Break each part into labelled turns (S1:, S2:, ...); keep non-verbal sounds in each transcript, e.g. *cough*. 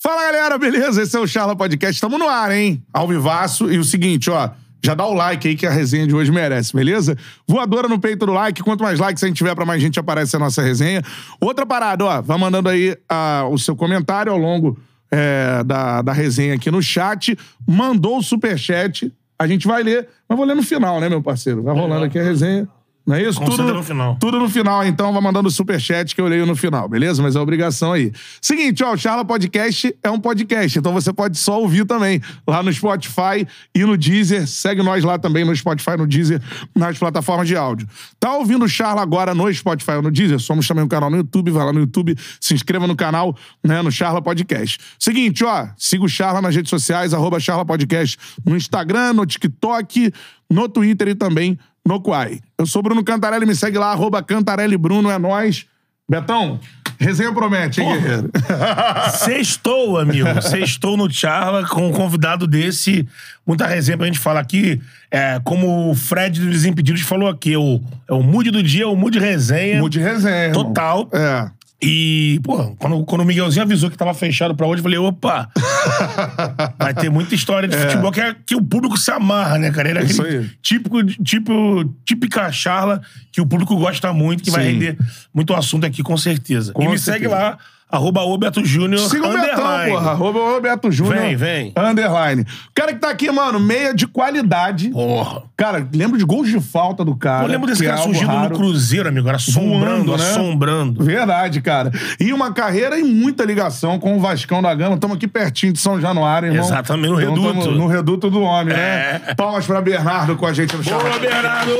S1: Fala, galera, beleza? Esse é o Charla Podcast. Estamos no ar, hein? Ao vivaço. E o seguinte, ó. Já dá o like aí que a resenha de hoje merece, beleza? Voadora no peito do like. Quanto mais likes a gente tiver, pra mais gente aparece a nossa resenha. Outra parada, ó. Vá mandando aí ah, o seu comentário ao longo é, da, da resenha aqui no chat. Mandou o superchat. A gente vai ler, mas vou ler no final, né, meu parceiro? Vai rolando aqui a resenha. Não é isso?
S2: Concentra
S1: tudo
S2: no final.
S1: Tudo no final, então. Vai mandando superchat que eu leio no final, beleza? Mas é obrigação aí. Seguinte, ó, o Charla Podcast é um podcast, então você pode só ouvir também lá no Spotify e no Deezer. Segue nós lá também no Spotify, no Deezer, nas plataformas de áudio. Tá ouvindo o Charla agora no Spotify ou no Deezer? Somos também um canal no YouTube, vai lá no YouTube, se inscreva no canal, né, no Charla Podcast. Seguinte, ó, siga o Charla nas redes sociais, arroba Charla Podcast no Instagram, no TikTok, no Twitter e também no Quai. Eu sou Bruno Cantarelli, me segue lá, arroba Cantarelli Bruno, é nóis. Betão, resenha promete, hein,
S2: Porra.
S1: guerreiro? *laughs*
S2: Sextou, *laughs* amigo. Sextou no Charla com um convidado desse. Muita resenha pra gente falar aqui. É, como o Fred dos Impedidos falou aqui, o, é o mood do dia, é o mood resenha.
S1: Mude resenha. irmão.
S2: Total.
S1: É.
S2: E, pô, quando, quando o Miguelzinho avisou que tava fechado pra hoje, eu
S1: *laughs*
S2: falei, opa, vai ter muita história de futebol que, é- que o público se amarra, né, cara? Ele é
S1: Isso
S2: aquele
S1: aí.
S2: típico, tipo, típica charla que o público gosta muito, que vai
S1: Sim.
S2: render muito assunto aqui, com certeza. e me
S1: certeza.
S2: segue lá, arroba Oberto Júnior,
S1: Siga o Betão,
S2: underline.
S1: porra. Arroba o Beto Júnior.
S2: Vem, vem.
S1: Underline. O cara que tá aqui, mano, meia de qualidade.
S2: Porra.
S1: Cara, lembro de gols de falta do cara.
S2: Eu lembro desse
S1: que é
S2: cara
S1: algo
S2: surgindo
S1: raro.
S2: no Cruzeiro, amigo, era assombrando,
S1: Voando, né?
S2: assombrando.
S1: Verdade, cara. E uma carreira e muita ligação com o Vascão da Gama. Estamos aqui pertinho de São Januário, irmão.
S2: Exatamente, no
S1: tamo
S2: reduto.
S1: No reduto do homem, né?
S2: É.
S1: Palmas pra Bernardo com a gente no chat.
S2: Boa, Bernardo!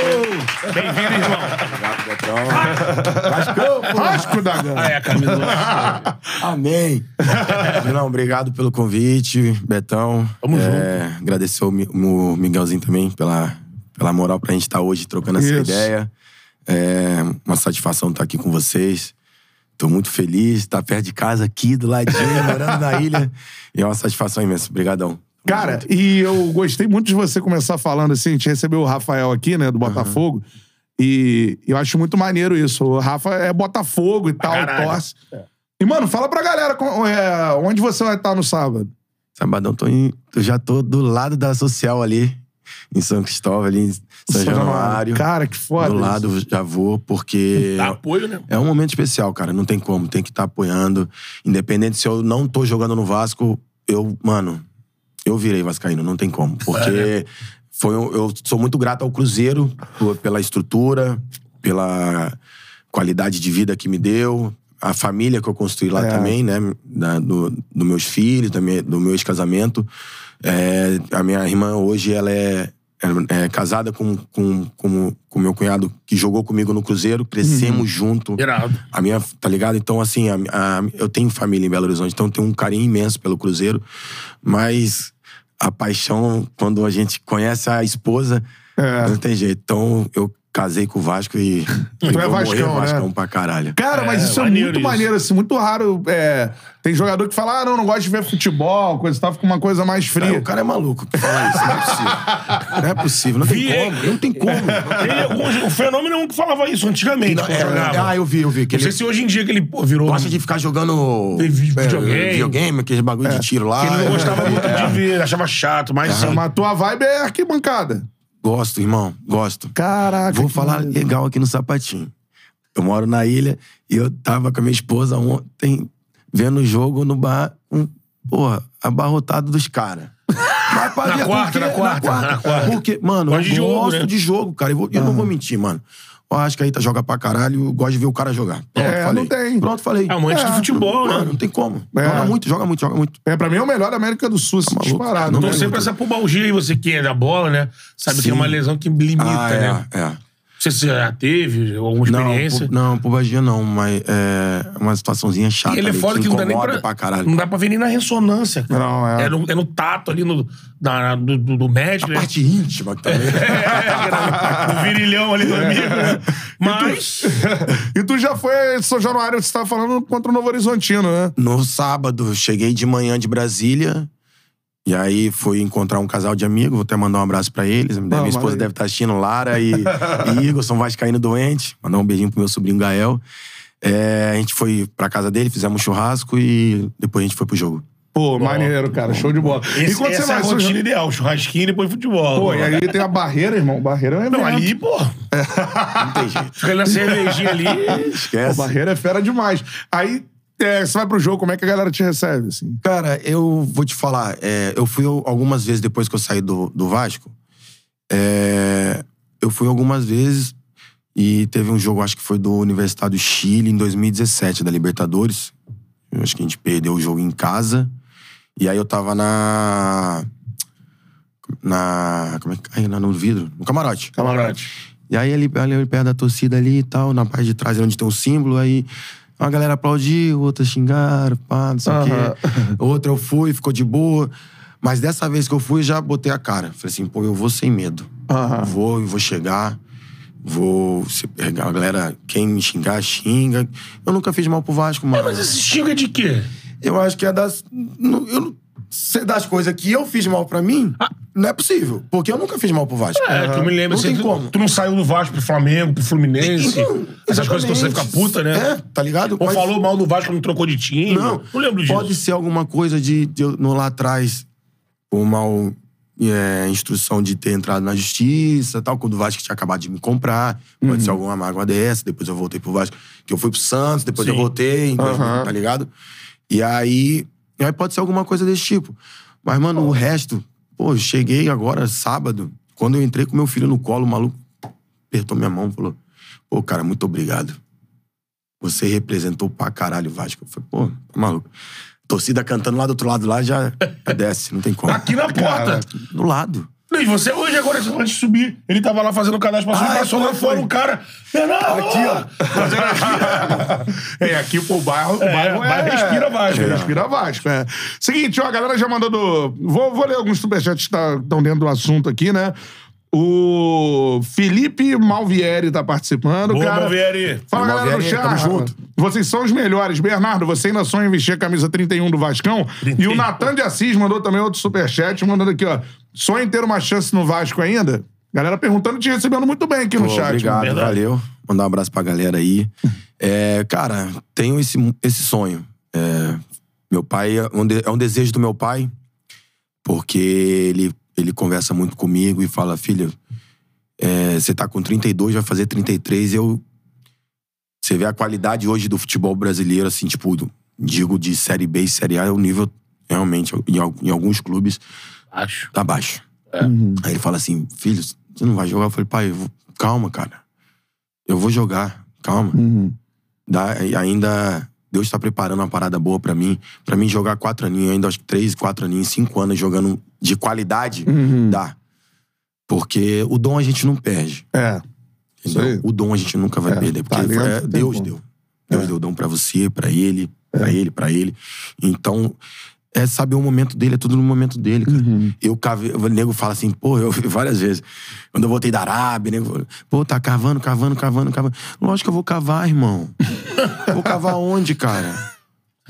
S2: Bem-vindo, irmão.
S3: Obrigado, Betão. Vascão, pô.
S1: Vasco da Gama.
S2: Ah, é, Camilo.
S3: Amém. *laughs* Não, obrigado pelo convite, Betão.
S2: Tamo
S3: junto. Agradecer o, Mi- o Miguelzinho também pela, pela moral pra gente estar hoje trocando essa
S1: Isso.
S3: ideia. É uma satisfação estar aqui com vocês. Tô muito feliz, tá perto de casa aqui, do ladinho, morando na ilha. E é uma satisfação imensa. Obrigadão.
S1: Cara, e eu gostei muito de você começar falando assim. A gente recebeu o Rafael aqui, né, do Botafogo. E eu acho muito maneiro isso. O Rafa é Botafogo e tal,
S2: caralho.
S1: torce. E, mano, fala pra galera com- é, onde você vai estar no sábado.
S3: Sabadão, tô em, tô- já tô do lado da social ali, em São Cristóvão, ali em São Januário.
S1: Cara, que foda.
S3: do
S1: isso.
S3: lado já vou, porque
S2: Dá apoio, né?
S3: é um momento especial, cara. Não tem como, tem que estar apoiando. Independente se eu não tô jogando no Vasco, eu, mano, eu virei Vascaíno, não tem como. Porque foi, um- eu sou muito grato ao Cruzeiro por- pela estrutura, pela qualidade de vida que me deu. A família que eu construí lá
S1: É.
S3: também, né? Da, do, do meus filhos, da minha- do meu ex-casamento. É, a minha irmã hoje, ela é, é- é casada com o com, com, com meu cunhado que jogou comigo no Cruzeiro. Crescemos junto.
S2: Irado.
S3: A minha, tá ligado? Então, assim, a, a- eu tenho família em Belo Horizonte, então eu tenho um carinho imenso pelo Cruzeiro. Mas a paixão, quando a gente conhece a esposa,
S1: É.
S3: não tem jeito. Então, eu casei com o
S2: *laughs*
S3: Vasco e.
S1: é
S3: eu vou morrer
S1: Vascão, né?
S3: Vascão pra caralho.
S1: Cara, mas
S2: É,
S1: isso é
S2: maneiro
S1: muito
S2: isso.
S1: maneiro, assim, muito raro. é, tem jogador que fala, ah, não, não gosto de ver futebol, coisa e tal, fica uma coisa mais
S3: Cara,
S1: fria.
S3: o cara é maluco que fala isso. Não é possível. Não é possível. Não
S2: Vi,
S3: tem como. Não
S2: *laughs*
S3: tem como.
S2: Tem alguns- o fenômeno é um que falava isso antigamente.
S3: Não,
S2: quando
S3: é,
S2: jogava.
S3: ah, eu vi, eu vi. Que
S2: não sei
S3: ele
S2: se hoje em dia que ele pô, virou. um
S3: gosta de ficar jogando
S2: Tem vi- videogame. É.
S3: é, videogame aqueles bagulho de tiro lá.
S2: Ele não gostava
S3: É.
S2: muito de ver, achava chato, mas assim,
S1: Mas tua vibe é arquibancada.
S3: Gosto, irmão. Gosto.
S2: Ah,
S1: Caraca.
S3: Vou
S1: que
S3: falar
S1: maneiro.
S3: legal aqui no sapatinho. Eu moro na ilha e eu tava com a minha esposa ontem vendo o jogo no bar, um, porra, abarrotado
S2: *laughs*
S3: dos caras. Mas pra
S2: Na
S3: ver
S2: quarta,
S3: por quê?
S2: na quarta, na quarta.
S3: Porque, mano,
S2: Gosta de
S3: eu
S2: jogo,
S3: gosto
S2: né? Ah.
S3: de jogo, cara. Eu, vou- eu não vou mentir, mano. Eu acho que aí tá joga pra caralho, eu gosto de ver o cara jogar. Pronto,
S1: É,
S3: falei.
S1: não tem.
S3: Pronto, falei.
S2: é amante do futebol,
S3: mano,
S2: né?
S3: não tem como.
S1: É.
S3: Joga muito, joga muito, joga muito.
S1: É, pra mim é o melhor da América do Sul, assim,
S3: Tá maluco?
S1: disparado.
S3: Não
S1: né?
S3: tô
S2: Torcer pra essa pubalgia aí, você que é da bola, né? Sabe que é uma
S3: Sim.
S2: lesão que limita,
S3: ah, é,
S2: né?
S3: é.
S2: Não sei se você já teve alguma experiência.
S3: Não, pu- não pubalgia não, mas é uma situaçãozinha chata.
S2: ele é
S3: ali,
S2: foda que não dá nem
S3: incomoda
S2: pra.
S3: caralho.
S2: Não dá pra ver nem na ressonância. cara.
S1: Não, é.
S2: É no, é no tato ali no, na- do, do- do médico. *laughs*
S3: A
S2: né?
S3: parte íntima que também.
S2: o virilhão ali do
S3: É.
S2: amigo, né? Mas.
S1: *laughs* E tu já foi São Januário, você tava falando contra o Novo Horizontino, né?
S3: No sábado, cheguei de manhã de Brasília. E aí fui encontrar um casal de amigos, vou até mandar um abraço pra eles. Minha
S1: manda
S3: esposa
S1: aí.
S3: deve estar assistindo, Lara e, e Igor, são vascaíno doente. Mandar um beijinho pro meu sobrinho Gael. É, a gente foi pra casa dele, fizemos um churrasco e depois a gente foi pro jogo.
S1: Pô, maneiro, cara. Show de bola.
S2: Esse,
S1: e quando
S2: essa
S1: você
S2: é a
S1: vai...
S2: rotina
S1: você-
S2: ideal, churrasquinho e depois futebol. né?
S1: Pô, e aí tem a barreira, irmão. Barreira é um
S2: Não,
S3: Né?
S1: evento.
S2: ali, pô.
S3: Não tem
S2: *laughs*
S3: jeito.
S2: Fica na cervejinha
S3: *laughs*
S2: ali.
S1: Pô,
S3: Esquece.
S1: barreira é fera demais. Aí é, você vai pro jogo, como é que a galera te recebe, assim?
S3: Cara, eu vou te falar. é, eu fui algumas vezes depois que eu saí do, do Vasco. é, eu fui algumas vezes e teve um jogo, acho que foi do Universitário do Chile, em 2017, da Libertadores. Eu acho que a gente perdeu o jogo em casa. E aí eu tava na. Na. Como é que. Ai, lá no vidro? No camarote.
S1: Camarote.
S3: E aí ali, ali perto da torcida ali e tal, na parte de trás onde tem um símbolo, aí uma galera aplaudiu, outra xingaram, pá, não sei o
S1: Aham.
S3: quê. Outra eu fui, ficou de boa. Mas dessa vez que eu fui, já botei a cara. Falei assim, pô, eu vou sem medo.
S1: Aham.
S3: Vou, eu vou chegar. Vou se pegar a galera, quem me xingar, xinga. Eu nunca fiz mal pro Vasco, mano.
S2: Mas esse xinga de quê?
S3: Eu acho que é das. não- Eu, não- se é das coisas que eu fiz mal pra mim, não é possível. Porque eu nunca fiz mal pro Vasco.
S2: É, tu me lembra.
S3: Não
S2: assim,
S3: tem
S2: tu,
S3: como.
S2: tu não saiu do Vasco pro Flamengo, pro Fluminense.
S3: Então,
S2: essas coisas que você fica
S3: exatamente.
S2: puta, né?
S3: É, tá ligado?
S2: Ou
S3: Pode-
S2: falou mal do Vasco, não trocou de time.
S3: Não,
S2: Não lembro disso.
S3: Pode ser alguma coisa de, de eu, no lá atrás, por mal é, instrução de ter entrado na justiça tal, quando o Vasco tinha acabado de me comprar. Pode
S2: Uhum.
S3: ser alguma mágoa dessa, depois eu voltei pro Vasco. Que eu fui pro Santos, depois
S2: Sim.
S3: eu voltei, então,
S1: Aham.
S3: tá ligado? E aí, e aí pode ser alguma coisa desse tipo. Mas, mano, o resto, pô, eu cheguei agora, sábado, quando eu entrei com meu filho no colo, o maluco apertou minha mão e falou: Pô, cara, muito obrigado. Você representou pra caralho o Vasco. Eu falei, pô, tá maluco. Torcida cantando lá do outro lado lá já *laughs* desce, não tem como.
S2: Aqui na porta.
S1: Cara.
S3: Do lado.
S2: Não, E você hoje, agora, antes de subir, ele tava lá fazendo o cadastro pra subir,
S3: Ah,
S2: passou
S3: foi,
S2: lá fora
S3: foi.
S2: o cara. Fernando!
S3: Aqui, ó.
S2: Fazendo aqui.
S1: *laughs* É, aqui pro bairro,
S2: É,
S1: o bairro é...
S2: bairro respira Vasco. né?
S1: É, Respira Vasco, é. Seguinte, ó, a galera já mandando... Vou, vou ler alguns superchats que estão dentro do assunto aqui, né? O Felipe Malvieri tá participando,
S2: Boa,
S1: cara.
S2: Malvieri.
S1: Fala,
S3: Fala,
S1: galera do
S3: Malvieri,
S1: chat.
S3: tamo junto.
S1: Vocês são os melhores. Bernardo, você ainda sonha em vestir a camisa 31 do Vascão.
S3: um.
S1: E o Natan de Assis mandou também outro superchat, mandando aqui, ó. Sonha em ter uma chance no Vasco ainda? Galera perguntando, te recebendo muito bem aqui no
S3: Pô,
S1: chat. né?
S3: Obrigado,
S2: verdade.
S3: valeu. Mandar um abraço pra
S1: *laughs*
S3: galera aí. É, cara, tenho esse, esse sonho. É, meu pai é um, de- é um desejo do meu pai, porque ele, ele conversa muito comigo e fala: filho, é, você tá com 32, vai fazer 33. Eu. Você vê a qualidade hoje do futebol brasileiro, assim, tipo, do- digo de Série B e Série A, é o nível, realmente, em al- em alguns clubes,
S2: Acho.
S3: tá baixo.
S2: É. Uhum.
S3: Aí ele fala assim, filho, você não vai jogar? Eu falei, pai, eu vou- calma, cara. Eu vou jogar, calma.
S2: Uhum.
S3: Dá, e ainda Deus está preparando uma parada boa pra mim. Pra mim jogar quatro aninhos, ainda acho que três, quatro aninhos, cinco anos jogando de qualidade,
S1: Hum. Uhum.
S3: dá. Porque o dom a gente não perde.
S1: É. Isso
S3: entendeu?
S1: aí.
S3: Então, O dom a gente nunca vai
S1: É,
S3: perder. Porque
S1: talento
S3: é,
S1: tem É.
S3: Deus
S1: como.
S3: deu. Deus deu o dom pra você, pra ele,
S1: É.
S3: pra ele, pra ele. Então, é saber o momento dele, é tudo no momento dele, cara.
S1: Uhum.
S3: Eu cave... O nego fala assim, pô, eu várias vezes. Quando eu voltei da Arábia, nego falou, pô, tá cavando, cavando, cavando, cavando. Lógico que eu vou
S1: *laughs*
S3: cavar, irmão. vou cavar onde, cara?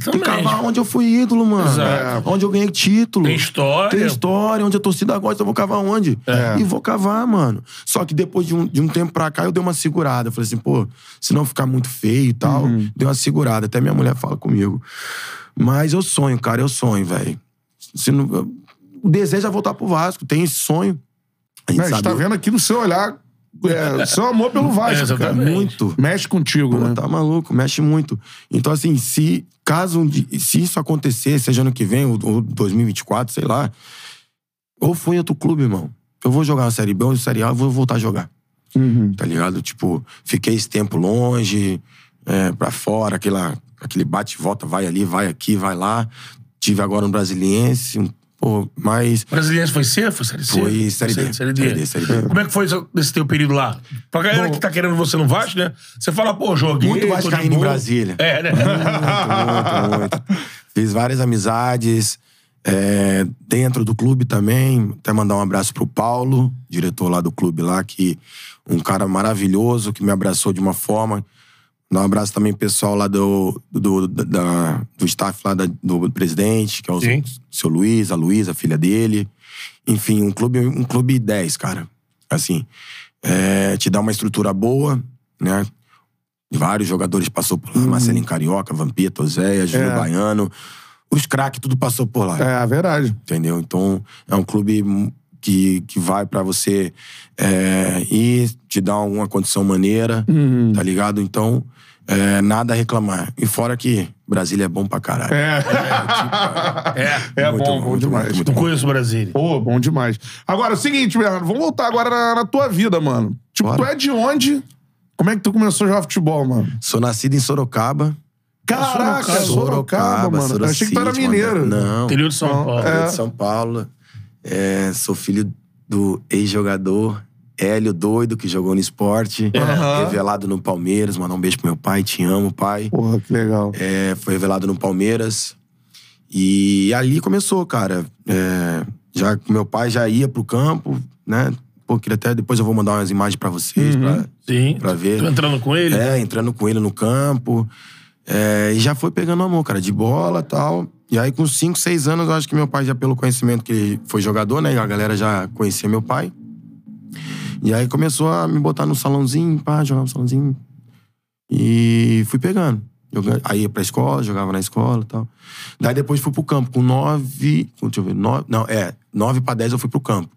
S3: Tem que cavar onde eu fui ídolo, mano.
S2: Exato.
S3: Onde eu ganhei título.
S2: Tem história.
S3: Tem história, onde a torcida gosta, eu vou cavar onde?
S1: É.
S3: E vou cavar, mano. Só que depois de um, de um tempo pra cá, eu dei uma segurada. Eu falei assim, pô, se não ficar muito feio e tal,
S1: Uhum.
S3: dei uma segurada. Até minha mulher fala comigo. Mas eu sonho, cara, eu sonho, velho. Se não- eu- O desejo é voltar pro Vasco, tem esse sonho. A gente
S1: Não, a gente
S3: sabe
S1: tá vendo aqui no seu olhar, é, seu amor pelo
S2: É,
S1: Vasco, cara.
S2: exatamente.
S3: muito.
S1: Mexe contigo,
S3: Pô,
S1: né?
S3: tá maluco, mexe muito. Então, assim, se caso um di- se isso acontecer, seja ano que vem ou, ou 2024, sei lá, ou foi em outro clube, irmão. Eu vou jogar uma Série B ou uma Série A, eu vou voltar a jogar, tá ligado? Tipo, fiquei esse tempo longe, é, pra fora, aquela, aquele bate e volta, vai ali, vai aqui, vai lá. Tive agora um brasiliense, um, pô, mas
S2: Brasiliense foi C? Foi Série C?
S3: foi Série B.
S2: Série D.
S3: Série B.
S2: Como é que foi isso- esse teu período lá? Pra galera que tá querendo você no Vasco, né? Você fala, pô, joguei.
S3: Muito
S2: tô de
S3: vascaíno em
S2: boa.
S3: Brasília.
S2: É, né? *laughs*
S3: muito, muito, muito. Fiz várias amizades é, dentro do clube também. Até mandar um abraço pro Paulo, diretor lá do clube lá, que um cara maravilhoso que me abraçou de uma forma. Dar um abraço também pro pessoal lá do, do, do- da- do staff lá da- do presidente, que é o
S2: Sim.
S3: seu Luiz, a Luiz, a filha dele. Enfim, um clube, um clube 10, cara. Assim, é, te dá uma estrutura boa, né?
S1: Uhum.
S3: Vários jogadores passou por lá, Marcelinho Carioca, Vampeta, Oséia, Júlio Baiano, os craques, tudo passou por lá.
S1: É, verdade.
S3: Entendeu? Então, é um clube que, que vai pra você é, ir, te dar alguma condição maneira,
S1: Uhum.
S3: tá ligado? Então, é, nada a reclamar. E fora que Brasília é bom pra caralho.
S1: É. *laughs* É,
S3: Muito
S1: bom, bom
S3: muito
S1: demais.
S3: muito
S2: Não conheço o Brasília.
S1: Pô, bom demais. Agora, é o seguinte, Bernardo, vamos voltar agora na, na tua vida, mano. Tipo,
S3: Bora.
S1: tu é de onde? Como é que tu começou a jogar futebol, mano?
S3: Sou nascido em Sorocaba.
S1: Caraca, Sorocaba, mano. Eu achei que tu era
S3: Sorocídio,
S1: mineiro.
S3: mano. Não.
S2: Interior de São
S1: Não,
S2: Paulo.
S1: é.
S3: de São Paulo. É, sou filho do ex-jogador Hélio Doido, que jogou no esporte.
S1: Aham.
S3: Revelado no Palmeiras. Mandar um beijo pro meu pai. Te amo, pai.
S1: Porra, que legal.
S3: É, foi revelado no Palmeiras. E ali começou, cara. É, já Meu pai já ia pro campo, né? Pô, queria até... Depois eu vou mandar umas imagens pra vocês,
S1: Uhum.
S3: pra,
S2: Sim.
S3: pra ver.
S2: Tô entrando com ele.
S3: É, entrando com ele no campo. É, e já foi pegando amor, cara, de bola e tal. E aí, com 5, 6 anos, eu acho que meu pai, já pelo conhecimento que ele foi jogador, né? A galera já conhecia meu pai. E aí começou a me botar no salãozinho, pá, jogar no salãozinho. E fui pegando. Jogando. Aí ia pra escola, jogava na escola e tal. Daí depois fui pro campo. Com 9. Deixa eu ver. Nove, não, é. 9 pra 10 eu fui pro campo.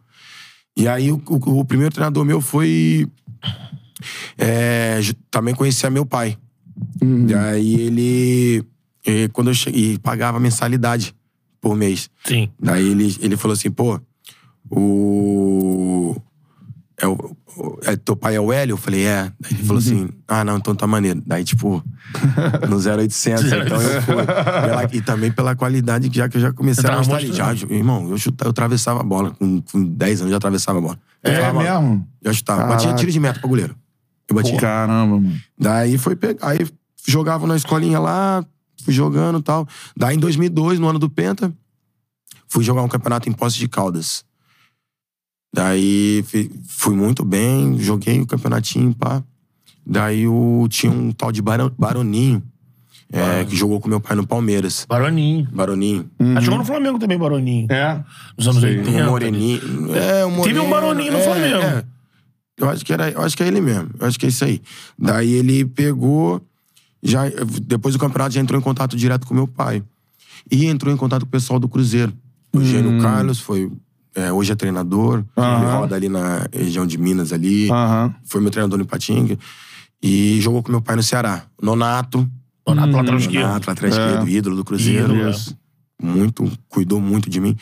S3: E aí o, o- o primeiro treinador meu foi é, ju- também conhecia meu pai.
S1: Uhum.
S3: E aí ele. eh, quando eu cheguei, e pagava mensalidade por mês.
S2: Sim.
S3: Daí ele, ele falou assim, pô, o. É, o o- é, teu pai é o Hélio? Eu falei, é. Daí ele falou
S1: Uhum.
S3: assim, ah, não, então tá maneiro. Daí, tipo,
S1: *laughs*
S3: no 0800, então eu fui. Pela- e também pela qualidade, que já que eu já comecei
S2: Você
S3: a
S2: tava
S3: mostrar. ali. Já,
S2: mostrando.
S3: irmão, eu, chuta, eu atravessava a bola. Com, com 10 anos, eu já atravessava a bola. Eu
S1: É
S3: chutava a bola.
S1: mesmo?
S3: Já chutava. Batia
S1: Caraca.
S3: tiro de meta pro goleiro. Eu batia.
S1: Caramba, mano.
S3: Daí foi pe- aí jogava na escolinha lá, fui jogando e tal. Daí em 2002, no ano do Penta, fui jogar um campeonato em Poços de Caldas. Daí fi- fui muito bem, joguei o campeonatinho, pá. Daí o, tinha um tal de Barão- Baroninho, é, que jogou com meu pai no Palmeiras.
S2: Baroninho.
S3: Baroninho.
S2: Ah, jogou no Flamengo também, Baroninho.
S1: É?
S2: Nos anos
S1: Sim.
S2: 80.
S3: Uhum. Um moreninho. É, um
S2: Teve um
S3: moreno,
S2: Baroninho no
S3: é,
S2: Flamengo.
S3: é. Eu acho que era, eu acho que é ele mesmo. Eu acho que é isso aí. Daí ele pegou, já depois do campeonato já entrou em contato direto com meu pai e entrou em contato com o pessoal do Cruzeiro. O Gênio Carlos foi é, hoje é treinador, ele
S1: Aham. Ah.
S3: roda ali na região de Minas ali,
S1: Aham.
S3: foi meu treinador no Patinga e jogou com meu pai no Ceará. Nonato, Hum,
S2: Donato lateral esquerdo. *laughs*
S3: Nonato, lateral esquerdo, ídolo do Cruzeiro,
S2: Ídolo, é.
S3: muito cuidou muito de mim.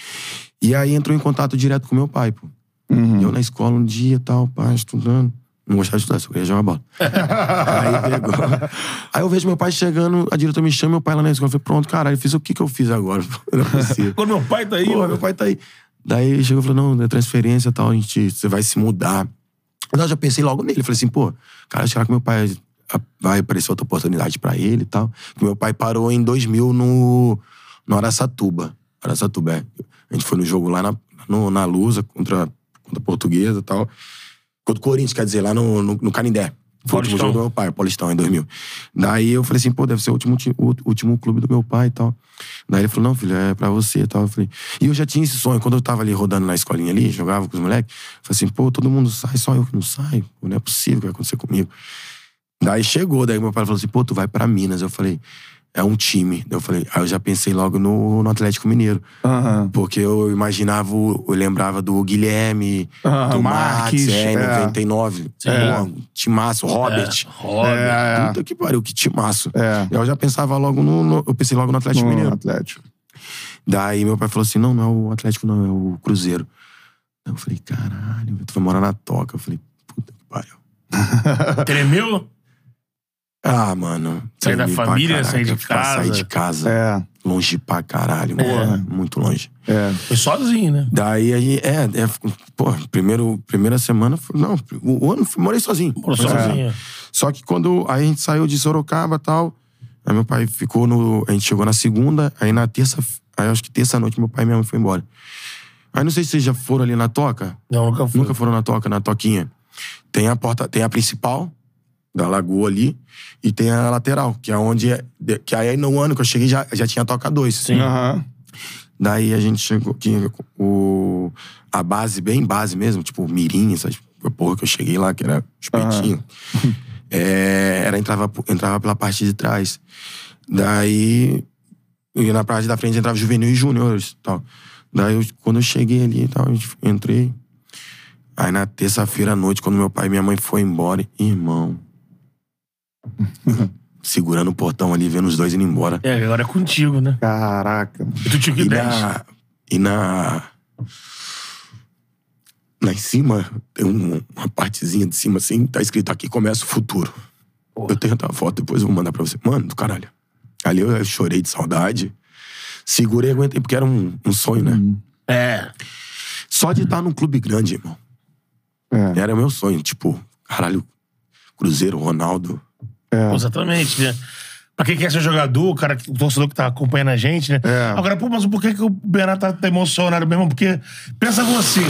S3: E aí entrou em contato direto com meu pai, pô.
S1: Uhum.
S3: E Eu na escola um dia e tal, pá, estudando. Não gostava de estudar, só queria jogar bola. aí pegou. Aí eu vejo meu pai chegando, a diretora me chama, meu pai lá na escola. Eu falei, pronto, caralho, fiz o que que eu fiz agora? *laughs* Não é possível.
S2: Quando meu pai tá *laughs* aí,
S3: Pô,
S2: mano.
S3: meu pai tá aí. Daí ele chegou e falou: não, é transferência e tal, a gente, você vai se mudar. Eu já pensei logo nele. Falei assim, pô, cara, será que meu pai a- vai aparecer outra oportunidade pra ele e tal? Que meu pai parou em 2000 no, no Araçatuba. Araçatuba, é. A gente foi no jogo lá na, no- na Lusa contra, contra a Portuguesa e tal. Contra o Corinthians, quer dizer, lá no, no, no Canindé. Foi o
S2: Paulistão.
S3: último jogo do meu pai, Paulistão, em 2000. Daí eu falei assim, pô, deve ser o último, ti- o último clube do meu pai e tal. Daí ele falou, não, filho, é pra você e tal. Eu falei, e eu já tinha esse sonho. Quando eu tava ali rodando na escolinha ali, jogava com os moleques, eu falei assim, pô, todo mundo sai, só eu que não saio. Pô, Não é possível que vai acontecer comigo. Daí chegou, daí meu pai falou assim, pô, tu vai pra Minas. Eu falei, é um time. Daí Eu falei, aí eu já pensei logo no, no Atlético Mineiro.
S1: Aham.
S3: Porque eu imaginava, o- eu lembrava do Guilherme,
S1: Ah,
S3: do
S1: Marques,
S3: Marques, é,
S1: é.
S3: 99.
S2: É.
S3: Pô, timaço, Robert.
S2: Roda.
S1: É,
S3: Puta que pariu, que timaço.
S1: é.
S3: Eu já pensava logo no, no- Eu pensei logo no Atlético
S1: No
S3: Mineiro.
S1: Atlético.
S3: Daí meu pai falou assim: não, não é o Atlético, não, é o Cruzeiro. Eu falei, caralho, tu vai morar na toca. Eu falei, puta que pariu. É.
S2: Tremeu?
S3: Ah, mano.
S2: Sair da
S3: tremi pra
S2: família, sair de
S3: pra Sair
S2: casa.
S3: de casa.
S1: É,
S3: Longe pra caralho, mano. Muito longe.
S1: é.
S2: Foi sozinho, né?
S3: Daí aí, é, é, pô, primeiro, primeira semana, foi- não, o, o ano, fui- morei sozinho.
S2: Morou sozinho.
S3: Só que quando aí a gente saiu de Sorocaba e tal, aí meu pai ficou no. A gente chegou na segunda, aí na terça. Aí acho que terça-noite meu pai e minha mãe foi embora. Aí não sei se vocês já foram ali na toca.
S2: Não, nunca fui.
S3: Nunca foram na toca, na toquinha. Tem a porta, tem a principal da lagoa ali e tem a lateral, que é onde é, que aí no ano que eu cheguei já, já tinha a toca dois.
S2: Sim.
S1: Aham.
S3: Daí a gente chegou que o a base bem base mesmo, tipo mirim, essas porra que eu cheguei lá que era espetinho. *laughs* É, era entrava por- entrava pela parte de trás. Daí E na parte da frente entrava juvenil e júniores e tal. Daí, eu- quando eu cheguei ali e tal, eu entrei. Aí na terça-feira à noite, quando meu pai e minha mãe foram embora, irmão. segurando o portão ali, vendo os dois indo embora.
S2: É, agora é contigo, né?
S1: Caraca.
S2: E tu tinha que
S3: E
S2: 10.
S3: na. E na. Lá em cima, tem um- uma partezinha de cima assim, tá escrito aqui começa o futuro. Eu tenho até uma foto, depois eu vou mandar pra você. Mano, do caralho. Ali eu, eu chorei de saudade. Segurei, aguentei, porque era um, um sonho, né?
S2: É.
S3: Só de estar num clube grande, irmão.
S1: É,
S3: Era meu sonho. Tipo, caralho, Cruzeiro, Ronaldo.
S2: Pô,
S1: é.
S2: Exatamente, né? Pra quem quer ser jogador, o cara, o torcedor que tá acompanhando a gente, né?
S1: É.
S2: Agora, pô, mas por que, que o Bernardo tá, tá emocionado mesmo? Porque, pensa você,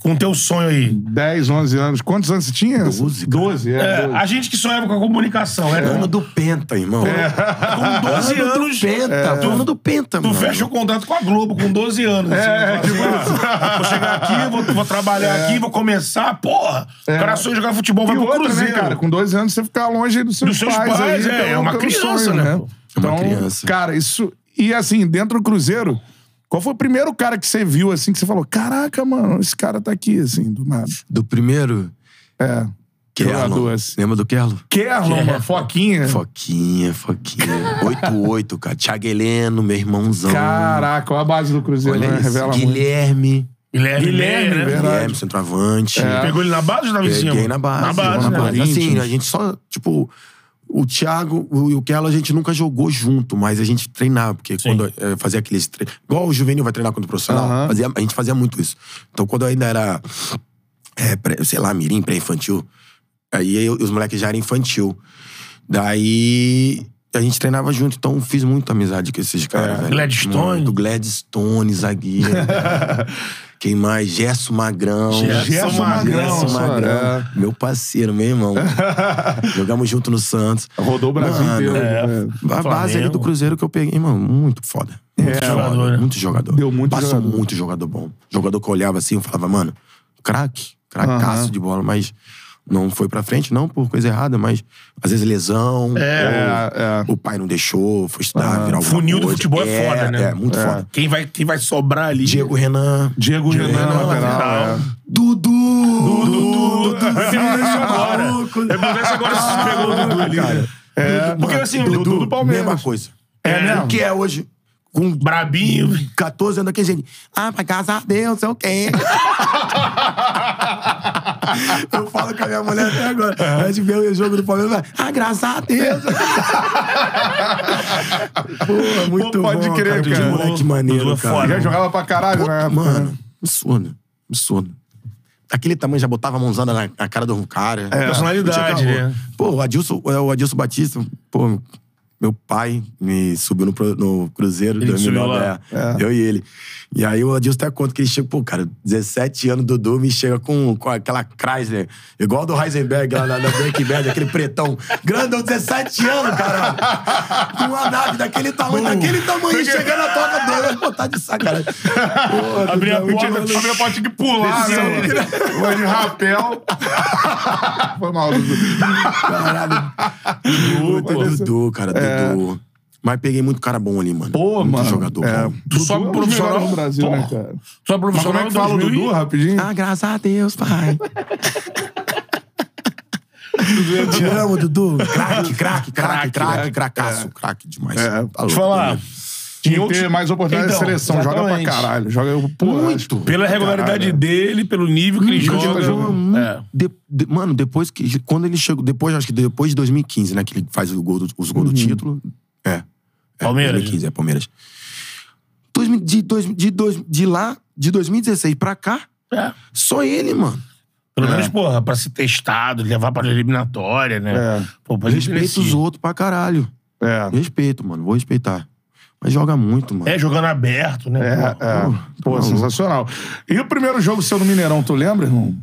S2: com o teu sonho aí.
S1: 10, 11 anos. Quantos anos você tinha?
S3: Doze, cara.
S1: 12, é.
S2: É,
S1: 12.
S2: a gente que sonhava com a comunicação, né?
S3: Ano do Penta, irmão.
S2: Com 12
S3: Ano
S2: anos,
S3: do Penta.
S2: tu-
S3: Ano É. do Penta,
S2: tu
S3: mano.
S2: fecha o contrato com a Globo com 12 anos.
S1: É,
S2: assim, fala assim, "Ah, vou chegar aqui, vou, vou trabalhar aqui, vou começar, porra. O cara sonha em jogar futebol, vai
S1: É. E
S2: pro
S1: outra,
S2: Cruzeiro.
S1: né, cara? Com 12 anos você ficar longe dos seus, então
S2: Dos seus pais, é, é uma
S1: tá
S2: criança, né, pô?
S3: É uma criança.
S1: Cara, isso. E assim, dentro do Cruzeiro, qual foi o primeiro cara que você viu assim que você falou: caraca, mano, esse cara tá aqui, assim, do nada?
S3: Do primeiro.
S1: É.
S3: Kerlon.
S1: Jogador, assim.
S3: Lembra do Kerlon?
S1: Kerlon, mano, Foquinha.
S3: Foquinha, Foquinha.
S1: *laughs*
S3: 88, cara. Thiago Heleno, meu irmãozão.
S1: Caraca, olha a base do Cruzeiro,
S3: Olha
S1: né?
S3: isso.
S1: Revela muito.
S3: Guilherme.
S2: Guilherme,
S1: Guilherme,
S2: né?
S1: verdade. É.
S3: Guilherme, centroavante.
S2: Pegou ele na base ou tava em cima?
S3: Peguei na base.
S2: Na base,
S3: na
S2: né?
S3: base. Assim, a gente só, tipo... O Thiago o- e o Kelo a gente nunca jogou junto, mas a gente treinava, porque quando eh, fazia aqueles treinos. Igual o juvenil vai treinar contra o profissional,
S1: Aham.
S3: fazia- a gente fazia muito isso. Então, quando eu ainda era, eh, pré- sei lá, mirim, pré-infantil, aí eu- os moleques já eram infantil. Daí a gente treinava junto, então fiz muita amizade com esses caras, velho.
S2: Gladstone.
S3: Muito Gladstone, *laughs* zagueiro. Quem mais? Gerson Magrão.
S2: Gerson
S1: Gerson
S2: Magrão,
S1: Magrão,
S3: Gerson
S1: só,
S3: Magrão.
S1: é.
S3: Meu parceiro, meu irmão. Jogamos junto no Santos.
S1: Rodou o Brasil
S3: Mano,
S1: inteiro.
S2: é.
S1: né?
S3: A base ali
S2: Flamengo.
S3: do Cruzeiro que eu peguei, mano, muito foda. Muito
S2: jogador,
S3: foda,
S2: né?
S3: Muito jogador.
S1: Deu muito
S3: Passou
S1: jogador.
S3: muito jogador bom. Jogador que eu olhava assim, eu falava, mano, craque, cracaço
S1: Aham.
S3: de bola, mas não foi pra frente, não por coisa errada, mas às vezes lesão.
S1: É, é.
S3: ou O pai não deixou, foi estudar, virar alguma
S2: Funil do
S3: coisa.
S2: futebol é foda, né?
S3: É, muito foda.
S2: Quem vai, quem vai sobrar ali?
S3: Diego Renan.
S1: Diego Renan,
S2: Renan,
S1: lateral.
S2: lateral.
S1: é.
S3: Dudu! Dudu! Dudu!
S2: Fluminense agora.
S3: Maluco.
S2: É, Fluminense agora
S3: Ah.
S2: se pegou o Dudu ali, né?
S1: É,
S2: Porque, assim, o Dudu do
S1: Palmeiras.
S3: Mesma coisa.
S2: É mesmo? Uhum.
S3: O que é hoje? Com
S2: Brabinho.
S3: 14 anos aqui, gente. Ah, mas graças a Deus,
S2: *laughs*
S3: eu quem? eu falo com a minha mulher até agora.
S2: É.
S3: A gente vê o jogo do Palmeiras e fala, ah, graças a Deus.
S2: *laughs*
S3: Pô, muito
S1: Pô, pode
S3: bom,
S1: crer,
S3: cara. Que
S1: cara.
S3: moleque
S2: Dudu
S3: maneiro,
S2: é
S3: cara.
S2: foda.
S1: Já jogava pra caralho,
S3: Puta,
S1: né?
S3: mano, insano. Insano. Aquele tamanho já botava a mãozada na, na cara do
S2: É.
S3: cara.
S2: personalidade,
S3: Não tinha caô.
S2: né?
S3: Pô, o Adilson, é, o Adilson Batista, pô, meu pai me subiu no, pro- no Cruzeiro
S2: Ele
S3: em
S2: que subiu
S3: 2009,
S2: lá.
S3: é, Eu e ele. E aí o Adilson até conta que ele chega, pô, cara, 17 anos, Dudu me chega com, com aquela Chrysler, igual a do Heisenberg lá na, na Breaking Bad, aquele pretão. Grandão, 17 anos, cara. Com uma nave daquele tamanho, daquele tamanho, chegando na toca dele, pô, tá de sacanagem.
S2: *laughs*
S3: Pô,
S2: Abri a
S3: Dudu,
S2: porta,
S3: mano,
S1: Tinha- Tinha tinha que pular, né?
S2: Desceu.
S1: mano? Foi de *laughs* rapel. Foi mal, Dudu.
S3: Caralho. Puta, Dudu, cara, Dudu. Mas peguei muito cara bom ali, mano.
S1: É. Pô,
S3: muito
S1: mano,
S3: jogador
S1: é.
S3: bom.
S2: Tu sobe
S1: Dudu é um dos
S2: profissional.
S1: melhores do Brasil, né,
S2: Porra.
S1: cara?
S2: Sobe
S1: Mas
S2: profissional.
S1: como é que fala o
S2: 2000
S1: Dudu, rapidinho?
S3: Ah, graças a Deus, pai. Te amo, Dudu. Craque, craque, craque,
S2: né?
S3: craque, cracaço. Craque demais.
S1: É.
S3: Tá
S2: Deixa eu
S3: louco,
S2: falar.
S3: né?
S1: Tinha que
S2: Outro-
S1: ter mais oportunidade de
S2: Então,
S1: seleção. Joga pra
S2: exatamente.
S1: caralho. Joga porra,
S3: Muito.
S1: acho-
S2: Pela regularidade
S1: Caralho.
S2: dele, pelo nível que ele
S1: Nunca tinha
S2: joga.
S3: um.
S1: jogado.
S2: É.
S3: De- de- mano, depois que. Quando ele chegou. Depois, acho que depois de 2015, né? Que ele faz o gol do- os gols do título. É. É,
S2: Palmeiras.
S3: 2015, é Palmeiras. Dois mil- De, dois, de, dois, de lá, de 2016 pra cá,
S2: É.
S3: só ele, mano.
S1: É.
S2: Pelo menos, porra, pra ser testado, levar pra eliminatória, né?
S1: É.
S2: Pô, pra gente
S3: Respeito os
S2: merecia.
S3: outros pra caralho.
S1: É.
S3: Respeito, mano. Vou respeitar. Mas joga muito, mano.
S2: É, jogando aberto, né?
S1: É,
S2: Porra.
S1: é. Pô, sensacional. E o primeiro jogo seu no Mineirão, tu lembra, irmão?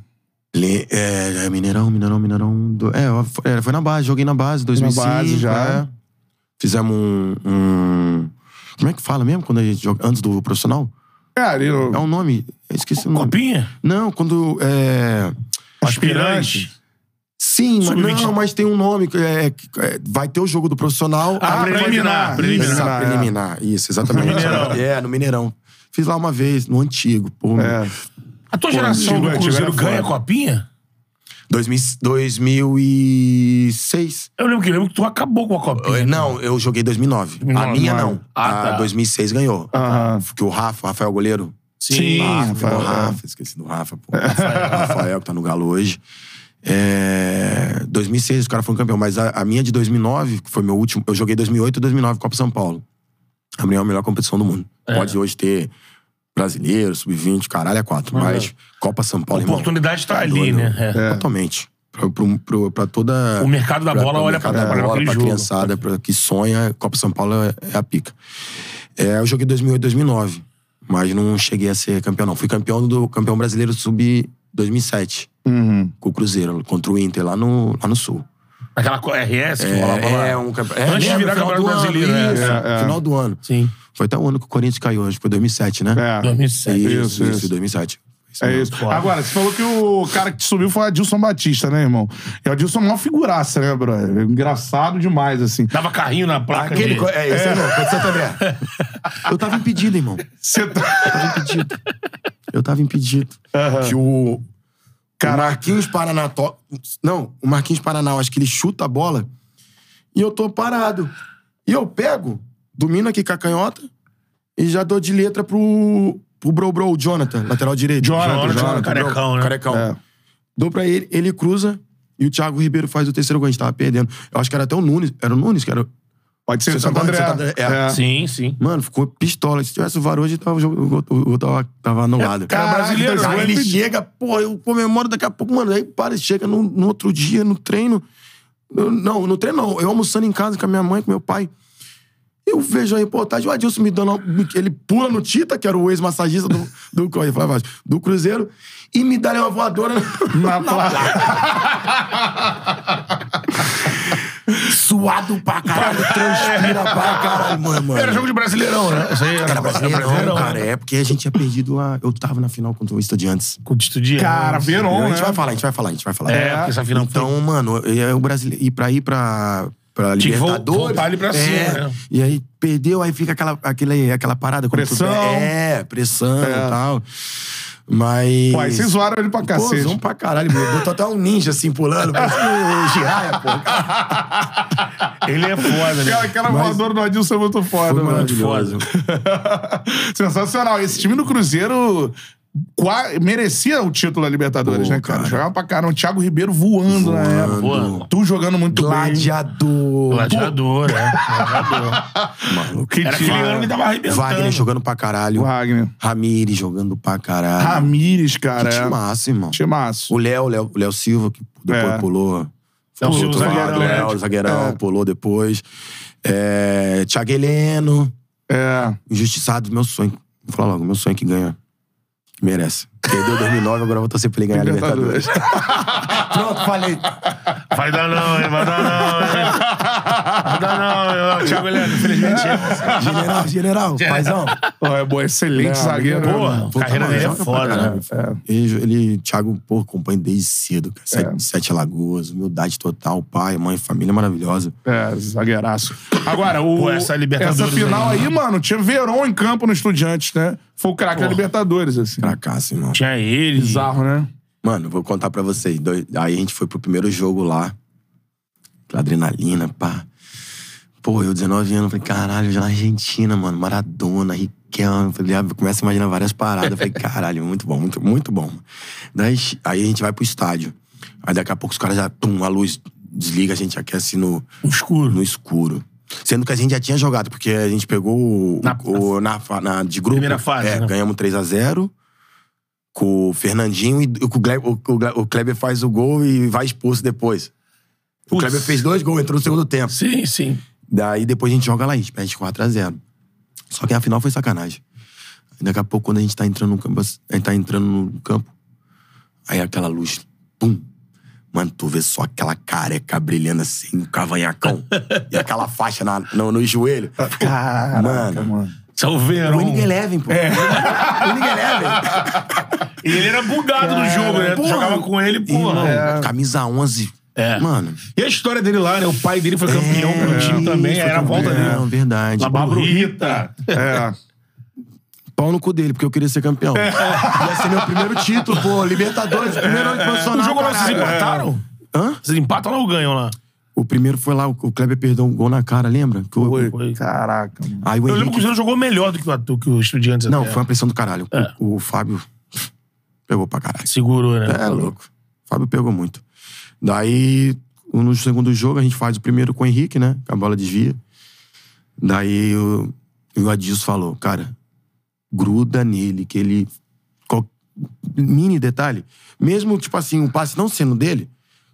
S3: Le- É, é, Mineirão, Mineirão, Mineirão. do- É, ó, foi, é, foi na base, joguei na base, 2005.
S1: base já.
S3: é. Fizemos um, um- Como é que fala mesmo quando a gente joga antes do profissional?
S1: É, ali
S3: É
S1: no...
S3: um nome. Eu esqueci o nome.
S2: Copinha?
S3: Não, quando. É,
S2: Aspirante.
S3: se Sim, mas,
S2: Sub-vinte.
S3: não, mas tem um nome. que é- que- é- vai ter o jogo do profissional.
S2: Ah,
S3: vai-
S2: preliminar,
S3: Isso,
S2: preliminar,
S3: a
S1: é.
S3: preliminar. Isso, exatamente.
S2: Mineirão.
S3: É, no Mineirão. Fiz lá uma vez, no antigo. Pô,
S1: É.
S2: A tua geração
S1: antigo,
S2: do
S1: antigo
S2: Cruzeiro
S1: era
S2: ganha a
S1: é foda.
S2: copinha?
S3: 2000, 2006.
S2: Eu lembro que eu lembro que tu acabou com a copinha.
S3: Não, eu joguei 2009. a
S2: 2009,
S3: minha
S2: não.
S3: não.
S2: Ah,
S3: a
S2: tá.
S3: 2006 ganhou.
S1: É, Aham.
S3: Porque o Rafa, Rafael Goleiro.
S1: Sim,
S3: Ah, Rafael.
S1: Rafael, é.
S3: Rafa, esqueci do
S2: *laughs*
S3: Rafa, pô. Rafael, Rafael, que tá no Galo hoje. É, 2006 os caras foram campeão, mas a, a minha de 2009, que foi meu último, eu joguei 2008 e 2009 Copa São Paulo. A minha é a melhor competição do mundo.
S2: É.
S3: Pode hoje ter brasileiro, sub-20, caralho, é quatro, mas Copa São
S2: A
S3: Paulo, irmão,
S2: oportunidade tá ali,
S3: doido.
S2: né? Uhum. É.
S3: totalmente. Pra, pro- pro- pra toda
S2: O mercado da
S3: pra-
S2: bola
S3: pra
S2: olha
S3: mercado
S2: pra,
S3: da
S2: pra
S3: bola,
S2: aquele
S3: pra
S2: jogo.
S3: criançada pra, que sonha, Copa São Paulo é, é a pica. É, eu joguei 2008, 2009, mas não cheguei a ser campeão, não. Fui campeão do campeão brasileiro sub 2007
S1: Uhum.
S3: com o Cruzeiro contra o Inter lá no, lá no sul.
S2: Aquela co- RS que rolava lá.
S3: é um campe- é,
S2: Antes de virar
S3: lembra, final
S2: campeonato
S3: do ano,
S2: brasileiro, é.
S3: isso,
S1: É, é.
S3: final do ano.
S2: Sim.
S3: Foi até o ano que o Corinthians caiu, acho que foi 2007, né?
S1: É.
S2: Uhum. 2007.
S1: Isso,
S3: Isso, isso,
S1: isso.
S3: 2007.
S1: É
S3: mesmo.
S1: isso. Agora, você falou que o cara que te subiu foi o Adilson Batista, né, irmão? E o Adilson é uma figuraça, né, brother? Engraçado demais, assim.
S2: Dava carrinho na placa
S3: Aquele,
S2: de-
S3: co- é, esse é. não, contra o Santo André. Eu tava impedido, irmão.
S1: Você tá...
S3: Eu tava impedido. Eu tava impedido. Que o. Cara, Marquinhos Paraná. to- Não, o Marquinhos Paraná, eu acho que ele chuta a bola e eu tô parado. E eu pego, domino aqui com a canhota e já dou de letra pro. pro Bro Bro, o Jonathan, lateral direito.
S1: Jonathan, Jonathan,
S2: carecão,
S3: Bro,
S2: né?
S3: Carecão.
S1: É.
S3: Dou pra ele, ele cruza e o Thiago Ribeiro faz o terceiro gol. A gente tava perdendo. Eu acho que era até o Nunes. Era o Nunes que era.
S1: Pode ser
S3: Você
S1: o Santo
S3: tá falando
S1: André.
S3: de Santo André, é.
S2: Sim, sim.
S3: Mano, ficou pistola. Se tivesse o VAR hoje, tava, o jogo- o gol- o gol tava, tava anulado.
S1: Caraca,
S2: É brasileiro,
S1: dois
S2: né?
S3: Aí
S1: gols
S3: ele
S1: impedidos.
S3: chega, pô, eu comemoro daqui a pouco, mano. Aí para, chega no, no outro dia, no treino. Eu- não, no treino não. Eu almoçando em casa com a minha mãe, com meu pai. Eu vejo a reportagem, o Adilson me dando. uma- Ele pula no Tita, que era o ex-massagista do, do, eu ia falar baixo, do Cruzeiro, e me dá uma voadora.
S1: Na
S3: *laughs*
S1: placa.
S3: Suado pra caralho, transpira pra caralho, mano. mano.
S2: Era jogo de brasileirão, né? Isso aí era,
S3: Era brasileirão, cara.
S2: né?
S3: É porque a gente tinha perdido a. Eu tava na final contra o Estudiantes.
S2: Com o Tito Dias.
S1: Cara, Veron,
S3: a
S1: né?
S3: gente vai falar, a gente vai falar, a gente vai falar.
S2: É, porque essa final foi-
S3: Então, mano, é o brasileiro. E pra ir pra. Pra
S2: Tinha que vol-
S3: Libertadores.
S2: voltar ali pra
S3: é,
S2: cima, né?
S3: E aí perdeu, aí fica aquela, aquele, aquela parada. quando tu-
S1: Pressão.
S3: É, pressão
S1: É.
S3: e tal. Mas.
S1: Pô, aí vocês zoaram ele pra
S3: Pô, zoam
S1: cacete.
S3: pra caralho, meu. Botou até um ninja assim pulando, parece um giraia, pô.
S2: Ele é *laughs* foda,
S1: Cara,
S2: né?
S1: aquela voadora do Adilson é muito foda,
S3: Foi
S1: mano.
S3: maravilhoso.
S1: *laughs* Sensacional. Esse time do Cruzeiro qua- merecia o título da Libertadores,
S3: Pô,
S1: né, cara?
S3: cara.
S1: Jogava pra caramba. O Thiago Ribeiro voando, na época.
S2: Voando.
S1: Tu jogando muito bem.
S3: Gladiador.
S2: Gladiador, é. Gladiador.
S3: Maluco.
S1: Que
S2: Era aquele
S1: time.
S2: ano que tava arrebentando.
S3: Wagner jogando pra caralho.
S1: O Wagner.
S3: Ramires jogando pra caralho.
S1: Ramires, cara.
S3: Que
S1: é.
S3: timaço, irmão.
S1: Timaço.
S3: O Léo, Léo, o Léo Silva, que depois
S1: É.
S3: pulou.
S2: Léo
S3: Pulou
S2: Silva,
S3: outro lado,
S2: zagueirão, né?
S3: Léo, zagueirão, pulou depois. É, Thiago Heleno,
S1: É.
S3: injustiçado, meu sonho. Vou falar logo, meu sonho é que ganha. Que merece. Perdeu 2009, agora eu vou torcer pra ele ganhar a
S1: *laughs*
S3: Libertadores. Pronto, falei.
S2: Vai dar não, hein? Vai dar não, hein? Vai dar não, hein? *laughs* Thiago Heleno, infelizmente. *laughs*
S3: General, general, paizão.
S1: Ó, é bom, excelente
S3: Não,
S1: zagueiro. né,
S2: Porra,
S1: mano?
S2: a carreira dele é
S3: joga pra
S2: foda, né?
S3: caralho. Ele, ele, Thiago, pô, acompanha desde cedo, cara. Sete,
S1: É.
S3: Sete Lagoas, humildade total, pai, mãe, família maravilhosa.
S1: É, zagueiraço. Agora, o,
S2: Pô, essa Libertadores
S1: essa final
S2: aí,
S1: aí, mano, tinha Verón em campo no Estudiantes, né? Foi o craque da Libertadores, assim.
S3: Fracasso, irmão.
S2: Tinha ele.
S1: Bizarro, né?
S3: Mano, vou contar pra vocês. Dois- Aí a gente foi pro primeiro jogo lá. Aquela Adrenalina, pá. Pô, eu 19 anos, falei, caralho, já na Argentina, mano. Maradona, Riquelme. Falei, ah, começa a imaginar várias paradas. Falei, *laughs* caralho, muito bom, muito, muito bom. Daí, aí a gente vai pro estádio. Aí daqui a pouco os caras já, pum, a luz desliga, a gente aquece no,
S2: No escuro.
S3: no escuro. Sendo que a gente já tinha jogado, porque a gente pegou o-
S2: Na-
S3: o- na, fa- na- de grupo.
S2: Primeira fase,
S3: É,
S2: né?
S3: ganhamos 3x0 com o Fernandinho e com o, Gle- o- o Gle- o Kleber faz o gol e vai expulso depois. O
S2: Putz.
S3: Kleber fez dois gols, entrou no segundo tempo.
S2: Sim, sim.
S3: Daí depois a gente joga lá, a gente perde 4x0. Só que a final foi sacanagem. Daqui a pouco, quando a gente tá entrando no campo, a gente tá entrando no campo, aí aquela luz, pum. Mano, tu vê só aquela careca brilhando assim, um
S2: *laughs*
S3: cavanhacão. e aquela faixa na, no, no joelho.
S1: Caraca,
S3: Mano.
S2: Salveirão.
S3: Winning Eleven, pô.
S2: É.
S3: Winning Eleven.
S2: E ele era bugado no jogo, né? Tu
S3: Porra.
S2: jogava com ele, porra.
S3: Camisa 11,
S2: É.
S3: Mano.
S2: E a história dele lá, né? O pai dele foi campeão pelo
S3: é,
S2: time também.
S3: foi
S2: Era a volta
S3: campeão,
S2: dele.
S3: verdade.
S2: Na Barbrita.
S1: É.
S3: Pau no cu dele, porque eu queria
S2: *laughs*
S3: ser campeão. Ia ser meu primeiro título, pô. Libertadores, primeiro ano de
S2: O
S3: profissional.
S2: jogo lá vocês
S3: caralho.
S2: empataram?
S3: Hã?
S2: Vocês empatam lá ou ganham lá?
S3: O primeiro foi lá, o o Kleber perdeu um gol na cara, lembra? Que o-
S2: Foi.
S1: Caraca. mano.
S3: Aí o
S2: Eu lembro que o
S3: Henrique...
S2: Cruzeiro jogou melhor do que o, do que o Estudiantes.
S3: Não,
S2: até.
S3: foi uma pressão do caralho. O-
S2: É.
S3: O, Fábio pegou pra caralho.
S2: Segurou, né?
S3: É louco. O Fábio pegou muito. Daí, no segundo jogo, a gente faz o primeiro com o Henrique, né? Que a bola desvia. Daí o, o Adilson falou, cara, gruda nele, que ele. qual- mini detalhe. Mesmo, tipo assim, um passe não sendo dele,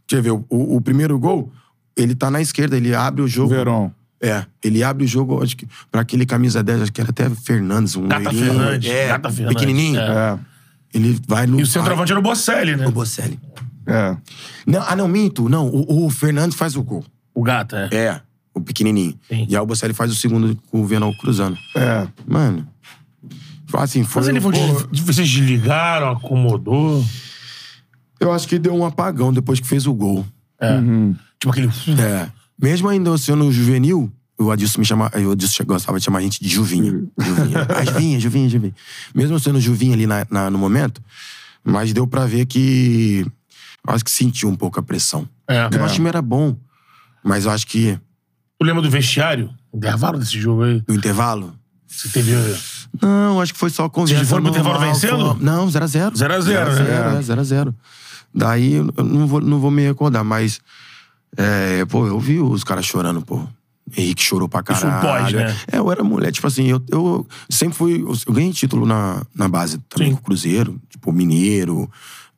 S3: deixa eu ver, o, o primeiro gol, ele tá na esquerda, ele abre o jogo.
S1: Verão.
S3: É, ele abre o jogo, acho que, pra aquele camisa 10, acho que era até Fernandes, um
S2: Gata
S3: loirinho,
S2: Fernandes,
S3: é,
S2: Gata Fernandes,
S3: pequenininho.
S2: é.
S1: É.
S3: Ele vai no.
S2: E o centroavante era o Bocelli, né?
S3: Ai, o Bocelli.
S1: É.
S3: Não, ah, não, minto. Não, o, o Fernandes faz o gol.
S2: O gato, é.
S3: É, o pequenininho.
S2: Sim.
S3: E aí o Bocelli faz o segundo com o Venal cruzando.
S1: É.
S3: Mano, assim, foi...
S2: Mas ele foi. um
S3: pô,
S2: des- Vocês desligaram, acomodou.
S3: Eu acho que deu um apagão depois que fez o gol.
S2: É. Tipo aquele.
S3: É. Mesmo ainda eu sendo juvenil, o Adilson me chama, o Adilson gostava de chamar a gente de Juvinha.
S2: *laughs*
S3: Juvinha. Ah, Juvinha, Juvinha, Juvinha. Mesmo eu sendo Juvinha ali na- na- no momento, mas deu pra ver que. Eu acho que sentiu um pouco a pressão.
S2: É.
S3: Porque o nosso time era bom. Mas eu acho que
S2: Tu lembra do vestiário? O intervalo desse jogo aí.
S3: no intervalo.
S2: Você teve. é.
S3: Não, acho que foi só conversa.
S2: Vocês foram pro intervalo
S3: normal,
S2: vencendo?
S3: foi- Não, 0x0.
S2: 0x0, né?
S3: é, 0x0. Daí eu não vou, não vou me recordar, mas. é, pô, eu vi os caras chorando, pô. Henrique chorou pra
S2: Isso
S3: caralho.
S2: pós, né?
S3: É, eu era mulher, tipo assim, eu, eu sempre fui. Eu ganhei título na, na base também
S2: Sim.
S3: com o Cruzeiro, tipo, Mineiro,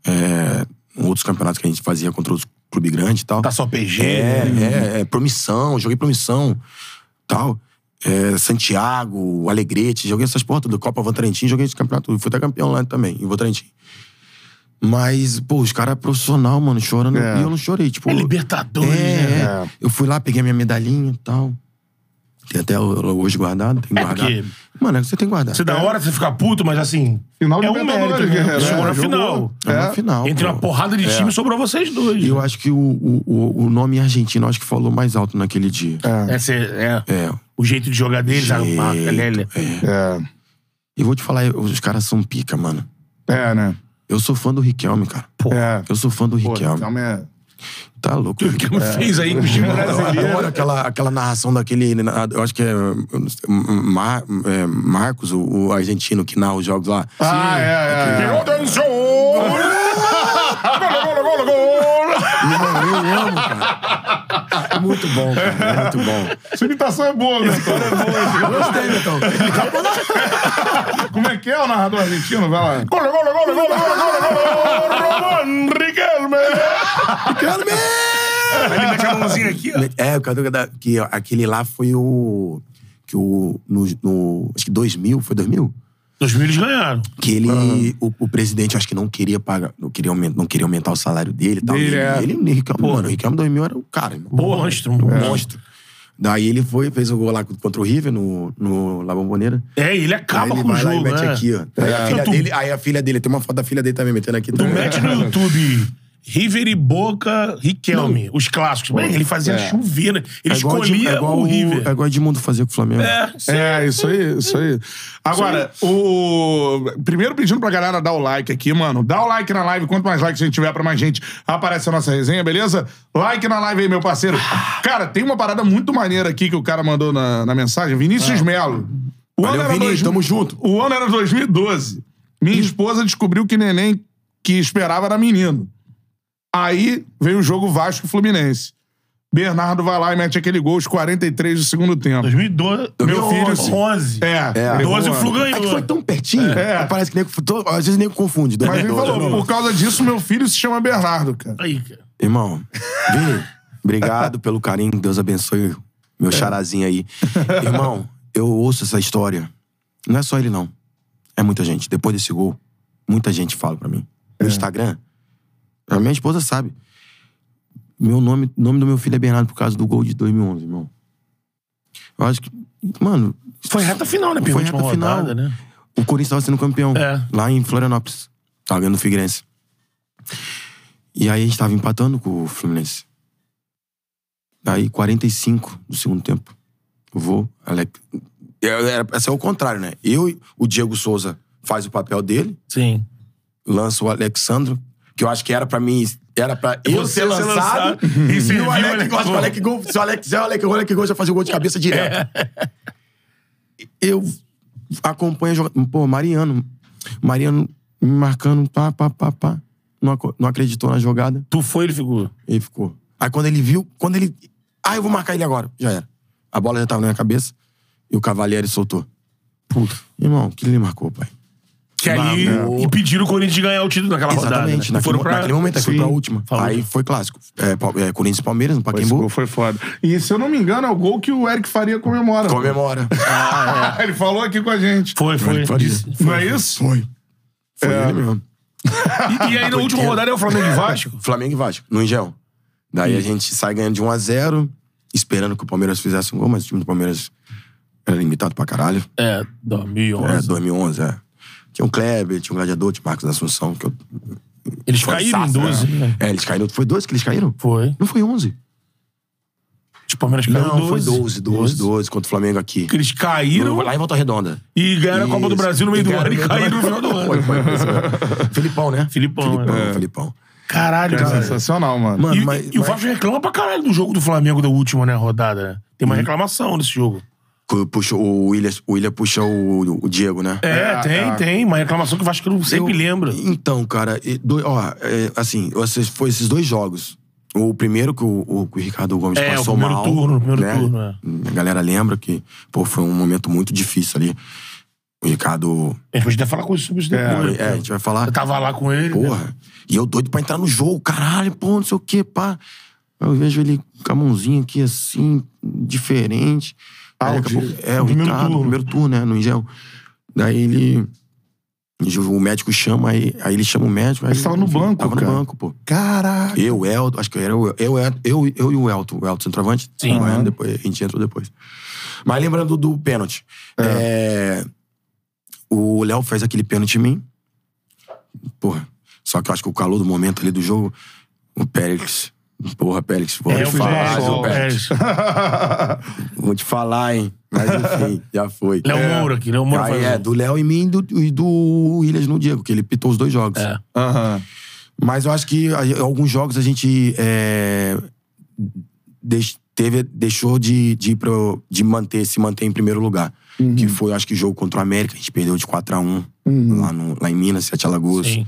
S3: é, outros campeonatos que a gente fazia contra outros clubes grandes e tal.
S2: Tá só PG.
S3: É, é, é, promissão, joguei promissão, tal. É, Santiago, Alegrete, joguei essas portas do Copa Votorantim, joguei esse campeonato, fui até campeão lá também, em Votorantim. Mas, pô, os caras profissional, mano, chorando,
S1: É.
S3: e eu não chorei, tipo...
S2: É Libertadores,
S3: é,
S2: né?
S3: é. Eu fui lá, peguei minha medalhinha e tal. Tem até o- hoje guardado, tem
S2: É,
S3: guardado.
S2: porque-
S3: Mano, é que você tem que guardar.
S2: Você da hora, você fica puto, mas assim.
S1: Final de
S2: é um mérito,
S1: Libertadores,
S2: né?
S1: né?
S2: Chegou na
S1: Jogou.
S2: final.
S3: É uma
S1: É.
S3: final,
S2: Entre
S3: pô.
S2: uma porrada de time, sobrou vocês dois.
S3: E eu acho que o, o, o- o nome argentino, acho que falou mais alto naquele dia.
S1: É.
S2: Essa é, é.
S3: É,
S2: O jeito de jogar deles, a marca, né?
S1: É.
S3: E vou te falar, eu- os caras são pica, mano.
S1: É, né?
S3: Eu sou fã do Riquelme, cara.
S1: É.
S3: Eu sou fã do
S1: Pô,
S2: um
S3: Riquelme.
S1: calma é.
S3: Tá louco.
S2: O que me fez aí com o *laughs* time
S3: Eu
S2: brasileiro?
S3: adoro aquela, aquela narração daquele. Eu acho que é, eu não sei, Mar- é, Marcos, o, o argentino que narra os jogos lá.
S1: Ah, é, é. é.
S3: Mano, eu amo, cara. É muito bom, cara. É muito bom.
S1: Sua imitação é boa, né?
S3: Gostei, então.
S1: Como é que é o narrador argentino? Vai lá.
S2: Ele mete a mãozinha aqui, ó.
S3: É, o cara da- que aquele lá foi o. Que o. No, no- acho que 2000, foi 2000?
S2: 2000 eles ganharam.
S3: que ele o, o presidente acho que não queria pagar não queria aumentar, não queria aumentar o salário dele e tal
S1: Dele,
S3: ele,
S1: é.
S3: ele, Riquelme, mano o Riquelme 2000 era o cara irmão.
S2: Boa, É. monstro.
S3: um monstro daí ele foi fez o gol lá contra o River no, no La Bombonera
S2: É, ele acaba
S3: aí ele
S2: com o
S3: vai lá
S2: jogo,
S3: e mete
S2: né?
S3: aqui ó É, aí, a filha
S2: Tu-
S3: *laughs* dele, aí a filha dele tem uma foto da filha dele também metendo aqui
S2: Tu
S3: também.
S2: mete no YouTube River e Boca, Riquelme, os clássicos. Mano, ele fazia chover, né? Ele
S3: é igual, de,
S2: escolhia
S3: é igual
S2: o River.
S3: é igual Edmundo fazia com o Flamengo
S2: É,
S1: É, isso aí, isso aí. Agora, o. Primeiro pedindo pra galera dar o like aqui, mano. Dá o like na live. Quanto mais likes a gente tiver pra mais gente, aparece a nossa resenha, beleza? Like na live aí, meu parceiro. Cara, tem uma parada muito maneira aqui que o cara mandou na, na mensagem. Vinícius Melo. O
S3: Ah. Valeu, Vini, tamo junto.
S1: O ano era 2012. Minha esposa descobriu que neném que esperava era menino. Aí veio o jogo Vasco e Fluminense. Bernardo vai lá e mete aquele gol aos 43 do segundo tempo.
S2: 2012. Meu filho,
S1: 2011.
S2: 11.
S1: É,
S3: É.
S1: ele
S2: 12 o
S1: voando.
S2: Flu ganhou. É.
S3: É que foi tão pertinho
S1: É.
S3: parece que nego, to- às vezes nego confunde
S1: Mas *laughs* ele
S3: 2012,
S1: falou,
S3: né?
S1: por causa disso, meu filho se chama Bernardo, cara.
S2: Aí, cara.
S3: Irmão,
S2: *laughs*
S3: Vini, obrigado pelo carinho. Deus abençoe
S2: É.
S3: meu charazinho
S2: *laughs*
S3: aí. Irmão, eu ouço essa história. Não é só ele, não. É muita gente. Depois desse gol, muita gente fala pra mim. No
S2: É.
S3: Instagram, a minha esposa sabe. Meu nome, nome do meu filho é Bernardo por causa do gol de 2011, irmão. Eu acho que. Mano,
S2: Foi reta final, né?
S3: Foi
S2: Penúltima
S3: reta final.
S2: rodada, né?
S3: o Corinthians tava sendo campeão.
S2: É.
S3: Lá em Florianópolis. Tava ganhando o Figueirense. E aí a gente tava empatando com o Fluminense. Aí, 45 do segundo tempo. Eu vou, Alec. é, Era pra ser o contrário, né? Eu, e o Diego Souza faz o papel dele,
S2: Sim.
S3: lança o Alexandro, que eu acho que era pra mim. Era pra eu
S2: Você
S3: ser lançado.
S2: lançado. E né?
S3: e
S2: serviu
S3: o
S2: o
S3: Alec,
S2: Alec
S3: eu acho que o
S2: Gol.
S3: Alec Gol. Se o Alec, se o Alec, o Alec Gol já fazia o gol de cabeça direto. Eu acompanho a jogada. Pô, Mariano. Mariano me marcando, pá, pá, pá, pá. Não, aco- não acreditou na jogada.
S2: Tu foi, ele ficou.
S3: Ele ficou. Aí quando ele viu, quando ele. Ah, eu vou marcar ele agora. Já era. A bola já tava na minha cabeça e o Cavalieri soltou. Puta. Irmão, o que ele marcou, pai?
S2: Que ali
S3: Não,
S2: impediram o Corinthians de ganhar o título naquela rodada.
S3: Exatamente.
S2: né?
S3: Naquele,
S2: Foram
S3: mo-
S2: pra...
S3: naquele momento, aí foi
S1: Sim.
S3: pra última.
S2: Falou.
S3: Aí foi clássico. É, Pau- é, Corinthians e Palmeiras no
S1: Esse gol
S3: Pacaembu.
S1: foi foda. E se eu não me engano, é o gol que o Eric Faria comemora.
S3: Comemora. Ah,
S1: *laughs* Ele falou aqui com a gente.
S2: Foi, foi.
S3: Faria.
S2: Disse-
S1: Não é isso?
S3: Foi. Foi
S1: É.
S3: ele mesmo.
S2: E, e aí, na última rodada, é o Flamengo e Vasco.
S3: Flamengo e Vasco, no Engenhão. Daí a gente sai ganhando de 1 a 0 esperando que o Palmeiras fizesse um gol, mas o time do Palmeiras era limitado pra caralho.
S2: É,
S3: É,
S2: 2011.
S3: 2011, é. Tinha um Kleber, tinha um Gladiador, tinha o Marcos Assunção, que eu...
S2: Eles caíram em
S3: Fansástico,
S2: 12. né?
S3: É, eles caíram. Foi 12 que eles caíram?
S2: Foi.
S3: Não foi 11.
S2: Os Palmeiras caíram
S3: Não,
S2: 12.
S3: foi 12, 12, 12, contra o Flamengo aqui.
S2: Que eles caíram
S3: Lá em Volta Redonda.
S2: e ganharam a Copa do
S3: Isso.
S2: Brasil no meio do
S3: ganharam
S2: ano e caíram no final do
S3: Foi,
S2: ano.
S3: foi, foi, foi. Filipão, né?
S2: *laughs* Filipão,
S3: Filipão,
S2: é.
S3: Filipão. é.
S2: Caralho,
S1: É
S2: cara.
S1: sensacional, mano. *laughs*
S3: Mano,
S2: E,
S3: mas,
S2: e o Vasco reclama pra caralho do jogo do Flamengo da última, né, rodada. né? Tem uma reclamação nesse jogo.
S3: mas puxa, o William, o William puxa o, o Diego, né?
S2: É,
S1: É,
S2: tem,
S1: é.
S2: tem. Uma reclamação que o Vasco não sempre
S3: Eu-
S2: lembra.
S3: Então, cara, e do- ó, é, assim, esses- foi esses dois jogos. O primeiro que o, o, que o Ricardo Gomes
S2: É, o
S3: passou
S2: primeiro
S3: mal.
S2: turno, o primeiro
S3: né?
S2: turno, é.
S3: A galera lembra que, pô, foi um momento muito difícil ali. O Ricardo.
S2: A gente pode até falar com isso sobre isso depois.
S3: é, a gente vai falar.
S2: Eu tava lá com ele. né?
S3: Porra. E eu doido pra entrar no jogo, caralho, pô, não sei o quê, pá. Eu vejo ele com a mãozinha aqui assim, diferente.
S1: Ah,
S3: Aí,
S1: o
S3: daqui a
S1: de-
S3: pouco- é, o
S1: primeiro
S3: Ricardo,
S1: turno.
S3: primeiro turno, né, no Engenho. Daí ele. O médico chama, aí, aí ele chama o médico. Aí
S1: Mas tava no banco,
S3: Tava
S1: cara.
S3: no banco, pô.
S1: Caraca.
S3: Eu, o Elton, acho que era o, eu, eu, eu, eu e o Elton, o Elton centroavante.
S2: Sim.
S3: O Elton
S1: Aham.
S3: depois, a gente entrou depois. Mas lembrando do pênalti. é, o Léo fez aquele pênalti em mim. Porra. Só que eu acho que o calor do momento ali do jogo, o Pérez. Porra, Pérez, vou
S2: É,
S3: te
S2: eu fui
S3: falar,
S1: Pérez,
S3: hein,
S1: o
S2: lá.
S3: Pérez.
S2: Pérez.
S3: Vou te falar, hein? Mas
S2: *laughs*
S3: enfim, já foi.
S2: Léo
S3: é.
S2: Moura aqui, Léo Moura
S3: Aí
S2: faz
S3: é,
S2: um.
S3: do Léo e mim e do, e do Williams no Diego, que ele pitou os dois jogos.
S2: É.
S1: Aham.
S3: Mas eu acho que a- alguns jogos a gente é, deix- teve, deixou de, de, ir pro- de manter, se manter em primeiro lugar. Que foi, acho que, o jogo contra o América. A gente perdeu de 4x1 lá, no- lá em Minas, Sete Alagoas.
S2: Sim.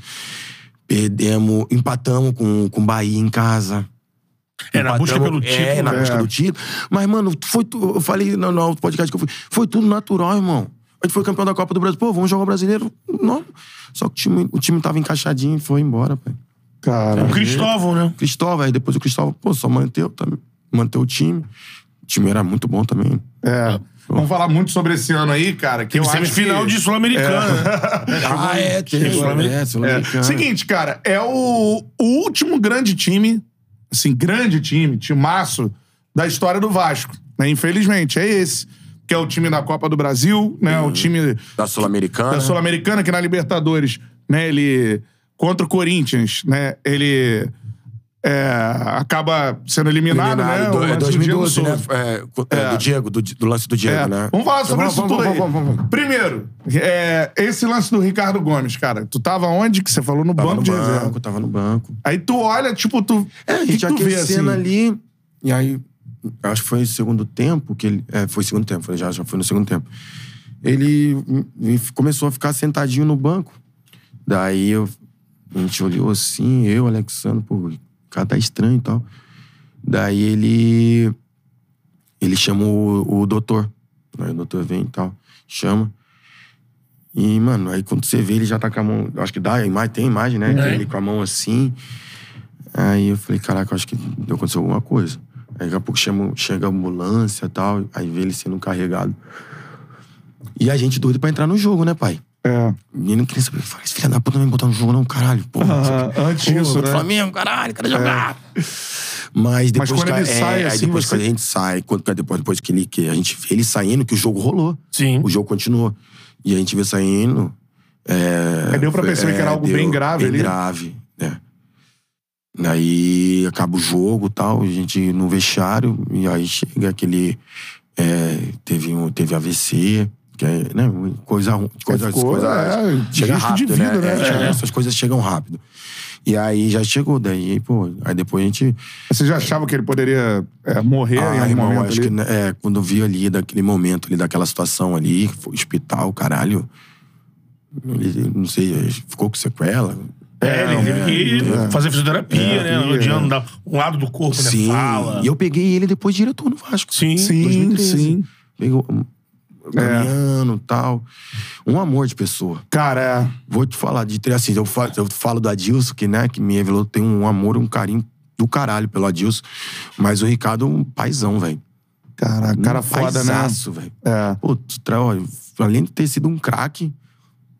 S3: Perdemos, empatamos com com o Bahia em casa.
S2: É, na busca pelo
S3: Empatamos- É,
S2: título.
S3: na
S2: né?
S3: busca do título. Mas, mano, foi tu- eu falei no, no outro podcast que eu fui. Foi tudo natural, irmão. A gente foi campeão da Copa do Brasil. Pô, vamos jogar o brasileiro? Não. Só que o time, o time tava encaixadinho e foi embora, pai.
S1: Cara.
S3: Uhum.
S2: O Cristóvão, né?
S3: Cristóvão, aí depois o Cristóvão, pô, só manteu, tá, manteu o time. O time era muito bom também.
S1: É. Vamos falar muito sobre esse ano aí, cara. Que eu acho
S2: Semifinal
S1: que...
S2: de Sul-Americana. né?
S3: Ah, é, teve.
S2: Chegou lá,
S3: É,
S1: É.
S3: Sul-Americano.
S1: Seguinte, cara, é o, o último grande time, assim, grande time, timaço da história do Vasco. Né? Infelizmente, é esse. Que é o time da Copa do Brasil, né? O time
S3: Da Sul-Americana.
S1: da Sul-Americana, que na Libertadores, né, ele. Contra o Corinthians, né? Ele. é, acaba sendo eliminado, né?
S3: Eliminado,
S1: O
S3: do-
S1: lance
S3: é
S1: do
S3: 2012,
S1: Diego
S3: né?
S1: Souza.
S3: É, co- é, Do Diego, do, Di- do lance do Diego,
S1: É.
S3: né?
S1: Vamos falar sobre
S3: Vamos,
S1: isso
S3: vamos,
S1: tudo aí.
S3: vamos, vamos, vamos.
S1: Primeiro, é, esse lance do Ricardo Gomes, cara. Tu tava onde? Que você falou no
S3: Tava
S1: banco
S3: no
S1: de reserva.
S3: banco, tava no banco.
S1: Aí tu olha, tipo, tu.
S3: É, a
S1: que
S3: gente já
S1: tu vê, assim?
S3: aquecendo ali. E aí, acho que foi no segundo tempo que ele. É, foi segundo tempo, foi- já, já foi no segundo tempo. Ele hum, hum, começou a ficar sentadinho no banco. Daí eu- a gente olhou assim, eu, Alexandre, pô, o cara tá estranho e tal. Daí ele. Ele chamou o, o doutor. Aí o doutor vem e tal, chama. E, mano, aí quando você vê, ele já tá com a mão. Acho que dá, a imagem, tem imagem, né?
S2: É.
S3: Ele com a mão assim. Aí eu falei, caraca, eu acho que aconteceu alguma coisa. Aí daqui a pouco chama, chega a ambulância e tal, aí vê ele sendo carregado. E a gente doido pra entrar no jogo, né, pai?
S1: É.
S3: O menino queria saber, falei, esse filho da puta não vai me botar no jogo não, caralho. Pô, não sei o
S1: Ah,
S3: quê.
S1: antes
S3: Pô,
S1: disso,
S3: contra o
S1: né?
S3: Flamengo, caralho, quero jogar. Mas depois
S1: quando
S3: que, é,
S1: ele sai,
S3: aí
S1: assim,
S3: depois
S1: você-
S3: que a gente sai, quando- depois, depois que, ele, que a gente vê ele saindo, que o jogo rolou.
S2: Sim.
S3: O jogo continuou. E a gente vê saindo. É,
S1: É, deu pra perceber que era algo bem grave
S3: bem
S1: ali.
S3: grave, né? Aí acaba o jogo e tal, a gente no vestiário, e aí chega aquele. é, teve, um, teve AVC, que é, né, coisa ruim. Coisa,
S1: Ficou,
S3: coisa,
S1: é,
S3: chega
S1: risco de
S3: rápido,
S1: vida,
S3: né?
S1: né?
S3: É, chega-
S1: É.
S3: Essas coisas chegam rápido. E aí já chegou, daí, pô, aí depois a gente.
S1: Você já achava que ele poderia é, morrer em
S3: Ah,
S1: algum
S3: irmão,
S1: momento
S3: acho
S1: ali?
S3: que né, é, quando eu vi ali daquele momento ali, daquela situação ali, que foi hospital, caralho. Ele, não sei, ficou com sequela.
S2: É, ele teve que fazer fisioterapia, né?
S1: é.
S2: Odiando da- um lado do corpo,
S3: Sim.
S2: né? Fala.
S3: E eu peguei ele depois diretor no Vasco.
S2: Sim.
S1: Sim, É.
S3: 2013.
S1: sim.
S3: Pegou um, caminhando e tal. Um amor de pessoa.
S1: Cara, é.
S3: Vou te falar de ter assim, eu falo, eu falo do Adilson, que, né, que me revelou, tem um amor, um carinho do caralho pelo Adilson. Mas o Ricardo é um paizão, velho.
S1: Cara, cara
S3: um
S1: foda, né?
S3: paisaço, velho.
S1: É.
S3: Pô, tu tra- ó, além de ter sido um craque,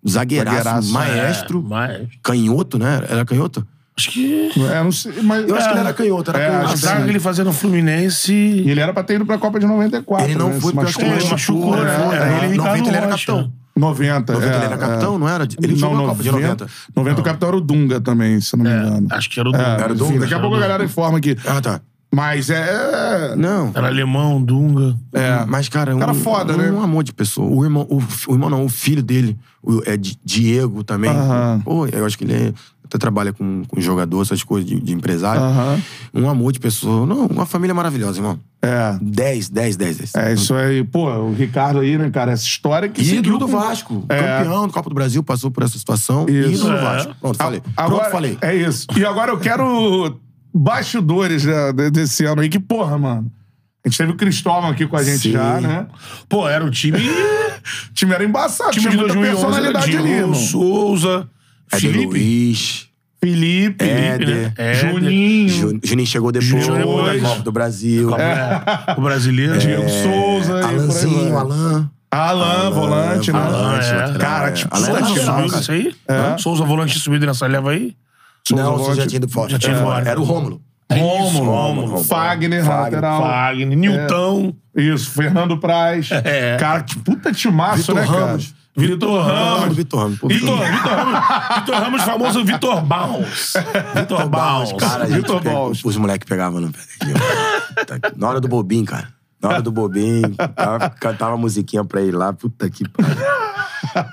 S3: zagueiraço,
S1: Zagueiraço,
S3: maestro,
S2: É, maestro.
S3: canhoto, né? Era canhoto?
S2: Acho que.
S1: É, não sei, mas...
S3: Eu acho que
S1: É.
S3: ele era canhoto, era
S1: É,
S2: A
S1: acho
S3: canhoto. assim.
S1: que
S2: zaga
S1: sim.
S2: que ele fazia no Fluminense.
S1: E ele era pra ter ido pra Copa de 94.
S3: Ele não
S1: né?
S3: foi
S1: Se
S3: porque acho que
S1: machucou.
S2: ele machucou,
S1: É,
S2: né?
S1: é,
S2: Era ele e Ricardo
S3: 90 ele era
S2: Rocha.
S3: capitão.
S1: 90.
S3: 90
S1: é,
S3: ele era capitão,
S1: é.
S3: não era? Ele jogou a Copa de 90.
S1: 90 o capitão era o Dunga também, se eu não me engano.
S2: Acho que era o
S1: É,
S2: Dunga.
S3: era o
S1: enfim,
S3: Dunga,
S1: Daqui a
S2: era o
S1: pouco a
S2: Dunga.
S1: galera informa aqui.
S3: Ah, tá.
S1: Mas é.
S3: Não.
S2: Era alemão, Dunga.
S1: É.
S3: Mas, cara,
S1: Cara
S3: um,
S1: foda,
S3: um,
S1: né?
S3: amor de pessoa. O irmão, o, fi- o irmão não, o filho dele, o, é Di- Diego também.
S1: Aham.
S3: Pô, eu acho que ele é- até trabalha com, com jogador, essas coisas de, de empresário.
S1: é, Aham.
S3: Um amor de pessoa. Não, uma família maravilhosa, irmão.
S1: É.
S3: 10, 10, 10, 10.
S1: É, isso aí. Pô, o Ricardo aí, né, cara? Essa história que.
S3: E
S1: seguiu
S3: ídolo do
S1: com-
S3: Vasco.
S1: É.
S3: Campeão do Copa do Brasil, passou por essa situação.
S1: Isso.
S3: Isso. Ídolo do
S2: É.
S3: Vasco. Pronto, falei.
S1: Agora,
S3: Pronto, falei.
S1: É isso. E agora eu quero bastidores né, de- desse ano aí. Que porra, mano. A gente teve o Cristóvão aqui com a gente
S3: Sim.
S1: já, né?
S2: Pô, era o time.
S1: O time era embaçado.
S2: time
S1: tinha
S2: de
S1: muita
S2: 2011. Era
S1: personalidade ali,
S2: Diego,
S1: irmão.
S2: né? Souza,
S3: É de
S2: Felipe.
S3: Luiz.
S1: Felipe.
S3: Éder.
S2: É,
S1: Juninho.
S3: Ju- Juninho chegou depois.
S2: Juninho depois.
S3: da Copa do Brasil. É,
S2: É, O brasileiro.
S1: Diego Souza. e por aí
S3: Alanzinho,
S1: vai.
S3: Alan.
S1: Alan, volante, né?
S2: volante,
S1: É.
S2: lateral,
S1: Cara,
S3: é.
S1: tipo,
S3: Alan
S2: Souza
S3: era
S1: volante,
S3: lateral,
S2: subiu
S1: nossa.
S3: cara.
S2: isso aí?
S1: É.
S2: Souza volante subido nessa leva aí?
S1: Souza
S3: não, Souza já
S1: volante.
S3: tinha ido fora.
S2: Já tinha ido fora.
S3: Era o É Rômulo.
S2: Rômulo, é.
S1: Rômulo, Fagner, lateral.
S2: Fagner, Nilton.
S1: Isso, Fernando Praz.
S2: É.
S1: Cara, que puta timaço,
S3: Vitor
S1: né, cara?
S3: Ramos.
S2: Vitor
S3: Rômulo,
S2: Ramos.
S3: Vitor Ramos. Pô,
S2: Vitor,
S3: Ramos.
S2: Vitor Ramos, Vitor Ramos, famoso Vitor Baus. Vitor Baus.
S3: Cara, a gente
S1: Vitor
S3: pega-
S1: Baus.
S3: Os moleques pegavam no pé daqui, ó. Tá aqui. Na hora do bobinho, cara. Na hora do bobinho, tava, cantava musiquinha pra ele lá. Puta que pariu.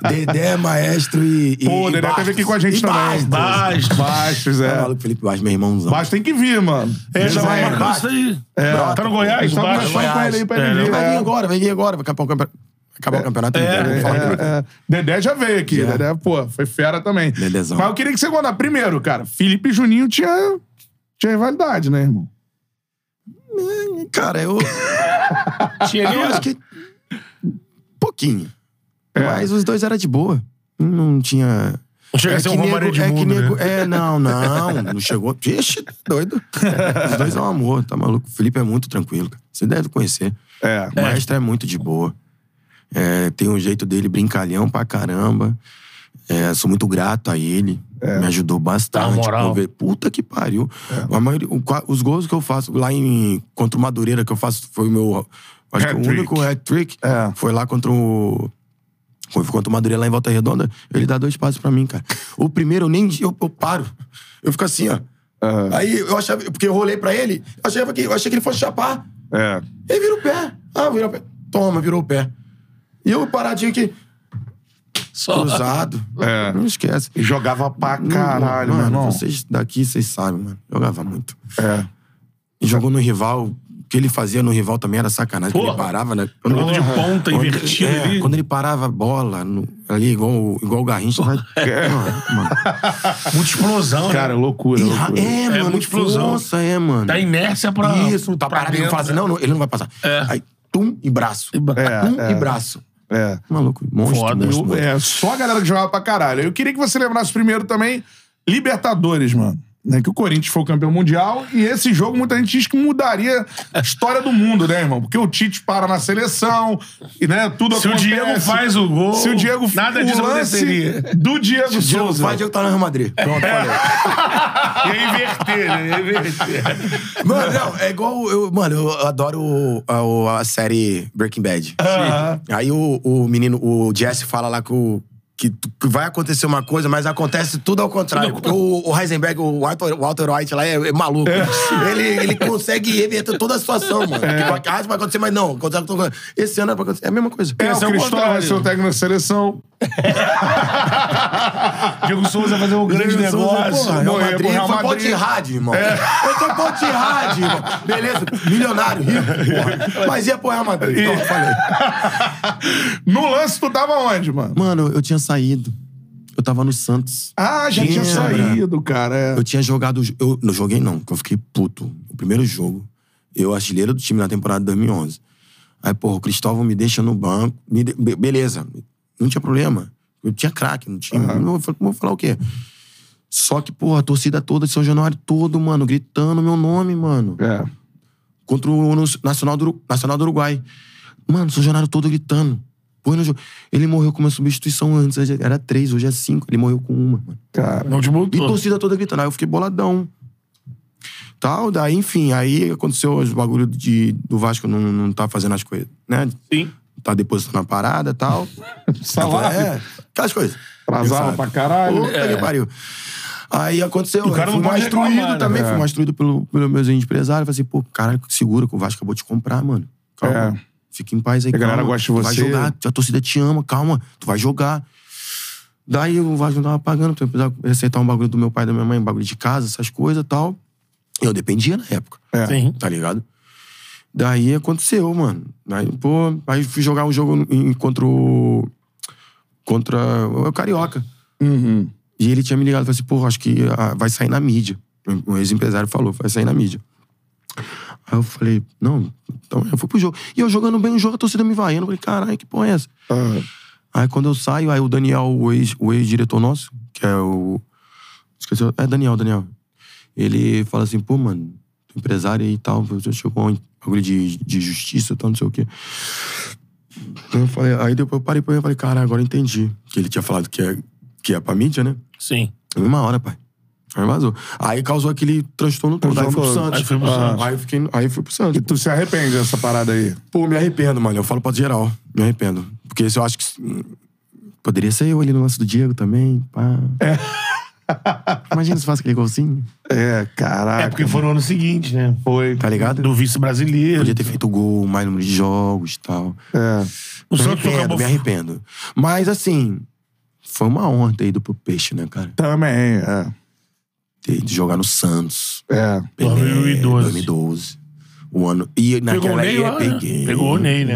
S3: Dedé, maestro e. e-
S1: Pô,
S3: e
S1: Dedé teve
S3: Bastos.
S1: aqui com a gente
S3: E
S1: também.
S3: Bastos.
S2: Bastos.
S1: Bastos,
S3: Tá
S1: é.
S3: maluco, Felipe Bastos, meu irmãozão.
S1: Bastos tem que vir, mano.
S2: É, já vai
S1: Desenho.
S2: marcar isso aí.
S1: É.
S2: Tá no Goiás,
S1: Só
S2: Bastos.
S1: conversando com ele aí pra
S2: É,
S1: ele vir.
S3: Vai
S1: é.
S3: vir agora, vai vir agora. Vai acabar o campeonato. Acabar o campeonato.
S2: É,
S3: inteiro, vamos falar de
S1: É,
S3: Dedé.
S1: é. Dedé já veio aqui. Dedé, pô, foi fera também.
S3: Dedezão.
S1: Mas eu queria que você contasse. Primeiro, cara, Felipe e Juninho tinha, tinha rivalidade, né, irmão?
S3: Cara, eu.
S2: Tinha ali,
S3: Eu acho que. Pouquinho.
S2: É.
S3: Mas os dois eram de boa. Não tinha.
S2: Não chega a ser um Romário
S3: é que
S2: Edmundo, né?
S3: nego. É, não, não. Não chegou. Ixi,
S2: *laughs*
S3: doido. Os dois é um amor, tá maluco? O Felipe é muito tranquilo, cara. Você deve conhecer.
S1: É.
S3: O maestro é muito de boa. É, tem um jeito dele brincalhão pra caramba. É, sou muito grato a ele.
S1: É.
S3: Me ajudou bastante.
S2: Dá uma moral.
S3: pô, velho. Puta que pariu. A maioria- o qua- os gols que eu faço lá em contra o Madureira que eu faço foi o meu. Acho que o
S1: Hat-trick.
S3: único hat-trick
S1: É.
S3: foi lá contra o. Foi contra o Madureira lá em Volta Redonda. Ele dá dois passos pra mim, cara. O primeiro eu nem. Eu, eu paro. Eu fico assim, ó.
S1: É.
S3: Aí eu achava. Porque eu rolei pra ele, achava que, eu achei que ele fosse chapar.
S1: É.
S3: Ele vira o pé. Ah, virou o pé. Toma, virou o pé. E eu paradinho aqui,
S2: Só.
S3: cruzado.
S1: É.
S3: Não esquece.
S1: E Jogava pra caralho,
S3: mano.
S1: meu irmão.
S3: Vocês daqui, vocês sabem, mano. Jogava muito.
S1: É.
S3: E jogou no rival. O que ele fazia no rival também era sacanagem. porque
S2: Porra.
S3: Ele parava, né?
S2: Jogando de ponta,
S3: Quando-
S2: invertido
S3: é,
S2: ali.
S3: Quando ele parava a bola no- ali, igual, o- igual o Garrincha. vai- *laughs* Mano, mano.
S2: Muita explosão,
S1: Cara,
S2: né?
S1: loucura,
S3: E ra-
S1: loucura.
S3: É,
S2: É
S3: mano.
S2: muita explosão.
S3: Nossa, é, mano.
S2: Dá Tá inércia pra.
S3: Isso, tá
S2: pra
S3: parado. Ele
S2: dentro,
S3: fala assim, não, não, ele não vai passar.
S2: É.
S3: Aí, tum e braço.
S1: É,
S3: tum
S1: é.
S3: e braço.
S1: É.
S3: Maluco, monstro,
S2: Foda.
S3: monstro,
S1: Eu-
S3: monstro.
S1: é, só a galera que jogava pra caralho. Eu queria que você lembrasse primeiro também Libertadores, mano. Né, que o Corinthians foi o campeão mundial e esse jogo muita gente diz que mudaria a história do mundo, né, irmão? Porque o Tite para na seleção e né, tudo
S2: Se o
S1: acontece.
S2: Diego faz o gol,
S1: Se o Diego
S2: nada
S1: o
S2: disso
S1: lance
S2: aconteceria.
S1: do Diego
S3: Diego
S1: Souza.
S3: vai, Diego tá no Real Madrid. Pronto, falei.
S2: Ia inverter, né? Ia inverter.
S3: *laughs* *laughs* Mano, não, é igual. Eu, mano, eu adoro o- a, o- a série Breaking Bad.
S1: Aham.
S3: Aí o, o menino, o Jesse, fala lá com o. que tu- que vai acontecer uma coisa, mas acontece tudo ao contrário. Porque o, o Heisenberg, o Walter, o Walter White lá é, é maluco. Ele, ele consegue reverter toda a situação, mano. Tipo, acho que vai acontecer, mas não. acontece outra coisa. Esse ano vai acontecer. É a mesma coisa.
S1: É,
S2: Esse é
S1: o
S2: o
S1: Cristóvão vai
S2: contrário.
S1: ser o técnico da seleção.
S2: *laughs* Diego Souza vai fazer um grande
S3: Grande
S2: negócio.
S3: Porra, Real
S1: Não, é,
S3: Madrid,
S1: pro Real
S3: foi
S1: Madrid. É.
S3: Potterrad, irmão. Foi pro Potterrad, irmão. Beleza, milionário, rico,
S1: *laughs*
S3: porra. Mas ia pro Real Madrid. Então, eu falei.
S1: no lance, tu tava onde, mano?
S3: Mano, eu tinha saído. Eu tava no Santos.
S1: Ah, já tinha
S3: Tinha,
S1: saído, cara. é.
S3: Eu tinha jogado. Eu não joguei, não, porque eu fiquei puto. O primeiro jogo, eu artilheiro do time na temporada de 2011. Aí, porra, o Cristóvão me deixa no banco. me de- be- beleza, não tinha problema. Eu tinha craque no time. Eu vou- vou falar o quê? Só que, porra, a torcida toda de São Januário, todo, mano, gritando meu nome, mano
S1: É.
S3: contra o Unu- Nacional do, Uru- Nacional do Uruguai. Mano, São Januário todo gritando. Põe no jogo. Ele morreu com uma substituição antes, era três, hoje é cinco. Ele morreu com uma, mano.
S1: Cara.
S2: Não te
S3: E
S2: botou.
S3: torcida toda gritando. Aí eu fiquei boladão. Tal, daí, enfim, aí aconteceu os bagulho de, do Vasco não, não tá fazendo as coisas, né?
S2: Sim.
S3: Tá depositando a parada
S2: *laughs*
S3: e tal.
S2: Tá
S1: Salário.
S3: É, aquelas coisas.
S1: Atrasava
S3: Sabe?
S1: Tá pra caralho.
S3: Puta que pariu. Aí aconteceu.
S2: É. O cara
S3: eu fui
S2: não pode
S3: mais
S2: reclamar,
S3: instruído
S2: né,
S3: também,
S1: cara?
S3: fui mais instruído pelo- pelos meus empresários. Falei assim, pô, caralho, segura que o Vasco acabou de comprar, mano.
S2: É.
S3: Calma. Fica em paz aí,
S1: A galera
S3: calma.
S1: gosta de
S3: Tu Vai
S1: você.
S3: jogar, a torcida te ama, calma, tu vai jogar. Daí o Vasco não tava pagando, tu precisava aceitar um bagulho do meu pai e da minha mãe, um bagulho de casa, essas coisas e tal. Eu dependia na época
S1: É.
S2: Sim.
S3: tá ligado? Daí aconteceu, mano. Aí, pô, aí fui jogar um jogo em- contra o. Contra o Carioca.
S1: Uhum.
S3: E ele tinha me ligado e falou assim: pô, acho que ah, vai sair na mídia. Um ex-empresário falou: vai sair na mídia. Aí eu falei: não, então eu fui pro jogo. E eu jogando bem o jogo, a torcida me vaiando. Eu falei: caralho, que porra é essa?
S1: Ah,
S3: Aí quando eu saio, aí o Daniel, o ex- o ex-diretor nosso, que é o. Esqueci, o- é Daniel, Daniel. Ele fala assim, pô, mano, tu é empresário aí e tal, você chegou um bagulho de, de justiça e tal, não sei o quê. Aí, eu falei, aí depois eu parei pra ele e falei, cara, agora eu entendi. Que ele tinha falado que é, que é pra mídia, né?
S2: Sim.
S3: Na mesma hora, pai. Aí vazou. Aí causou aquele transtorno todo. Aí fui pro
S1: Transtorno.
S3: Santos. Ah,
S2: Aí foi pro Santos.
S3: Aí, eu fiquei, aí fui pro Santos.
S1: E tu se arrepende dessa parada aí?
S3: Pô, me arrependo, mano. Eu falo pra geral. Me arrependo. Porque esse eu acho que. hum, Poderia ser eu ali no lance do Diego também. Pá. *laughs* Imagina se faz aquele golzinho,
S1: É,
S3: Ah,
S1: caraca.
S2: É porque foi no ano seguinte, né?
S1: foi.
S3: tá ligado?
S2: Do vice brasileiro.
S3: Podia ter feito gol, mais número de jogos e tal.
S1: É.
S2: O
S3: Me
S2: Santos
S3: arrependo,
S2: acabou.
S3: me arrependo. Mas assim, foi uma honra ter ido pro Peixe, né, cara?
S1: Também, é.
S3: Ter ido jogar no Santos.
S1: É.
S3: Pelé,
S2: 2012.
S3: 2012 O ano. E
S2: Pegou o
S3: naquela
S2: Ney
S3: aí,
S2: lá, né?
S3: peguei. É.
S2: Pegou o Ney, né?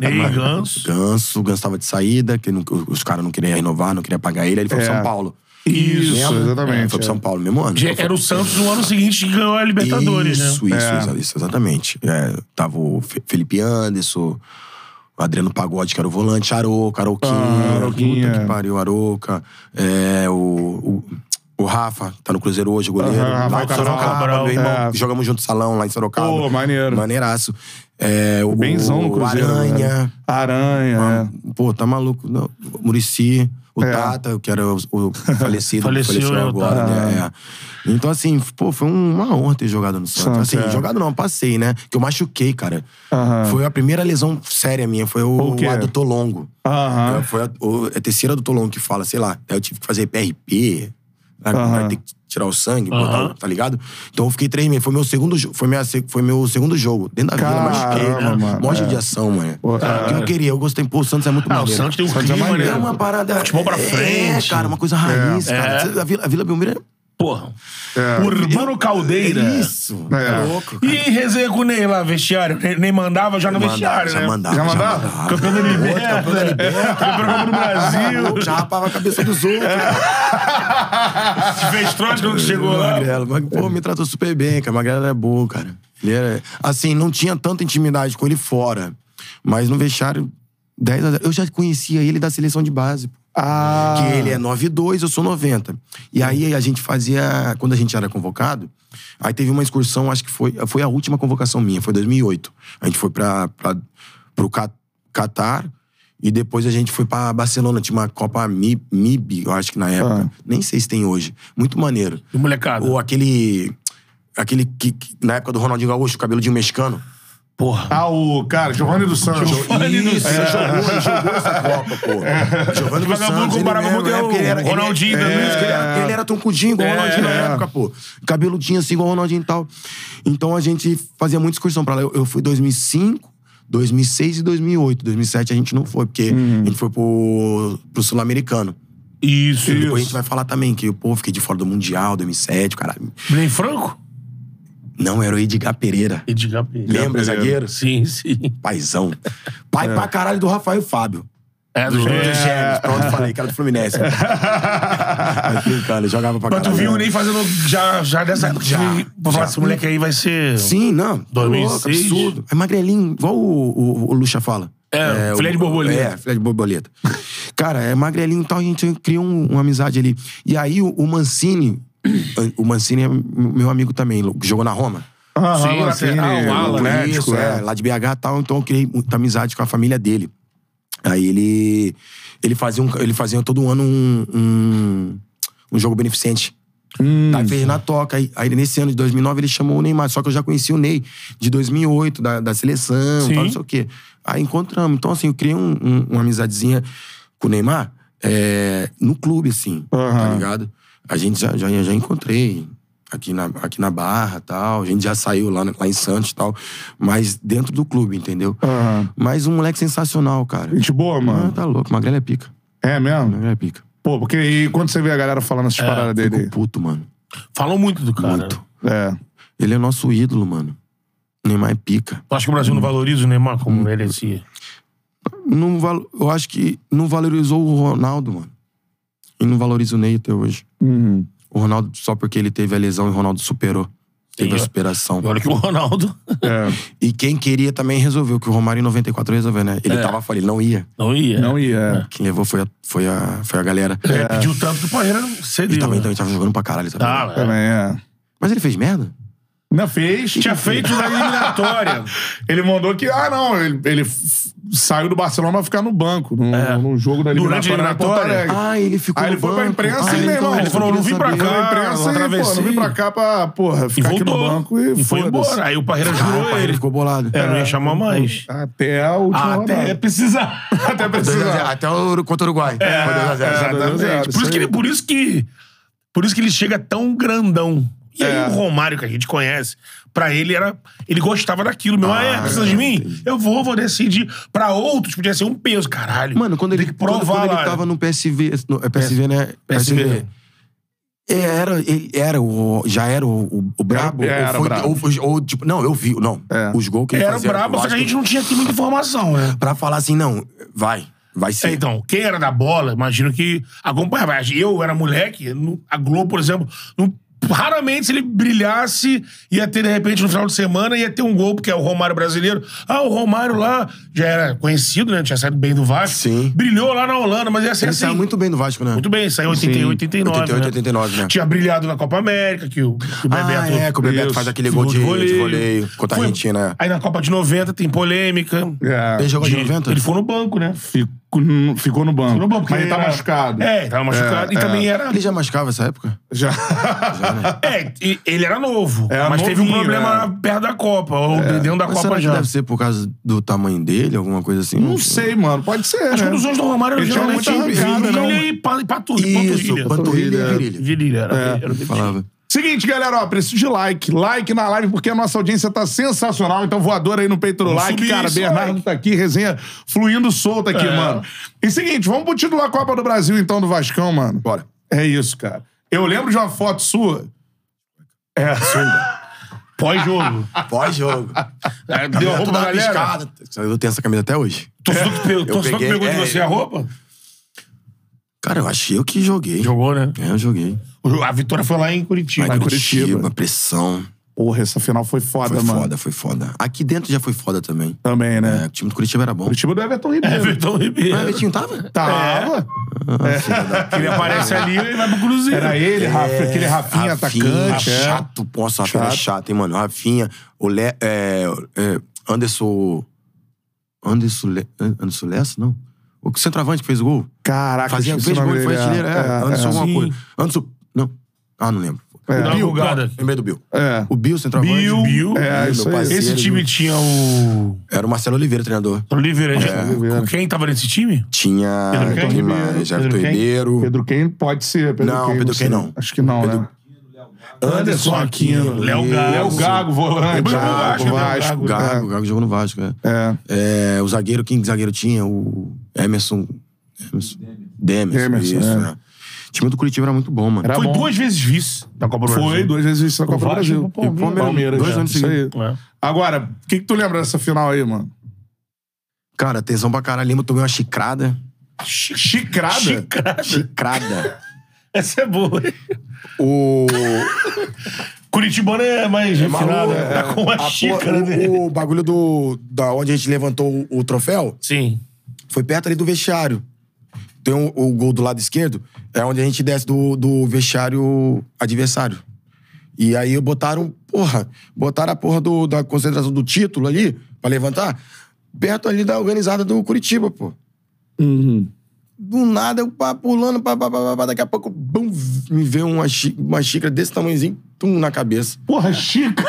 S2: Ney Ganso.
S3: Ganso, o Ganso tava de saída, que não- os caras não queriam renovar, não queriam pagar ele, aí ele foi
S1: É.
S3: pro São Paulo.
S1: Isso,
S3: Lembra?
S1: exatamente,
S3: Foi pro
S1: é.
S3: São Paulo mesmo ano.
S2: Já Era o Santos no ano seguinte que ganhou a Libertadores,
S3: isso,
S2: né?
S3: Isso,
S1: É.
S3: exa- isso, exatamente. É, tava o Fe- Felipe Anderson, o Adriano Pagode, que era o volante, Aroca, Aroquinha,
S1: Ah, Aroquinha.
S3: puta que pariu, Aroca. É, o, o, o Rafa, tá no Cruzeiro hoje, o goleiro.
S1: Aham,
S3: lá
S1: Rafael
S3: em Sorocaba,
S2: Cabral.
S3: meu irmão.
S1: É.
S3: Jogamos junto no salão lá em Sorocaba.
S1: Pô, maneiro.
S3: Maneiraço. É, o,
S1: Benzão no
S3: o
S1: Cruzeiro.
S3: Aranha.
S1: né? Aranha,
S3: Pô, tá maluco. Não, o Murici, o
S1: É.
S3: Tata, que era o, o falecido,
S2: Faleceu,
S3: faleceu,
S2: é, o
S3: agora,
S1: Tata.
S3: né? É. Então, assim, pô, foi uma honra ter jogado no Santos.
S1: Santos,
S3: Assim,
S1: é.
S3: jogado não, passei, né? Que eu machuquei, cara.
S1: Aham.
S3: Foi a primeira lesão séria minha, foi o,
S1: O quê?
S3: adutor longo.
S1: é. Aham.
S3: É, Foi a, o, é a terceira adutor longo que fala, sei lá. Aí eu tive que fazer PRP, né?
S1: Aham.
S3: vai ter que tirar o sangue,
S2: Aham.
S3: botar o- tá ligado? Então eu fiquei três meses. Foi meu segundo jogo, foi, minha se- foi meu segundo jogo. Dentro da
S1: Caramba,
S3: vida, machuquei.
S1: mano,
S3: Né? Mó
S1: é.
S3: de ação, mano.
S1: Pô, é.
S3: Cara, o que eu queria, eu gostei. Pô, o Santos é muito
S2: Ah, o
S3: maneiro.
S2: Santos tem um
S1: Santos é
S2: clima,
S1: maneiro.
S3: É uma
S2: né?
S3: parada.
S2: Futebol pra frente.
S3: É, cara, uma coisa raiz,
S2: É.
S3: cara. A Vila, a Vila Belmiro é-
S2: Porra.
S1: É.
S2: Urbano Caldeira.
S3: é isso.
S1: É.
S3: É louco.
S2: E resenha com o Ney lá, vestiário. Ney- Ney mandava já no vestiário,
S3: já
S2: né? É,
S3: mandava,
S1: Já
S3: já
S1: mandava?
S3: mandava.
S2: Campeão né? da Liberta.
S3: Campeão da Liberta.
S2: Campeão da Copa
S3: *laughs*
S2: do *laughs* Brasil.
S3: Já rapava a cabeça dos outros.
S2: Se fez trote quando chegou lá.
S3: Magrelo, mas, pô, me tratou super bem, cara. Magrelo era bom, cara. Ele era. Assim, não tinha tanta intimidade com ele fora. Mas no vestiário, 10 a 0. Eu já conhecia ele da seleção de base, pô.
S1: Ah.
S3: Que ele é 9,2, eu sou 90. E aí a gente fazia. Quando a gente era convocado, aí teve uma excursão, acho que foi, foi a última convocação minha, foi 2008. A gente foi pra, pra, pro Ca- Catar e depois a gente foi pra Barcelona. Tinha uma Copa Mi- MIB, eu acho que na época.
S2: Ah.
S3: Nem sei se tem hoje. Muito maneiro.
S2: E molecada.
S3: Ou aquele. Aquele que, que- na época do Ronaldinho Gaúcho, o cabeludinho mexicano.
S2: Porra.
S1: Ah, o cara, Giovanni dos Santos.
S2: Giovanni dos
S3: Isso, ele
S2: Santos.
S3: jogou, ele jogou
S2: *laughs*
S3: essa Copa, pô. Giovanni dos
S2: É. Vagabundo
S3: Santos.
S2: comparava
S3: ele mesmo,
S2: muito
S3: é,
S2: ao
S3: porque ele era- ele-
S2: Ronaldinho
S3: é,
S2: também.
S3: isso, que ele era, ele era troncudinho, igual o
S2: É.
S3: Ronaldinho na época, pô. Cabeludinho assim, igual o Ronaldinho e tal. Então a gente fazia muita excursão pra lá. Eu, eu fui em 2005, 2006 e 2008. 2007 a gente não foi, porque
S2: Uhum.
S3: a gente foi pro, pro Sul-Americano.
S2: Isso,
S3: Depois a gente
S2: isso.
S3: vai falar também que, pô, fiquei de fora do Mundial, 2007, caralho.
S2: Bem franco?
S3: Não, era o Edgar Pereira.
S2: Edgar Pereira.
S3: Lembra,
S1: Pereira.
S3: zagueiro?
S2: Sim, sim.
S3: Paizão. Pai pra caralho do Rafael Fábio.
S2: É,
S3: Do
S2: do
S3: Júnior
S2: é.
S3: de Gêmeos. Pronto, falei, cara do *laughs* Fluminense. Mas brincando, ele jogava pra
S2: Mas
S3: caralho.
S2: tu viu né? o Ney fazendo já, já dessa época.
S3: Já,
S2: que Vou falar,
S3: já.
S2: esse moleque aí vai ser...
S3: Sim, não.
S2: 2006.
S3: Louco, absurdo. É magrelinho, igual o, o, o Lucha fala.
S2: É, filé
S3: o-
S2: de borboleta.
S3: É, filé de borboleta. Cara, é magrelinho e tal, a gente criou um- uma amizade ali. E aí o, o Mancini, *clears throat* o Mancini é m- meu amigo também, jogou na Roma.
S1: Ah,
S2: Sim, lateral, ala,
S1: o Atlético,
S3: Isso, é,
S1: é.
S3: lá de BH e tal, então eu criei muita amizade com a família dele. Aí ele. Ele fazia, um, ele fazia todo ano um, um, um jogo beneficente.
S1: Hum.
S3: Aí
S1: Tá.
S3: fez na toca. Aí, aí nesse ano de 2009 ele chamou o Neymar. Só que eu já conheci o Ney de 2008, da, da seleção,
S2: Sim.
S3: tal, não sei o quê. Aí encontramos. Então, assim, eu criei um- um- uma amizadezinha com o Neymar é, no clube, assim, tá
S1: Aham.
S3: ligado? A gente já, já, já encontrei aqui na, aqui na Barra tal. A gente já saiu lá, lá em Santos tal. Mas dentro do clube, entendeu?
S1: Aham.
S3: Mas um moleque sensacional, cara.
S1: Gente boa,
S3: Ah,
S1: mano.
S3: tá louco. Magrela é pica.
S1: É mesmo?
S3: Magrela é pica.
S1: Pô, porque aí quando você vê a galera falando
S2: É,
S1: essas paradas dele.
S3: Fico puto, mano.
S2: Falou muito do cara.
S3: Muito.
S1: É.
S3: Ele é nosso ídolo, mano. Neymar é pica.
S2: Tu acha que o Brasil não valoriza o Neymar como merecia?
S3: Não val... Eu acho que não valorizou o Ronaldo, mano. E não valoriza o Ney até hoje.
S1: Uhum.
S3: O Ronaldo, só porque ele teve a lesão e o Ronaldo superou. Teve
S2: Sim, é.
S3: a
S2: ó.
S3: superação.
S2: E olha que o Ronaldo *laughs*
S1: É.
S3: E quem queria também resolveu, que o Romário em 94 resolveu, né?
S2: É.
S3: Ele tava falando, ele não ia.
S2: não ia.
S1: Não ia. é.
S3: Quem levou foi a, foi a, foi a galera.
S2: É, pediu tanto do Parreira, não cedeu.
S3: Ele também,
S2: né? Tá,
S3: também tava jogando pra caralho também.
S2: Tava.
S1: Também é.
S3: Mas ele fez merda?
S1: Não fez.
S2: Tinha feito na eliminatória.
S1: Ele mandou que, ah, não, ele, ele f- saiu do Barcelona pra ficar no banco, num, num jogo da
S2: É. Durante a
S1: eliminatória. na Porto
S2: eliminatória?
S1: Alegre.
S3: Ah, ele ficou
S1: Aí ele
S3: no
S1: foi pra
S3: banco.
S1: imprensa e,
S3: ele
S1: meu irmão,
S3: então,
S1: ele
S3: eu
S2: falou, não vim pra
S3: queria
S1: Foi
S2: cá.
S1: pra imprensa e,
S3: saber.
S1: pô, não
S2: atravessei.
S1: vim pra cá pra, porra,
S2: E
S1: ficar aqui no
S2: voltou.
S1: banco e,
S2: e foi
S1: foda-se.
S2: embora. Aí o Parreira
S3: Ah,
S2: jurou
S3: pai, ele
S2: ele.
S3: ficou bolado.
S2: É, não ia chamar mais.
S1: Até a última
S2: Ah, até
S1: rodada.
S2: precisar. *laughs*
S1: Até
S3: Dois a zero.
S1: precisar.
S3: Até o contra o Uruguai.
S1: É,
S3: Foi dois a zero.
S1: exatamente.
S2: Exatamente. Por isso, que ele, por isso que por isso que ele chega tão grandão. E aí
S1: É.
S2: o Romário que a gente conhece, pra ele era, ele gostava daquilo, meu, ah, é, precisa de mim? Eu vou, vou decidir. Pra outros podia ser um peso, caralho.
S3: Mano, quando ele,
S2: Tem que
S3: quando-
S2: provar
S3: quando
S2: lá.
S3: ele tava no PSV, no, é PSV, né?
S2: PSV.
S3: É, Era, ele era o, já era o, o, o brabo?
S1: Era- era
S3: ou,
S1: o brabo.
S3: ou foi- ou, tipo, não, eu vi, não.
S1: É.
S3: Os gols que ele
S2: era
S3: fazia.
S2: brabo,
S3: eu
S2: só que
S3: acho
S2: a gente não tinha aqui muita informação, né?
S3: Pra falar assim, não, vai, vai ser.
S2: É, então, quem era da bola, imagino que acompanhava. Eu era moleque, no- a Globo, por exemplo, não- raramente se ele brilhasse, ia ter, de repente, no final de semana, ia ter um gol, porque é o Romário brasileiro. Ah, o Romário lá já era conhecido, né? Tinha saído bem do Vasco.
S3: Sim.
S2: Brilhou lá na Holanda, mas ia ser
S3: ele
S2: assim.
S3: saiu
S2: Muito...
S3: muito bem no Vasco, né?
S2: bem, saiu em 88, 89.
S3: 88,
S2: né?
S3: 89, né?
S2: Tinha brilhado na Copa América, que o, que o Bebeto.
S3: Ah, é, que o Bebeto
S1: Isso.
S3: faz aquele gol
S2: Gol de
S3: de, de
S2: voleio.
S3: voleio contra a
S2: Foi-
S3: Argentina. né?
S2: Aí na Copa de 90 tem polêmica.
S1: É.
S3: Ele jogou de 90?
S2: Ele foi no banco, né?
S1: Ficou, no- ficou no banco.
S2: Foi
S3: um
S2: no banco. porque
S1: Mas ele tá
S2: era-
S1: machucado.
S2: É, tava machucado.
S1: É,
S2: e
S1: é.
S2: também era
S3: Ele já machucava essa época?
S1: Já. *laughs*
S2: *laughs* É, e- ele era novo.
S1: Era
S2: mas teve um
S1: novinho,
S2: problema perto da Copa, ou dentro da
S3: É. Mas será
S2: Copa
S3: que
S2: já.
S3: deve ser por causa do tamanho dele, alguma coisa assim?
S1: Não sei, mano. Pode ser,
S2: As
S1: né?
S2: conduções um do Romário eram
S1: Ele tinha
S2: geralmente
S1: muita arrancada,
S2: virilha
S1: não.
S2: e pa- e patu-
S3: Isso,
S2: panturrilha.
S3: panturrilha e virilha.
S2: Virilha, era,
S1: É.
S2: era o que
S3: Falava.
S1: Seguinte, galera, ó, preciso de like. Like na live, porque a nossa audiência tá sensacional. Então, voador aí no peito do
S2: Vamos
S1: like,
S2: subir
S1: cara.
S2: isso,
S1: Bernardo
S2: like.
S1: tá aqui, resenha fluindo solta aqui,
S2: É.
S1: mano. E seguinte, vamos pro título da Copa do Brasil, então, do Vascão, mano.
S3: Bora.
S1: É isso, cara. Eu lembro de uma foto sua.
S2: Pós-jogo.
S3: Ah, Pós-jogo.
S2: É, Deu a roupa da galera.
S3: Eu tenho essa camisa até hoje.
S2: Torcedor que pegou, torcedor que
S3: peguei,
S2: pegou de
S3: é,
S2: você a roupa?
S3: Cara, eu achei eu que joguei.
S2: Jogou, né?
S3: É, eu joguei.
S2: O jo- A vitória foi lá em Curitiba.
S3: Lá
S1: em
S3: em
S1: Curitiba.
S3: Curitiba, pressão.
S1: Porra, essa final foi foda,
S3: Foi
S1: mano.
S3: foda, foi foda. Aqui dentro já foi foda também.
S1: Também, né?
S3: É, o time do Curitiba era bom.
S1: Curitiba do Everton Ribeiro.
S2: Everton Ribeiro.
S3: Ah, Betinho tava?
S1: Tava.
S2: Ele aparece ali e vai pro Cruzeiro.
S1: Era ele, Rafa, aquele Rafinha, atacante. é.
S3: É, Chato, nossa, Rafinha
S1: Chato.
S3: é chato, hein, mano. Rafinha, o Le, é, é, Anderson. Anderson, Le, Anderson Lessa, não? O centroavante que fez o gol?
S1: Caraca,
S3: Fazia
S1: esqueci o
S3: fez
S1: Ah, nome
S3: gol, ele foi
S1: dele, é,
S3: artilheiro. É, Anderson
S2: Sim.
S3: alguma coisa. Anderson. Não. Ah, não lembro.
S2: Dá uma
S3: Bill,
S2: bugada.
S3: lembrei do Bill.
S1: É.
S3: O Bill, centroavante.
S2: Bill.
S3: Bill,
S1: É,
S3: meu
S1: isso aí.
S3: parceiro,
S2: Esse time
S3: Bill.
S2: tinha o.
S3: Era o Marcelo Oliveira, treinador.
S2: Oliveira.
S3: É, né?
S1: Oliveira.
S2: Quem tava nesse time?
S3: Tinha
S2: Pedro Quem?
S3: Antônio Guimarães,
S2: Pedro
S3: Everton
S2: Quem?
S3: Ribeiro,
S1: Pedro Quem pode ser. Pedro
S3: Não,
S1: Quem,
S3: Pedro
S1: sei.
S3: Quem não.
S1: Acho que não, né?
S3: Anderson Aquino,
S2: Léo Gago.
S1: É o Gago, volante.
S2: Gago,
S1: Gago, Vasco. é. né?
S2: Gago,
S1: Gago.
S3: Gago, o Gago jogou no Vasco, é.
S1: É.
S3: É, o zagueiro, quem que zagueiro tinha? O Emerson. Emerson. Demerson.
S1: Demerson,
S3: isso,
S1: é.
S3: é. O time do Curitiba era muito bom, mano.
S1: Era
S2: Foi
S1: bom.
S2: duas vezes vice da Copa do
S1: Foi
S2: Brasil.
S1: duas vezes isso na Copa do
S2: Vasco
S1: Brasil.
S2: e pro Palmeiras.
S3: Dois anos
S1: isso aí.
S2: É.
S1: Agora, o que, que tu lembra dessa final aí, mano?
S3: Cara, tesão pra caralho. Lembro, eu tomei uma chicrada.
S1: Chicrada?
S2: Chicrada.
S3: Chicrada.
S2: Essa é boa. hein?
S3: o.
S2: Curitibano é mais refinado.
S3: maluco, é,
S2: Tá com uma
S3: a
S2: xícara né?
S3: porra-
S2: dele.
S3: o, o bagulho do. Da onde a gente levantou o, o troféu
S2: Sim.
S3: foi perto ali do vestiário. Tem o, o gol do lado esquerdo, é onde a gente desce do, do vestiário adversário. E aí botaram, porra, botaram a porra do- da concentração do título ali, pra levantar, perto ali da organizada do Curitiba, pô.
S1: Uhum.
S3: Do nada, eu pá, pulando, pá, pá, pá, pá, pá, daqui a pouco, bum, me vê uma, xí- uma xícara desse tamanhozinho, tum, na cabeça.
S1: Porra, Chica!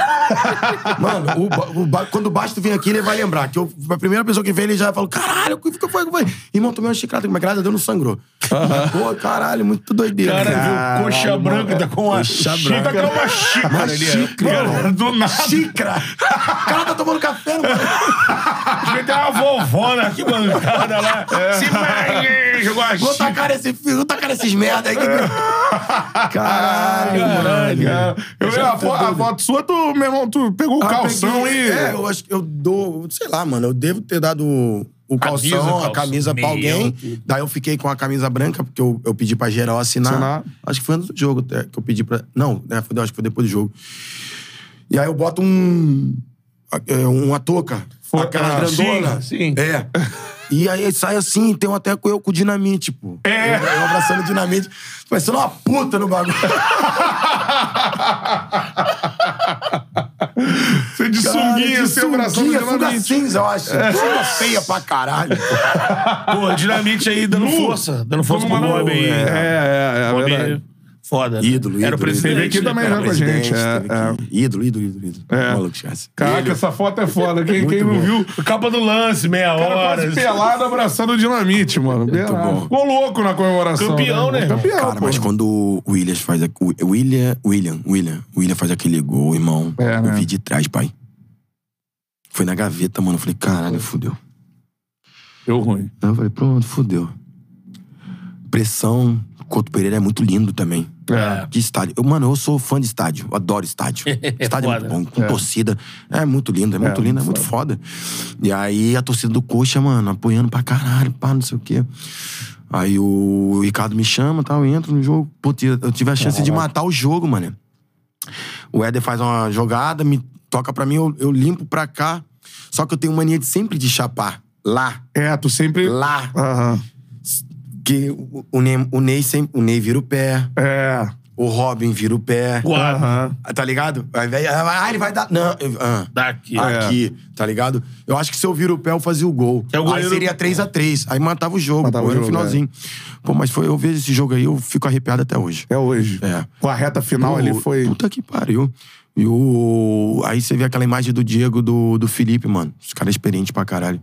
S3: Mano, o Ba- o Ba- quando o Basto vem aqui, ele vai lembrar. Que eu- a primeira pessoa que vem, ele já fala: caralho, o que foi? o que foi? Irmão, tomei uma chiclada, mas graças a Deus não sangrou. Pô, caralho, muito doideira.
S2: Cara,
S3: Caralho,
S2: viu? Coxa
S3: mano.
S2: branca tá com uma
S3: Coxa
S2: xícara. Tá
S1: é
S3: branca.
S2: com uma xícara
S3: Uma
S2: ali. ó.
S3: xícara.
S2: Cara, do nada.
S3: Xícara! O cara tá tomando café, mano.
S2: Devia ter uma vovona aqui, bancada lá.
S3: É.
S2: Se mais, jogou a
S3: Vou
S2: xícara.
S3: tacar esse filho, vou tacar esses merda aí. *laughs* Caralho,
S2: É. Caralho.
S1: Cara, eu vi a, fo- a foto sua, tu, meu irmão, tu pegou o
S3: É. Ah,
S1: calção
S3: peguei-
S1: e.
S3: É, eu acho que eu dou, sei lá, mano, eu devo ter dado o
S2: Camisa,
S3: calção,
S2: calção.
S3: a camisa
S2: Meu
S3: pra alguém.
S2: Deus.
S3: Daí eu fiquei com a camisa branca, porque eu, eu pedi pra geral assinar.
S1: Assinar.
S3: Acho que foi antes do jogo até, que eu pedi pra. Não, né, foi- acho que foi depois do jogo. E aí eu boto um. é, Uma touca.
S1: Foi-
S3: aquela
S1: ah,
S3: grandona.
S2: sim, sim.
S3: É. E aí sai assim, tem um até com eu com o dinamite, pô. É. Eu, eu abraçando o dinamite, parecendo uma puta no bagulho.
S1: Você de sunguinha, seu abraçando
S3: sunguinha,
S1: o
S3: sunga
S1: dinamite.
S3: cinza, eu acho.
S1: É.
S3: Sunga feia pra caralho.
S2: É, Pô, dinamite aí dando
S1: Nu.
S2: força. Dando força pro
S1: Como não?
S2: Bob aí.
S1: É, é, é, é
S2: Bob
S1: verdade.
S2: Foda. né?
S3: Ídolo,
S2: Era
S3: ídolo,
S2: o presidente.
S1: ídolo. Teve aqui
S2: né,
S1: também,
S2: cara?
S1: né, com a gente.
S3: Presidente,
S1: é,
S3: teve aqui. Ídolo, ídolo, ídolo, ídolo.
S1: É.
S3: Maluco, esquece.
S1: Caraca,
S3: Ele-
S1: essa foto é foda. Quem, quem não
S3: bom.
S1: viu,
S2: Capa do lance, meia
S1: o cara
S2: hora.
S1: quase pelado abraçando o dinamite, mano. Pelado.
S3: bom.
S1: Ficou louco na comemoração.
S2: Campeão, né, irmão?
S1: Campeão,
S3: Cara,
S1: pô.
S3: mas quando o Williams faz... a- O William, William, William. O William faz aquele gol, irmão.
S1: É, né?
S3: Eu vi de trás, pai. Foi na gaveta, mano. Eu falei, caralho, fudeu.
S1: Deu ruim.
S3: Aí eu falei, pronto, fudeu. Pressão. Couto Pereira é muito lindo também.
S1: É.
S3: Que estádio. Eu, mano, eu sou fã de estádio. Eu adoro estádio. Estádio é
S2: foda.
S3: muito bom, com torcida. É muito lindo, é muito
S1: É,
S3: lindo, é muito foda. E aí a torcida do Coxa, mano, apoiando pra caralho, pá, não sei o quê. Aí o Ricardo me chama tal, eu entro no jogo. Pô, tia, eu tive a chance de matar o jogo, mano. O Éder faz uma jogada, me toca pra mim, eu, eu limpo pra cá. Só que eu tenho mania de sempre de chapar. Lá,
S1: É, tu sempre.
S3: lá.
S1: Aham.
S3: Que o, o, Ney, o, Ney sempre, o Ney vira o pé,
S1: É.
S3: o Robin vira o pé.
S2: Quatro.
S1: Aham.
S3: Ah, Tá ligado? Ao invés de- Ah, ele vai dar. Não, eu- ah,
S2: Daqui. É.
S3: aqui, tá ligado? Eu acho que se eu viro o pé, eu fazia o gol.
S2: Que é o goleiro-
S3: Aí seria 3x3. Aí matava o jogo,
S1: Matava
S3: pô,
S1: o
S3: era o
S1: jogo,
S3: finalzinho. Pô, mas foi, eu vejo esse jogo aí, eu fico arrepiado até hoje.
S1: É hoje.
S3: É.
S1: Com a reta final
S3: Pô,
S1: ali foi.
S3: Puta que pariu. E o. Aí você vê aquela imagem do Diego do, do Felipe, mano. Os caras experientes pra caralho.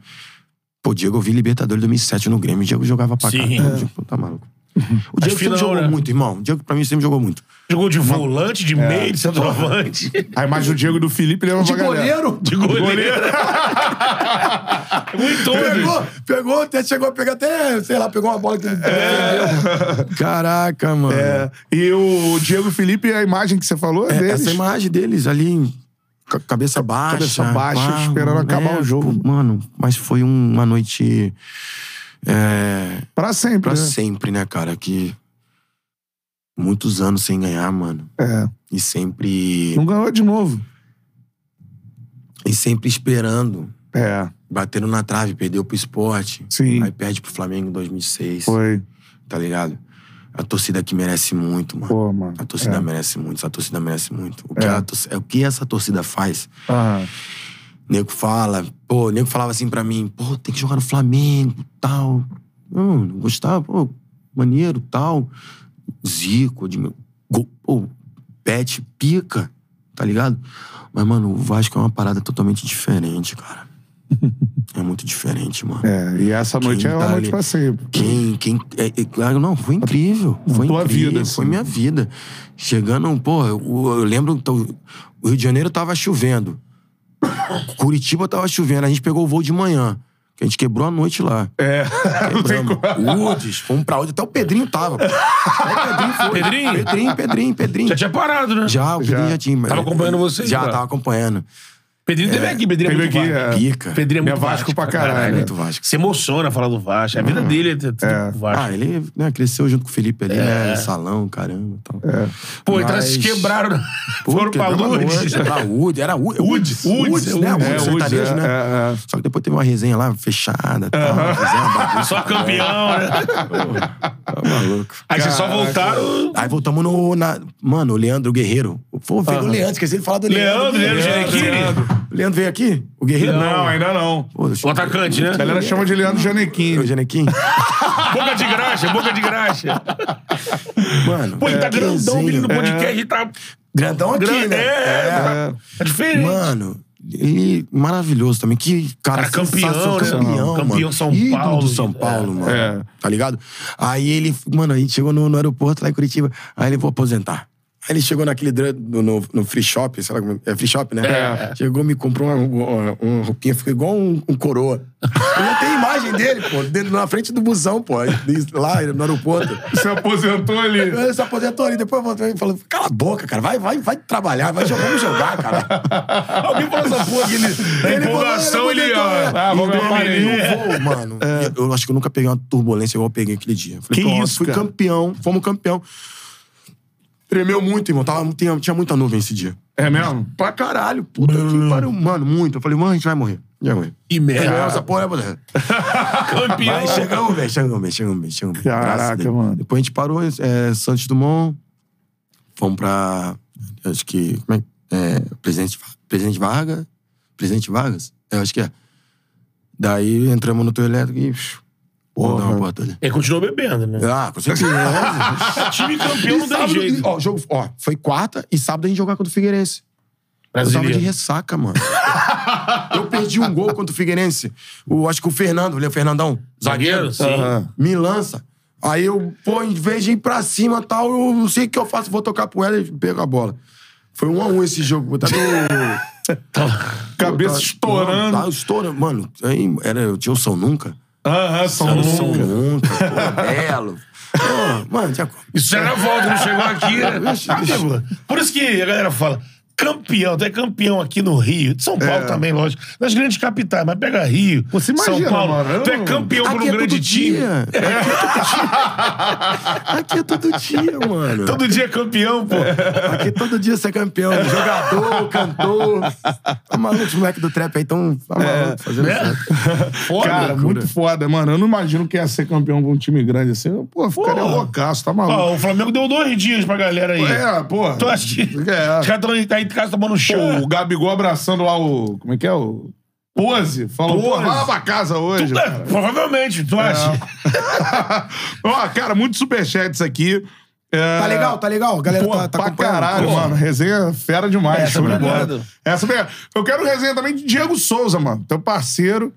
S3: Pô, o Diego, eu vi Libertadores 2007 no Grêmio. O Diego jogava pra
S2: Sim.
S3: caralho.
S1: É.
S3: O Diego, pô,
S2: *laughs*
S3: tá maluco. O Diego
S2: final,
S3: sempre jogou
S2: né?
S3: muito, irmão. O Diego, pra mim, sempre jogou muito.
S2: Jogou de volante, de meio, de *laughs* centroavante.
S1: A imagem do Diego e do Felipe lembra pra galera.
S2: De goleiro. *laughs* Muito
S3: Pegou, pegou, até chegou a pegar até, sei lá, pegou uma bola que ele perdeu. Caraca, mano.
S1: É. E o Diego e Felipe, a imagem que você falou é,
S3: É,
S1: deles.
S3: essa imagem deles ali, ca- cabeça baixa. é,
S1: Cabeça baixa, esperando acabar o jogo.
S3: pô, Mano, mas foi um- uma noite é,
S1: Pra sempre.
S3: pra
S1: né?
S3: sempre, né, cara? Que muitos anos sem ganhar, mano.
S1: É.
S3: E sempre,
S1: Não ganhou de novo.
S3: e sempre esperando.
S1: É.
S3: Bateram na trave, perdeu pro esporte.
S1: Sim.
S3: Aí perde pro Flamengo em 2006.
S1: Foi.
S3: tá ligado? A torcida aqui merece muito, mano.
S1: Pô, mano.
S3: A torcida
S1: É.
S3: merece muito, essa torcida merece muito. O que,
S1: É.
S3: a torci- é o que essa torcida faz?
S1: Aham.
S3: Nego fala, pô, nego falava assim pra mim, pô, tem que jogar no Flamengo, tal. Não, não gostava, pô, maneiro, tal. Zico, de... pô, compete, pica, tá ligado? Mas, mano, o Vasco é uma parada totalmente
S1: *laughs*
S3: diferente, cara. é muito diferente, mano.
S1: É, e essa noite
S3: Quem
S1: é uma
S3: tá
S1: noite
S3: ali?
S1: pra sempre.
S3: Quem, quem. É, é, claro, não, foi incrível. Foi
S1: Tua
S3: incrível,
S1: vida,
S3: Foi
S1: assim.
S3: minha vida. Chegando, pô, eu, eu lembro. que o o Rio de Janeiro tava chovendo. Curitiba tava chovendo. A gente pegou o voo de manhã. Que a gente quebrou a noite lá.
S2: *laughs*
S1: É. Não tem
S3: Quebramos.
S1: como.
S3: Lourdes, fomos pra onde? Até o Pedrinho tava. Até o Pedrinho foi.
S2: Pedrinho?
S3: Pedrinho, Pedrinho, Pedrinho.
S2: Já tinha parado, né?
S3: Já, o Pedrinho
S1: Já.
S3: já, tinha. É,
S2: Tava acompanhando vocês,
S3: Já,
S2: cara.
S3: tava acompanhando.
S2: Pedrinho teve aqui, Pedrinho é
S1: Teve
S2: muito
S1: aqui,
S2: Vasco.
S1: é.
S3: Pica.
S2: Pedrinho né? é
S1: Ele é
S2: muito
S1: Vasco pra caralho,
S3: é muito Vasco.
S2: Se emociona falar do Vasco. A vida dele é tudo
S1: É.
S2: pro Vasco.
S3: Ah, ele né, cresceu junto com o Felipe
S2: É.
S3: ali, né? Salão, caramba. Tal.
S1: É.
S2: Pô, então
S3: Mas-
S2: eles quebraram. Foram pra Lourdes.
S3: Pra Ud, é era Ud.
S2: Udes, Udes,
S3: Udes,
S2: é
S3: né?
S2: Udes,
S3: Udes,
S1: hoje,
S3: sertanejo,
S1: é,
S3: né?
S1: é, é.
S3: Só que depois teve uma resenha lá fechada. tal, resenha, bagunça,
S2: *laughs* Só campeão, né?
S3: Tá maluco.
S2: Aí vocês só
S1: Caraca.
S2: voltaram.
S3: Aí voltamos no. na- mano, o Leandro Guerreiro. Pô, veio o Leandro, esqueci de falar do
S2: Leandro,
S3: Leandro.
S2: Leandro é.
S1: Leandro.
S2: Gerequini.
S3: O Leandro veio aqui? O Guerreiro?
S1: Não, ainda não.
S3: Pô,
S2: O atacante, né? Ah,
S1: A galera chama de Leandro
S3: O *laughs*
S1: Janequim.
S3: Janequim?
S2: Boca de graxa, boca de graxa.
S3: Mano.
S2: Pô, ele tá
S3: que
S2: grandão,
S3: resenha.
S2: menino do podcast, ele tá
S3: Grandão aqui,
S2: grande.
S3: né?
S2: É,
S1: É.
S2: tá diferente.
S3: Mano, ele maravilhoso também. Que cara,
S2: Cara, campeão,
S3: sensacional,
S2: né?
S3: campeão,
S2: Campeão
S3: mano.
S2: São
S3: Ídolo
S2: Paulo,
S3: do São
S2: é.
S3: Paulo, mano.
S1: É.
S3: Tá ligado? Aí ele, mano, a gente chegou no, no aeroporto lá em Curitiba. Aí ele, vou aposentar. Aí ele chegou naquele dra- no, no, no free shop, sei lá como é, é free shop, né?
S2: É.
S3: Chegou, me comprou uma, uma, uma roupinha, ficou igual um, um coroa. Eu já tenho imagem dele, pô, dele, na frente do busão, pô, aí, lá no aeroporto.
S1: Se aposentou ali.
S3: Ele se aposentou ali, depois voltou e falou: cala a boca, cara, vai, vai, vai trabalhar, vai jogar, vamos jogar, *laughs* cara.
S2: Alguém falou essa porra que ele. Na empolgação, ele. ó,
S1: Ah, vou ganhar uma
S2: dorme,
S1: linha.
S2: né?
S3: Eu vou, mano. Eu, eu acho que eu nunca peguei uma turbulência igual eu peguei aquele dia. Falei,
S1: É. Que
S3: "Pô,
S1: isso,
S3: fui
S1: cara?"
S3: campeão, fomos campeão. Tremeu muito, irmão. Tava, tinha, tinha muita nuvem esse dia.
S1: É mesmo?
S3: Pra caralho, puta que pariu, mano, muito. Eu falei, mano, a gente vai morrer. Já morrer.
S2: E
S3: Ganhamos essa
S2: merda. Tá
S3: porra, né?
S2: Campeão.
S3: Mas chegamos, velho. Chegamos, velho. Chegamos, velho. Chegamos, velho.
S1: Caraca,
S3: Graças a Deus.
S1: mano.
S3: Depois a gente parou em é, Santos Dumont. Fomos pra... Acho que... Como é? que- é Presidente, Va- Presidente Vargas. Presidente Vargas? É, acho que é. Daí entramos no teu elétrico e... psh, Porra. Dá uma porta ali.
S2: Ele continuou bebendo, né?
S3: Ah, com certeza. *laughs*
S2: Time campeão não tem
S3: E sábado- e,
S2: jeito.
S3: Ó, jogo, ó, foi quarta e sábado a gente jogar contra o Figueirense. Eu tava de
S2: Brasileiro.
S3: ressaca, mano. eu perdi um gol contra o Figueirense. O, acho que o Fernando, é o Fernandão, zagueiro,
S2: Zagueiro, sim.
S1: Aham.
S3: me lança. Aí eu, pô, em vez de ir pra cima e tal, eu não sei o que eu faço, vou tocar pro ela e pego a bola. Foi um a um esse jogo.
S2: *laughs*
S3: Tá do...
S1: Cabeça estourando.
S3: Não, tá estourando. Mano, aí era, eu tinha o São Nunca.
S1: Aham, são
S3: São
S1: nunca.
S3: Nunca, pô, é Belo. Pô, mano, tinha...
S2: Isso já é na volta, não chegou aqui. né?
S3: *laughs* Ixi, ixi.
S2: Chegou. Por isso que a galera fala. Campeão, tu é campeão aqui no Rio, de São
S3: É.
S2: Paulo também, lógico. Nas grandes capitais, mas pega Rio,
S1: Você imagina,
S2: São Paulo.
S1: mano, eu
S2: tu é
S1: não-
S2: campeão por
S3: Aqui
S2: um
S3: é
S2: grande
S3: todo
S2: time.
S3: dia. Aqui é todo dia. Aqui é todo dia, mano.
S2: Todo dia é campeão, pô.
S3: Aqui todo dia você é campeão.
S2: *laughs*
S3: Jogador, cantor. Tá maluco, os moleques do trap aí tão tá maluco, fazendo
S2: Né?
S3: isso.
S2: Foda.
S1: Cara,
S3: loucura.
S1: muito foda, mano. Eu não imagino que ia ser campeão pra um time grande assim. Eu, Pô, ficaria
S2: Porra.
S1: loucaço, tá maluco.
S2: Ó, o Flamengo deu dois dias pra galera aí.
S1: É, porra.
S2: Tu acha que...
S1: É.
S2: Os caras tão aí- tá aí em casa tomando
S1: Pô,
S2: show.
S1: o Gabigol abraçando lá o. Como é que é? O. Pose. Falou, pô,
S2: Pose.
S1: vai lá pra casa hoje.
S2: É,
S1: cara. É.
S2: provavelmente, tu
S3: É.
S2: acha?
S1: *laughs* Ó, cara, muitos superchats aqui. É,
S3: Tá legal, tá legal. A galera
S1: Pô,
S3: tá, tá
S1: pra
S3: acompanhando.
S1: caralho,
S3: Pô,
S1: mano. Resenha fera demais.
S2: Essa
S1: Show de
S2: obrigado.
S1: bola. Essa mesmo. Eu quero resenha também de Diego Souza, mano. Teu parceiro.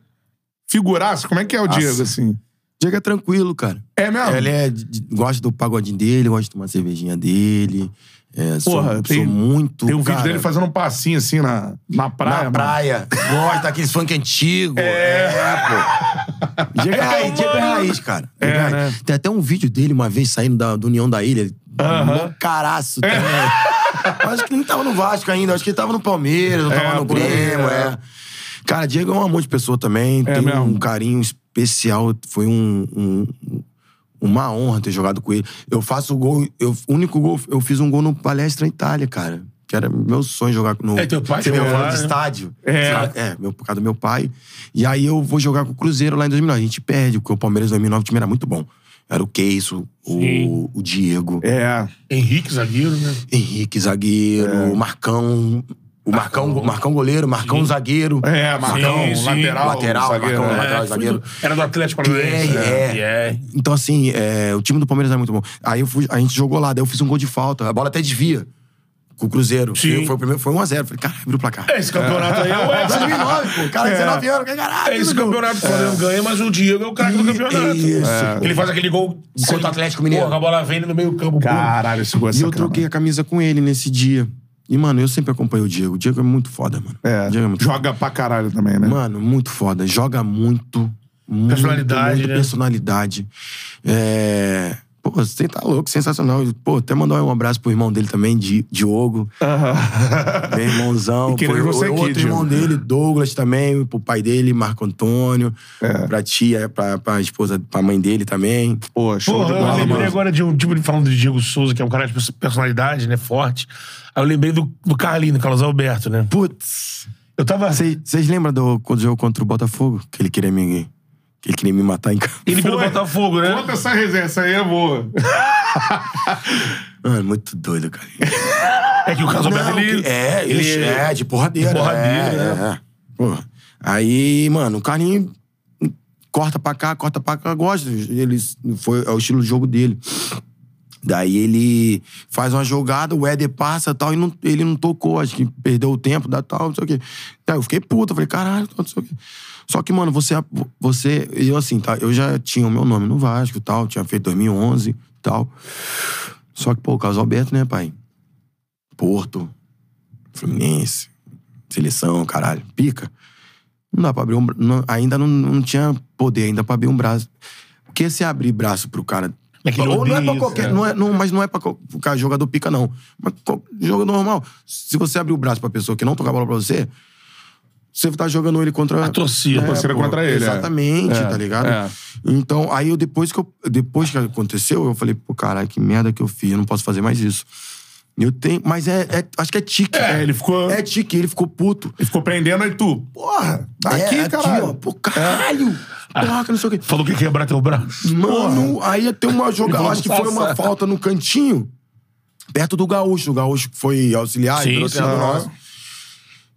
S1: Figuraça. Como é que é o
S3: Nossa.
S1: Diego, assim?
S3: Diego é tranquilo, cara.
S1: É mesmo?
S3: Ele é, de- de- gosta do pagodinho dele, gosta de uma cervejinha dele. É, sou,
S1: Porra,
S3: sou
S1: tem-
S3: muito.
S1: Tem um
S3: cara,
S1: vídeo dele fazendo um passinho assim na, na praia.
S3: Na
S1: mano.
S3: praia. Gosta daqueles funk antigo. É, pô. Diego é raiz, Diego é raiz, cara. Diego
S1: É,
S3: raiz.
S1: né?
S3: Tem até um vídeo dele uma vez saindo da, do União da Ilha. Mó caraço
S1: É.
S3: também. Acho que nem tava no Vasco ainda, acho que ele tava no Palmeiras, ou tava no
S1: por aí,
S3: Grêmio,
S1: é.
S3: é. Cara, Diego é um amor de pessoa também, tem
S1: mesmo?
S3: um carinho especial, foi um- um- uma honra ter jogado com ele. Eu faço o gol, eu, o único gol, eu fiz um gol no Palestra Itália, cara. Que era meu sonho jogar no.
S2: É, teu pai
S3: Você
S2: jogou
S3: me falou
S2: lá,
S3: de
S2: né?
S3: estádio.
S1: É.
S3: Sabe? É, meu, por causa do meu pai. E aí eu vou jogar com o Cruzeiro lá em 2009. A gente perde, porque o Palmeiras em 2009 o time era muito bom. Era o Keiso,
S2: Sim.
S3: o, o Diego,
S1: É.
S2: Henrique Zagueiro, né?
S3: Henrique, zagueiro, o Marcão. O Marcão, Marcão, goleiro, Marcão zagueiro.
S1: É, Marcão,
S2: Sim, sim.
S1: lateral.
S3: Lateral,
S1: zagueiro,
S3: Marcão,
S1: né?
S3: lateral. zagueiro.
S2: É, foi do- Era do Atlético Paranaense.
S3: Pierre,
S2: né?
S3: é.
S2: Pierre.
S3: Então, é assim, é, o time do Palmeiras era muito bom. Aí eu fui- a gente jogou lá, daí eu fiz um gol de falta. A bola até desvia. com o Cruzeiro.
S2: Sim.
S3: Foi o primeiro, foi 1x0. Falei, caralho, abriu o placar.
S2: Esse campeonato aí é o
S3: É
S2: ex.
S3: 2009, pô. O cara,
S1: É.
S3: de 19 anos, que caralho.
S2: É esse
S3: Dudu.
S2: campeonato que o Flamengo ganha, mas o Diego é o craque do campeonato.
S3: Isso.
S2: É. Ele faz aquele gol
S3: Contra o Atlético Mineiro.
S2: Porra, a bola vem no meio campo.
S1: Caralho, esse gol é
S3: E eu
S1: sacanagem.
S3: troquei a camisa com ele nesse dia. E, mano, eu sempre acompanho o Diego. O Diego é muito foda, mano.
S1: É,
S3: O Diego é muito
S1: joga pra caralho também, né?
S3: Mano, muito foda. Joga muito. muito
S2: Personalidade,
S3: muito
S2: né?
S3: personalidade. É... Pô, você tá louco, sensacional. Pô, até mandar um abraço pro irmão dele também, Di- Diogo.
S1: Aham.
S3: Meu irmãozão.
S1: E queremos
S3: Pô,
S1: você aqui,
S3: outro irmão
S1: Diogo.
S3: dele, Douglas também, pro pai dele, Marco Antônio.
S1: É.
S3: Pra tia, pra, pra esposa, pra mãe dele também.
S1: *laughs* Pô, show
S2: Porra,
S1: de
S2: eu
S1: bola,
S2: lembrei
S1: mano.
S2: agora de um tipo de falando de Diego Souza, que é um cara de personalidade, né? Forte. Aí eu lembrei do, do Carlinho, do Carlos Alberto, né?
S3: Putz.
S2: Eu tava.
S3: Vocês lembram do do jogo contra o Botafogo? Que ele queria me, que ele queria me matar em campo.
S2: Ele pelo
S1: Foi.
S2: Botafogo, né?
S1: Conta essa resenha, essa aí é boa.
S3: *laughs* Mano, muito doido, cara.
S2: É que o Carlos Alberto,
S3: Não,
S2: ele.
S3: que- É,
S2: ele-
S3: ele é, de porradeira.
S2: de porradeira,
S3: é, é. Porra. Aí, mano, o Carlinho corta pra cá, corta pra cá, gosta. Ele foi, é o estilo de jogo dele. Daí ele faz uma jogada, o Éder passa e tal, e não- ele não tocou, acho que perdeu o tempo, da tal, não sei o quê. Daí eu fiquei puto, eu falei, caralho, tal, não sei o quê. Só que, mano, você. você eu, assim, tá, eu já tinha o meu nome no Vasco e tal, tinha feito 2011 e tal. Só que, pô, o Carlos Alberto, né, pai? Porto, Fluminense, seleção, caralho, pica. Não dá pra abrir um. bra- não- ainda não, não tinha poder ainda pra abrir um braço. Porque se abrir braço pro cara.
S2: É que ele
S3: Ou não é pra
S2: odeia
S3: qualquer.
S2: isso, é.
S3: Não é, não, mas não é pra co- o cara jogador pica, não. Mas co- jogo normal. Se você abrir o braço pra pessoa que não toca a bola pra você, você tá jogando ele contra.
S2: A torcida.
S1: A torcida
S3: pô,
S1: contra ele, é.
S3: Exatamente,
S1: É,
S3: tá ligado?
S1: é.
S3: Então, aí eu depois que eu, depois que aconteceu, eu falei, pô, caralho, que merda que eu fiz, eu não posso fazer mais isso. Eu tenho, mas é, é- acho que é tique.
S1: É, ele ficou,
S3: É
S1: ele
S3: tique, ele ficou puto.
S1: ficou prendendo aí tu.
S3: Porra, tá
S1: É,
S3: aqui,
S1: aqui,
S3: caralho.
S1: ó.
S3: pô, caralho. Porra, que não sei o quê.
S2: Falou que ia quebrar teu
S1: *laughs*
S2: braço.
S3: Mano, aí tem uma jogada,
S2: Ele
S3: acho que foi uma
S2: passa.
S3: falta no cantinho, perto do Gaúcho. O Gaúcho foi auxiliar,
S2: Sim,
S3: e virou
S2: sim.
S3: treinador nosso.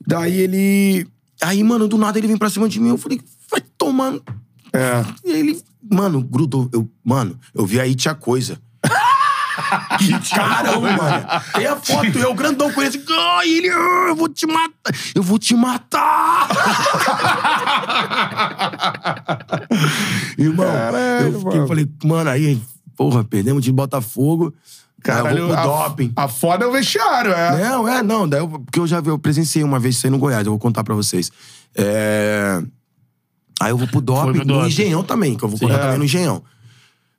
S3: Daí ele... Aí, mano, do nada ele vem pra cima de mim, eu falei, vai tomando...
S1: É.
S3: E ele, mano, grudou. Eu, mano, eu vi aí tinha coisa. Que caramba, mano. Tem a foto, eu grandão com ele assim, "Ah", e ele, "Ah, eu vou te matar, eu vou te matar. Irmão,
S1: Caralho,
S3: eu, fiquei,
S1: mano.
S3: falei, mano, aí, porra, perdemos de Botafogo. Caralho, eu vou pro
S1: a,
S3: doping.
S1: a foda é o vestiário, é.
S3: Não, é, não. Daí eu, porque eu já vi, eu presenciei uma vez isso aí no Goiás, eu vou contar pra vocês. É, Aí eu vou pro
S2: Foi
S3: doping,
S2: pro doping.
S3: no Engenhão também, que eu vou contar também no Engenhão.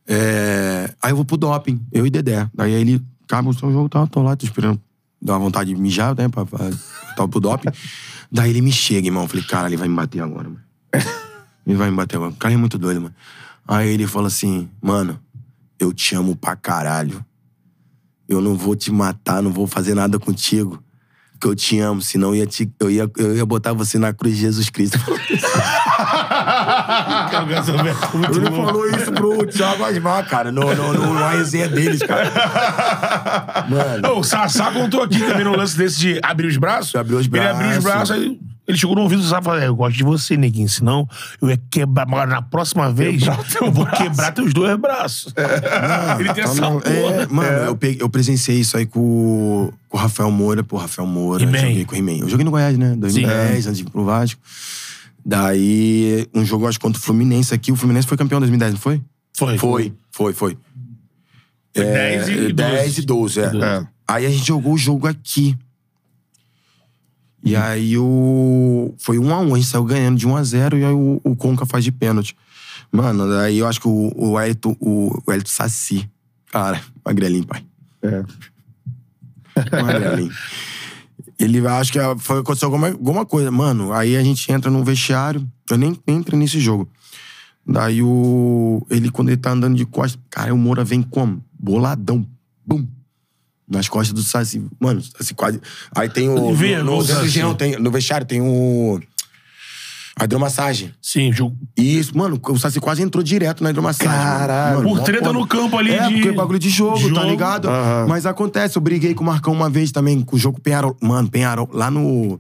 S3: É, Aí eu vou pro doping, eu e Dedé. Daí ele, acaba o seu jogo, tá, tô lá, tô esperando dar uma vontade de mijar, né, pra, pra, tá pro doping. *laughs* Daí ele me chega, irmão. Eu falei, cara, ele vai me bater
S2: *laughs*
S3: agora, mano. Ele vai me bater agora. O cara é muito doido, mano. Aí ele fala assim, mano, eu te amo pra caralho. Eu não vou te matar, não vou fazer nada contigo. Que eu te amo, senão eu ia, te- eu ia, eu ia botar você na cruz de Jesus Cristo. *laughs*
S2: Cara, o Carlos Alberto é muito
S3: Ele
S2: louco.
S3: falou isso pro Thiago Asmar, cara, no, no, no, na resenha deles,
S2: *laughs*
S3: cara. Mano.
S2: Não, o Sassá contou aqui também no lance desse de abrir os braços.
S3: Abriu os
S2: Ele abriu os
S3: braços.
S2: braços, aí ele chegou no ouvido do Sassá e falou: "É, Eu gosto de você, neguinho, senão eu ia quebrar. Agora, na próxima vez, eu vou quebrar teus dois braços. tá ele tem
S3: Então,
S2: essa
S3: não,
S2: porra.
S3: é, mano, Eu, peguei- eu presenciei isso aí com, o- com o Rafael Moura, pô, Rafael Moura,
S2: He-Man.
S3: joguei com o He-Man. Eu joguei no Goiás, né? 2010, antes de ir pro Vasco. Daí, um jogo, eu acho, contra o Fluminense aqui. O Fluminense foi campeão em 2010, não foi?
S2: Foi.
S3: Foi, foi, foi.
S2: Foi 10 e 12.
S3: 10 e 12, é.
S1: É.
S3: Aí a gente jogou o jogo aqui. E aí o. Foi 1 a 1 a gente saiu ganhando de 1 a 0 e aí o, o Conca faz de pênalti. Mano, daí eu acho que o, o Elton, o, o Elton Saci. Cara, magrelinho, pai.
S1: É.
S3: *laughs* Magrelinho. Ele acho que é, foi, aconteceu alguma, alguma coisa. Mano, aí a gente entra no vestiário. Eu nem, nem entrei nesse jogo. Daí o. Ele, quando ele tá andando de costas, cara, o Moura vem como? Boladão. Bum! Nas costas do Saci. Mano, o Saci quase. Aí tem o. No,
S2: Vê,
S3: no,
S2: o
S3: dentro do
S2: Saci.
S3: Engenhão tem- no vestiário tem o. A hidromassagem.
S2: Sim, jogo.
S3: Isso, mano, o Saci quase entrou direto na hidromassagem.
S1: Caralho.
S3: Mano,
S2: Por
S3: mó
S2: treta
S3: foda.
S2: no campo ali
S3: É,
S2: de-
S3: porque é bagulho de jogo, tá
S2: jogo.
S3: ligado?
S1: Aham.
S3: Mas acontece, eu briguei com o Marcão uma vez também, com o jogo Penharol. Mano, Penharol, lá no...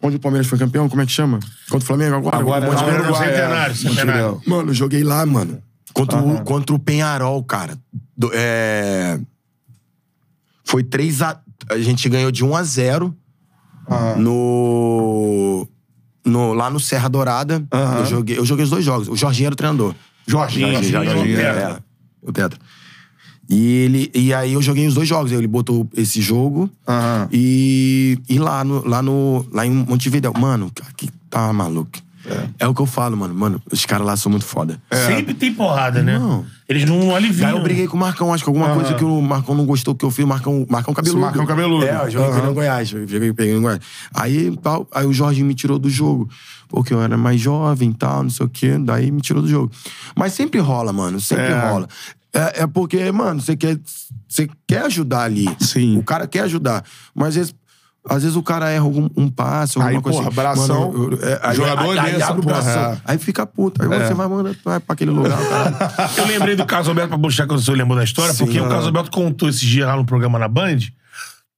S3: Onde o Palmeiras foi campeão, como é que chama? Contra o Flamengo agora?
S1: Agora
S3: Monte
S1: é
S3: Verde.
S1: no Uruguai,
S2: centenário,
S1: é.
S2: centenário.
S1: Montevideo.
S3: Mano, eu joguei lá, mano. Contra, o, contra o Penharol, cara. Do- é... Foi 3 a... a gente ganhou de 1 a 0
S1: Ah.
S3: no, no- lá no Serra Dourada.
S1: Aham.
S3: Eu, joguei, eu joguei os dois jogos. O Jorginho era o treinador.
S1: Jorginho,
S3: Jorginho,
S1: Jorginho,
S3: Jorginho,
S2: Tetra.
S3: é, o Tetra. E, ele, e aí eu joguei os dois jogos. Ele botou esse jogo
S1: Aham.
S3: e, e lá, no, lá, no, lá em Montevideo. Mano, cara, que tá maluco. É. o que eu falo, mano. Mano, os caras lá são muito foda.
S1: É.
S2: Sempre tem porrada, né?
S3: Não.
S2: Eles não aliviam.
S3: Aí eu briguei com o Marcão, acho que alguma coisa que o Marcão não gostou que eu fiz, o Marcão, Marcão cabeludo.
S1: Esse Marcão cabeludo.
S3: É, eu joguei
S1: Aham.
S3: no Goiás, eu joguei, peguei no Goiás. Aí, tal, aí o Jorge me tirou do jogo, porque eu era mais jovem e tal, não sei o quê, daí me tirou do jogo. Mas sempre rola, mano, sempre
S1: É.
S3: rola. É, é porque, mano, você quer, você quer ajudar ali.
S1: Sim.
S3: O cara quer ajudar, mas às vezes... Às vezes o cara erra algum, um passo, alguma
S1: Aí,
S3: coisa
S1: porra,
S3: assim.
S1: bração,
S3: Mano, eu- eu- aí-
S1: jogador
S3: aí, aí,
S1: dessa,
S3: abre o
S1: porra,
S3: bração.
S1: é.
S3: Aí fica puto. Aí você vai, mano, vai pra aquele lugar,
S1: *laughs*
S3: cara.
S2: Eu lembrei do Carlos Alberto pra puxar quando o senhor lembrou da história,
S3: Sim.
S2: porque o Carlos Alberto contou esse dia lá no programa na Band.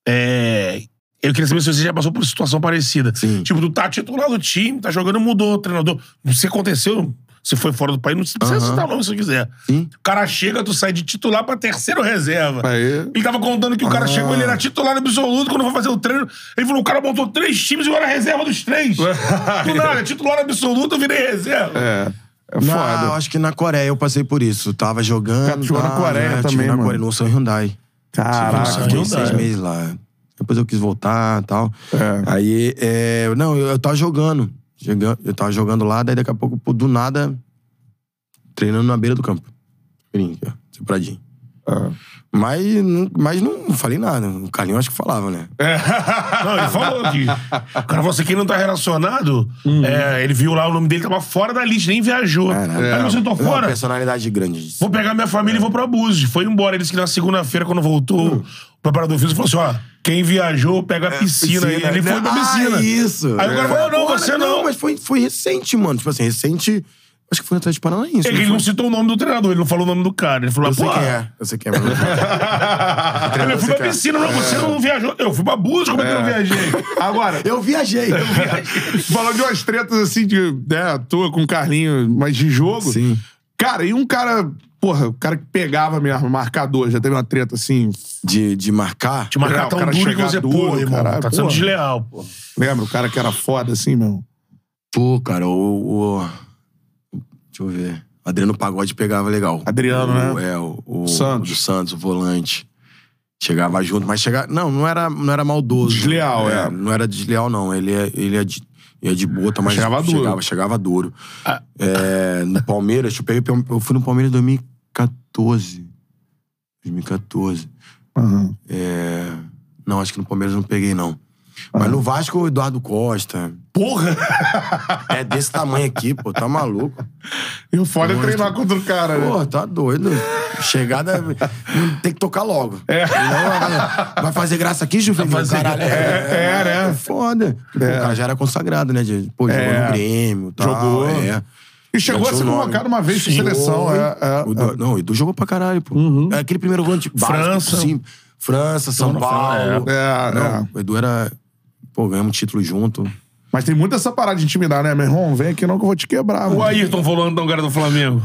S2: É, Eu queria saber se você já passou por situação parecida.
S3: Sim.
S2: Tipo, tu tá titular do time, tá jogando, mudou o treinador. Se aconteceu, se foi fora do país, não precisa
S3: Aham.
S2: citar o nome se você quiser.
S3: Sim.
S2: O cara chega, tu sai de titular pra terceiro reserva.
S1: Aí.
S2: Ele tava contando que o cara
S3: Ah.
S2: chegou, ele era titular absoluto, quando foi fazer o treino, ele falou, o cara montou três times e eu era reserva dos
S3: *laughs*
S2: três. Do nada, titular absoluto, eu virei reserva.
S1: É. É
S3: Não,
S1: foda.
S3: eu acho que na Coreia eu passei por isso. Tava
S1: Cara,
S3: jogando.
S1: tu jogou na
S3: tava,
S1: Coreia
S3: eu tive
S1: também,
S3: na
S1: mano. Ah,
S3: Coreia, no São Hyundai.
S1: Caraca.
S2: Nossa,
S3: Fiquei
S2: Hyundai.
S3: seis meses lá. Depois eu quis voltar e tal.
S1: É.
S3: Aí, é, não, eu, eu tava jogando. Jogando- Eu tava jogando lá, daí daqui a pouco, pô, do nada, treinando na beira do campo. Brinca, separadinho.
S1: É.
S3: Mas, não- mas não falei nada. O Carlinho acho que falava, né?
S1: É,
S2: Não, ele falou que. O cara falou assim: quem não tá relacionado,
S3: Hum.
S2: é, ele viu lá o nome dele, tava fora da lista, nem viajou.
S3: É, né?
S2: Aí você tô
S3: Não,
S2: fora.
S3: personalidade grande.
S2: Vou pegar minha família e vou pro abuso. Foi embora. Ele disse que na segunda-feira, quando voltou,
S3: Hum.
S2: o preparador físico falou assim: ó, quem viajou, pega a piscina.
S3: piscina,
S2: Ele
S3: né?
S2: foi pra
S3: Ah,
S2: piscina.
S3: isso.
S2: Aí o cara
S3: É.
S2: falou: não,
S3: Porra,
S2: você não.
S3: mas foi, foi recente, mano. Tipo assim, recente. Acho que foi no Atlético Paranaense.
S2: Ele
S3: não
S2: não
S3: foi?
S2: citou o nome do treinador, ele não falou o nome do cara. Ele falou:
S3: Eu sei
S2: pô,
S3: quem é. Eu sei quem é. mas não foi.
S2: ele foi
S3: sei
S2: pra
S3: quem é.
S2: piscina, não, você não viajou. Eu fui pra abuso, como é que eu não
S3: *laughs*
S2: viajei?
S1: Agora,
S2: *laughs*
S3: Eu viajei.
S1: falando de umas tretas assim, de, né, tua com o Carlinho, mas de jogo.
S3: Sim.
S1: Cara, e um cara, porra, o cara que pegava mesmo, marcador, já teve uma treta assim,
S3: De, de marcar.
S2: Te marcar
S1: Não, o
S2: tá tão
S1: cara
S2: duro que
S1: chegar
S2: você,
S1: duro,
S2: pô, irmão,
S1: caralho,
S2: tá sendo
S1: porra.
S2: desleal, pô.
S1: lembra? O cara que era foda assim, meu.
S3: Pô, cara, o, o- Deixa eu ver. Adriano Pagode pegava legal.
S1: Adriano,
S3: o,
S1: né?
S3: É, o, o
S1: Santos.
S3: do Santos, o volante. Chegava junto, mas chegava. Não, não era, não era maldoso.
S1: Desleal, é.
S3: Não era desleal, não. Ele é, ele é, de, ele é de bota, mas.
S1: Chegava duro. Ah.
S3: Chegava, chegava duro. É, no Palmeiras, eu, peguei, eu fui no Palmeiras em 2014. 2014.
S1: Aham.
S3: É, Não, acho que no Palmeiras eu não peguei, não.
S1: Ah.
S3: Mas no Vasco, o Eduardo Costa.
S2: Porra!
S3: É desse tamanho aqui, pô, tá maluco.
S1: E o foda é
S3: Monstro.
S1: treinar contra o cara, né?
S3: Pô, tá doido. Chegada tem que tocar logo.
S1: É.
S3: Não, vai fazer graça aqui, Juvenil?
S2: Vai fazer
S3: Caralho,
S2: graça.
S1: É, né?
S3: Foda. Pô, o cara já era consagrado, né? de- Pô, jogou
S1: É.
S3: no Grêmio, tal.
S1: Jogou.
S3: É.
S1: E chegou a
S3: Grande
S1: ser
S3: seu nome.
S1: convocado uma vez pra seleção.
S3: Foi.
S1: É, é, Uhum.
S3: O Edu- Não, o Edu jogou pra caralho, pô. É Aquele primeiro volante básico.
S2: França.
S3: Sim. França,
S2: Não,
S3: São
S2: não,
S3: Paulo.
S1: é. É,
S3: Não,
S1: é.
S3: O Edu era... Pô, ganhamos um título junto.
S1: Mas tem muita essa parada de intimidar, né, meu irmão? Vem aqui não que eu vou te quebrar.
S2: O
S1: mano.
S2: Ayrton volando um cara do Flamengo.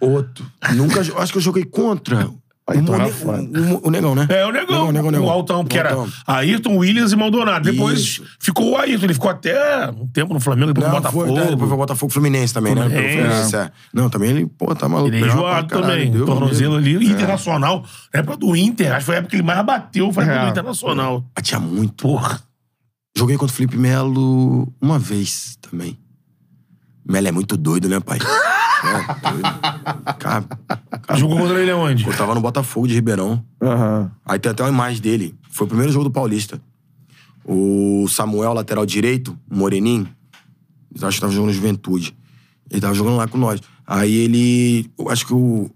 S3: Outro. Nunca... jo- Acho que eu joguei contra...
S1: Aí,
S3: o,
S1: então era
S3: Ne-
S1: foda.
S3: o- o- o Negão, né?
S2: É, o Negão.
S3: Negão, Negão, Negão.
S2: O Altão, que era
S3: Altão.
S2: Ayrton, Williams e Maldonado. Depois
S3: Isso.
S2: ficou o Ayrton. Ele ficou até um tempo no Flamengo, depois no
S3: Não, foi,
S2: Botafogo.
S3: né, depois foi o Botafogo Fluminense também, né?
S2: Fluminense.
S3: Pelo Fluminense, é. Não, também ele, pô, tá maluco.
S2: Ele é
S3: pegava pra
S2: enjoado
S3: caralho,
S2: também.
S3: deu É.
S2: Tornozelo ali. Internacional. Na época do Inter. Acho que foi a época que ele mais bateu. Foi a época
S1: É.
S2: do Internacional.
S3: Batia Ah, muito.
S2: Porra.
S3: Joguei contra o Felipe Melo uma vez também. Melo é muito doido, né, pai? *laughs* é, doido. Cara, Ah,
S2: Jogou contra ele aonde?
S3: eu tava no Botafogo de Ribeirão.
S1: Aham.
S3: Aí tem até uma imagem dele. Foi o primeiro jogo do Paulista. O Samuel, lateral direito, Moreninho, eu acho que tava jogando no Juventude. Ele tava jogando lá com nós. Aí ele. Eu acho que o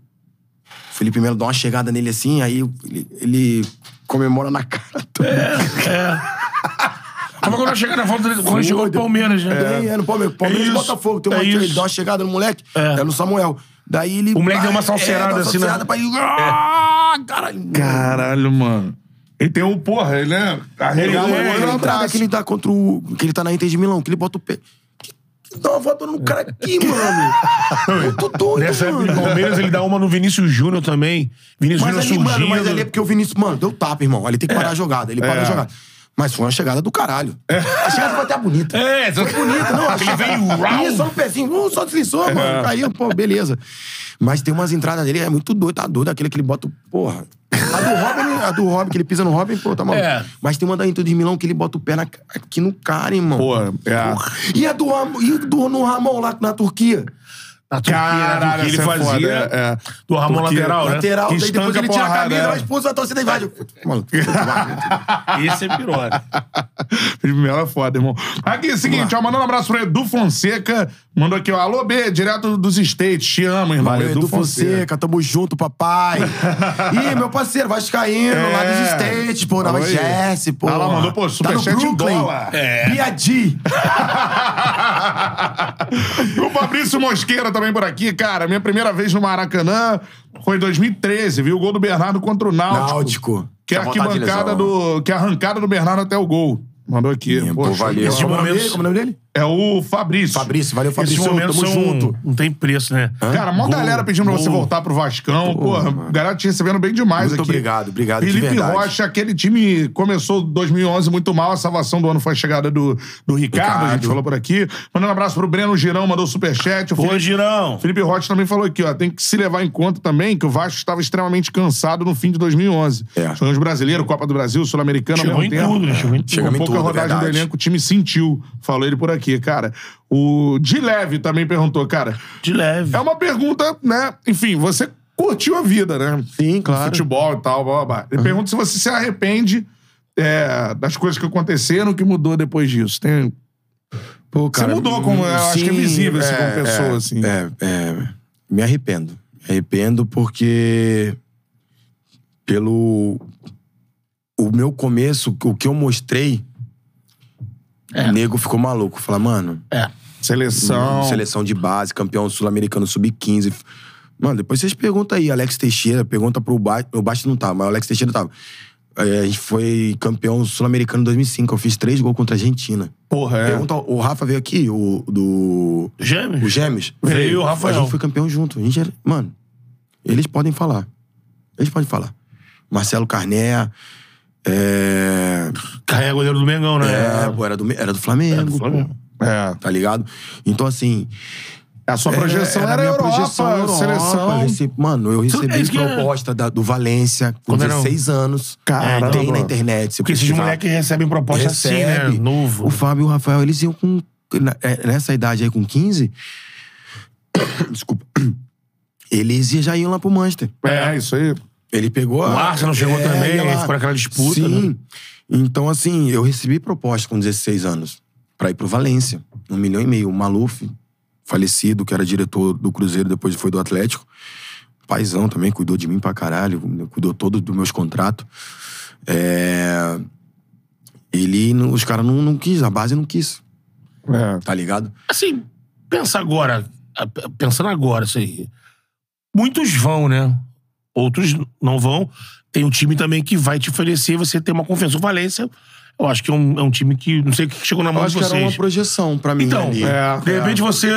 S3: Felipe Melo dá uma chegada nele assim, aí ele, ele comemora na *laughs* cara.
S2: Tava Ah, quando chegou na volta dele. Quando chegou no Palmeiras, né?
S3: É, é no Palmeiras. Palmeiras e
S2: isso,
S3: Botafogo. Tem
S2: é
S3: uma,
S2: isso.
S3: ele dá uma chegada no moleque,
S2: É.
S3: é, no Samuel. Daí ele.
S2: O moleque deu uma
S3: Ah,
S2: salseirada
S3: é, dá uma
S2: assim, né?
S3: salseirada pra ele. Ah, caralho.
S1: Caralho, mano. E tem o porra, ele é...
S3: Ele dá uma
S1: ele é um
S3: outra entrada
S1: braço.
S3: tá que ele dá contra o. Que ele tá na Inter de Milão, que ele bota o pé. Que- que dá uma voadora no
S2: *laughs*
S3: cara aqui, mano. Muito doido,
S2: Nessa época do
S3: mano.
S2: Palmeiras, ele dá uma no Vinícius Júnior também. Vinícius
S3: Mas
S2: Júnior
S3: ali, mano,
S2: surgindo. É.
S3: mas ali é porque o Vinícius, mano, deu tapa, irmão. Ali tem que parar a jogada. Ele parou a jogada. Mas foi uma chegada do caralho. A chegada foi até bonita.
S2: É,
S3: Foi bonita, não.
S2: Ele veio rau.
S3: Isso, só no pezinho. Uh, só deslizou,
S1: É.
S3: mano. Caiu, pô, beleza. Mas tem umas entradas dele, é muito doido. Tá doido aquele que ele bota. o- Porra. A do Robin, a do Robin, que ele pisa no Robin, pô, tá maluco.
S2: É.
S3: Mas tem uma da Inter de Milão que ele bota o pé na- aqui no cara, irmão.
S1: Pô, é.
S3: E a do, Ram- e do no Ramon lá na Turquia.
S2: Na Turquia,
S1: Caralho,
S2: que ele
S1: essa é
S2: fazia.
S1: foda, é, é.
S2: Do Ramon lateral, né?
S3: Lateral,
S1: Que
S3: daí depois
S1: estanca
S3: ele tira a
S1: porrada,
S3: camisa,
S1: é. *laughs*
S3: vai expulsa a torcida e vai. Mano,
S2: Esse é pirote.
S1: Felipe Melo é foda, irmão. Aqui, seguinte, ó, mandando um abraço pro Edu Fonseca. Mandou aqui, ó. Alô, B, direto dos States. Te amo, irmão.
S3: Valeu, Edu Fonseca, tamo
S1: *laughs*
S3: junto, papai. Ih, meu parceiro, Vascaíno,
S1: É.
S3: lá dos States, pô, na
S1: Oi.
S3: Jesse, pô.
S1: Ah, lá, mandou, pô,
S3: tá
S1: superchat
S3: no
S1: em
S3: Brooklyn.
S1: dólar.
S2: É.
S3: Piadi.
S1: *laughs* o Fabrício Mosqueira também por aqui, cara. Minha primeira vez no Maracanã foi em 2013, viu? O gol do Bernardo contra o Náutico.
S3: Náutico.
S1: Que é a
S3: Tinha vontade de
S1: arquibancada
S3: lesão. né?
S1: do. Que é a arrancada do Bernardo até o gol. Mandou aqui.
S3: Pô,
S1: Poxa,
S3: valeu.
S2: esse
S3: Como é o nome
S2: momento-
S3: dele? Como é o nome dele?
S1: É o Fabrício.
S3: Fabrício, valeu,
S2: Esses
S3: Fabrício, tamo
S2: momentos são...
S3: junto.
S2: Não tem preço, né?
S1: Cara, mó
S2: Gol,
S1: galera pedindo pra você
S2: gol.
S1: voltar pro Vascão. Porra,
S3: mano.
S1: galera te recebendo bem demais
S3: Muito
S1: aqui.
S3: obrigado, obrigado, de
S1: Felipe
S3: verdade.
S1: Rocha, aquele time começou 2011 muito mal. A salvação do ano foi a chegada do, do Ricardo, a gente
S3: Ricardo.
S1: falou por aqui. Mandando um abraço pro Breno Girão, mandou superchat. O
S2: Pô,
S1: Felipe,
S2: Girão.
S1: Felipe Rocha também falou aqui, ó. Tem que se levar em conta também que o Vasco estava extremamente cansado no fim de 2011.
S3: É.
S1: Jogamos brasileiro, Copa do Brasil, Sul-Americana, ao
S2: Chegou em
S1: mesmo tempo.
S2: tudo, né? Chegou em tudo.
S3: Chegamos em
S1: Pouca
S3: tudo, é
S1: rodagem
S3: verdade.
S1: do elenco, o time sentiu. Falou ele por aqui, cara. O De Leve também perguntou, cara.
S2: De leve.
S1: É uma pergunta, né? Enfim, você curtiu a vida, né?
S3: Sim, claro.
S1: Futebol e tal, blá, blá, blá.
S2: Uhum.
S1: Ele pergunta se você se arrepende é, das coisas que aconteceram, o que mudou depois disso. Tem...
S3: Pô, cara,
S1: mudou como- eu acho que é visível, assim, como pessoa,
S3: é,
S1: assim.
S3: É, é, me arrependo. Me arrependo porque pelo o meu começo, o que eu mostrei, o nego ficou maluco. Fala, mano,
S2: É.
S1: É. Seleção.
S3: seleção de base, campeão sul-americano sub-15. Mano, depois vocês perguntam aí, Alex Teixeira, pergunta pro Bate. O Bate não tava, mas o Alex Teixeira tava. É, a gente foi campeão sul-americano em 2005. Eu fiz três gols contra a Argentina.
S1: Porra, é.
S3: Pergunta, o Rafa veio aqui, o do.
S2: Gêmeos?
S3: Os gêmeos.
S2: Veio o
S3: A
S2: Rafael.
S3: gente foi campeão junto. A gente era- Mano, eles podem falar. Eles podem falar. Marcelo Carné. É...
S2: Carrega goleiro do Mengão, né?
S3: é, pô, era, do, era do Flamengo.
S2: Era do Flamengo.
S3: pô,
S1: É.
S3: Tá ligado? Então, assim.
S1: A sua projeção
S3: a
S1: era,
S3: minha
S1: Europa,
S3: projeção era Europa. Eu
S1: seleção.
S3: recebi- mano, eu
S2: Isso- é
S3: recebi
S2: isso que é-
S3: proposta da- do Valência com
S2: Quando era-
S3: 16 anos.
S1: Caramba.
S3: Tem na internet. Se
S2: Porque esses
S3: pesquisar.
S2: moleques recebem proposta assim, né?
S3: Recebe.
S2: tipo Novo.
S3: O Fábio e o Rafael, eles iam com. na- é, Nessa idade aí, com 15. *coughs* Desculpa. *coughs* Eles ia- já iam lá pro Manchester.
S1: É, isso aí.
S3: Ele pegou É,
S2: O Arsenal chegou também, é
S3: ia lá.
S2: ficou naquela disputa, né?
S3: Sim. Então, assim, eu recebi proposta com 16 anos pra ir pro Valência. Um milhão e meio. O Maluf, falecido, que era diretor do Cruzeiro, depois foi do Atlético. Paizão também, cuidou de mim pra caralho, cuidou todo dos meus contratos. É... Ele, não- os caras não, não quis, a base não quis,
S1: É.
S3: tá ligado?
S2: Assim, pensa agora. a- Pensando agora, isso aí. Muitos vão, né? Outros não vão. Tem um time também que vai te oferecer, você tem uma confiança. O Valência, eu acho que é um, é um time que. Não sei o que chegou na
S3: Eu
S2: mão de
S3: acho que era uma
S2: vocês.
S3: projeção pra mim
S2: Então,
S3: ali.
S1: É,
S2: de
S1: é.
S2: repente você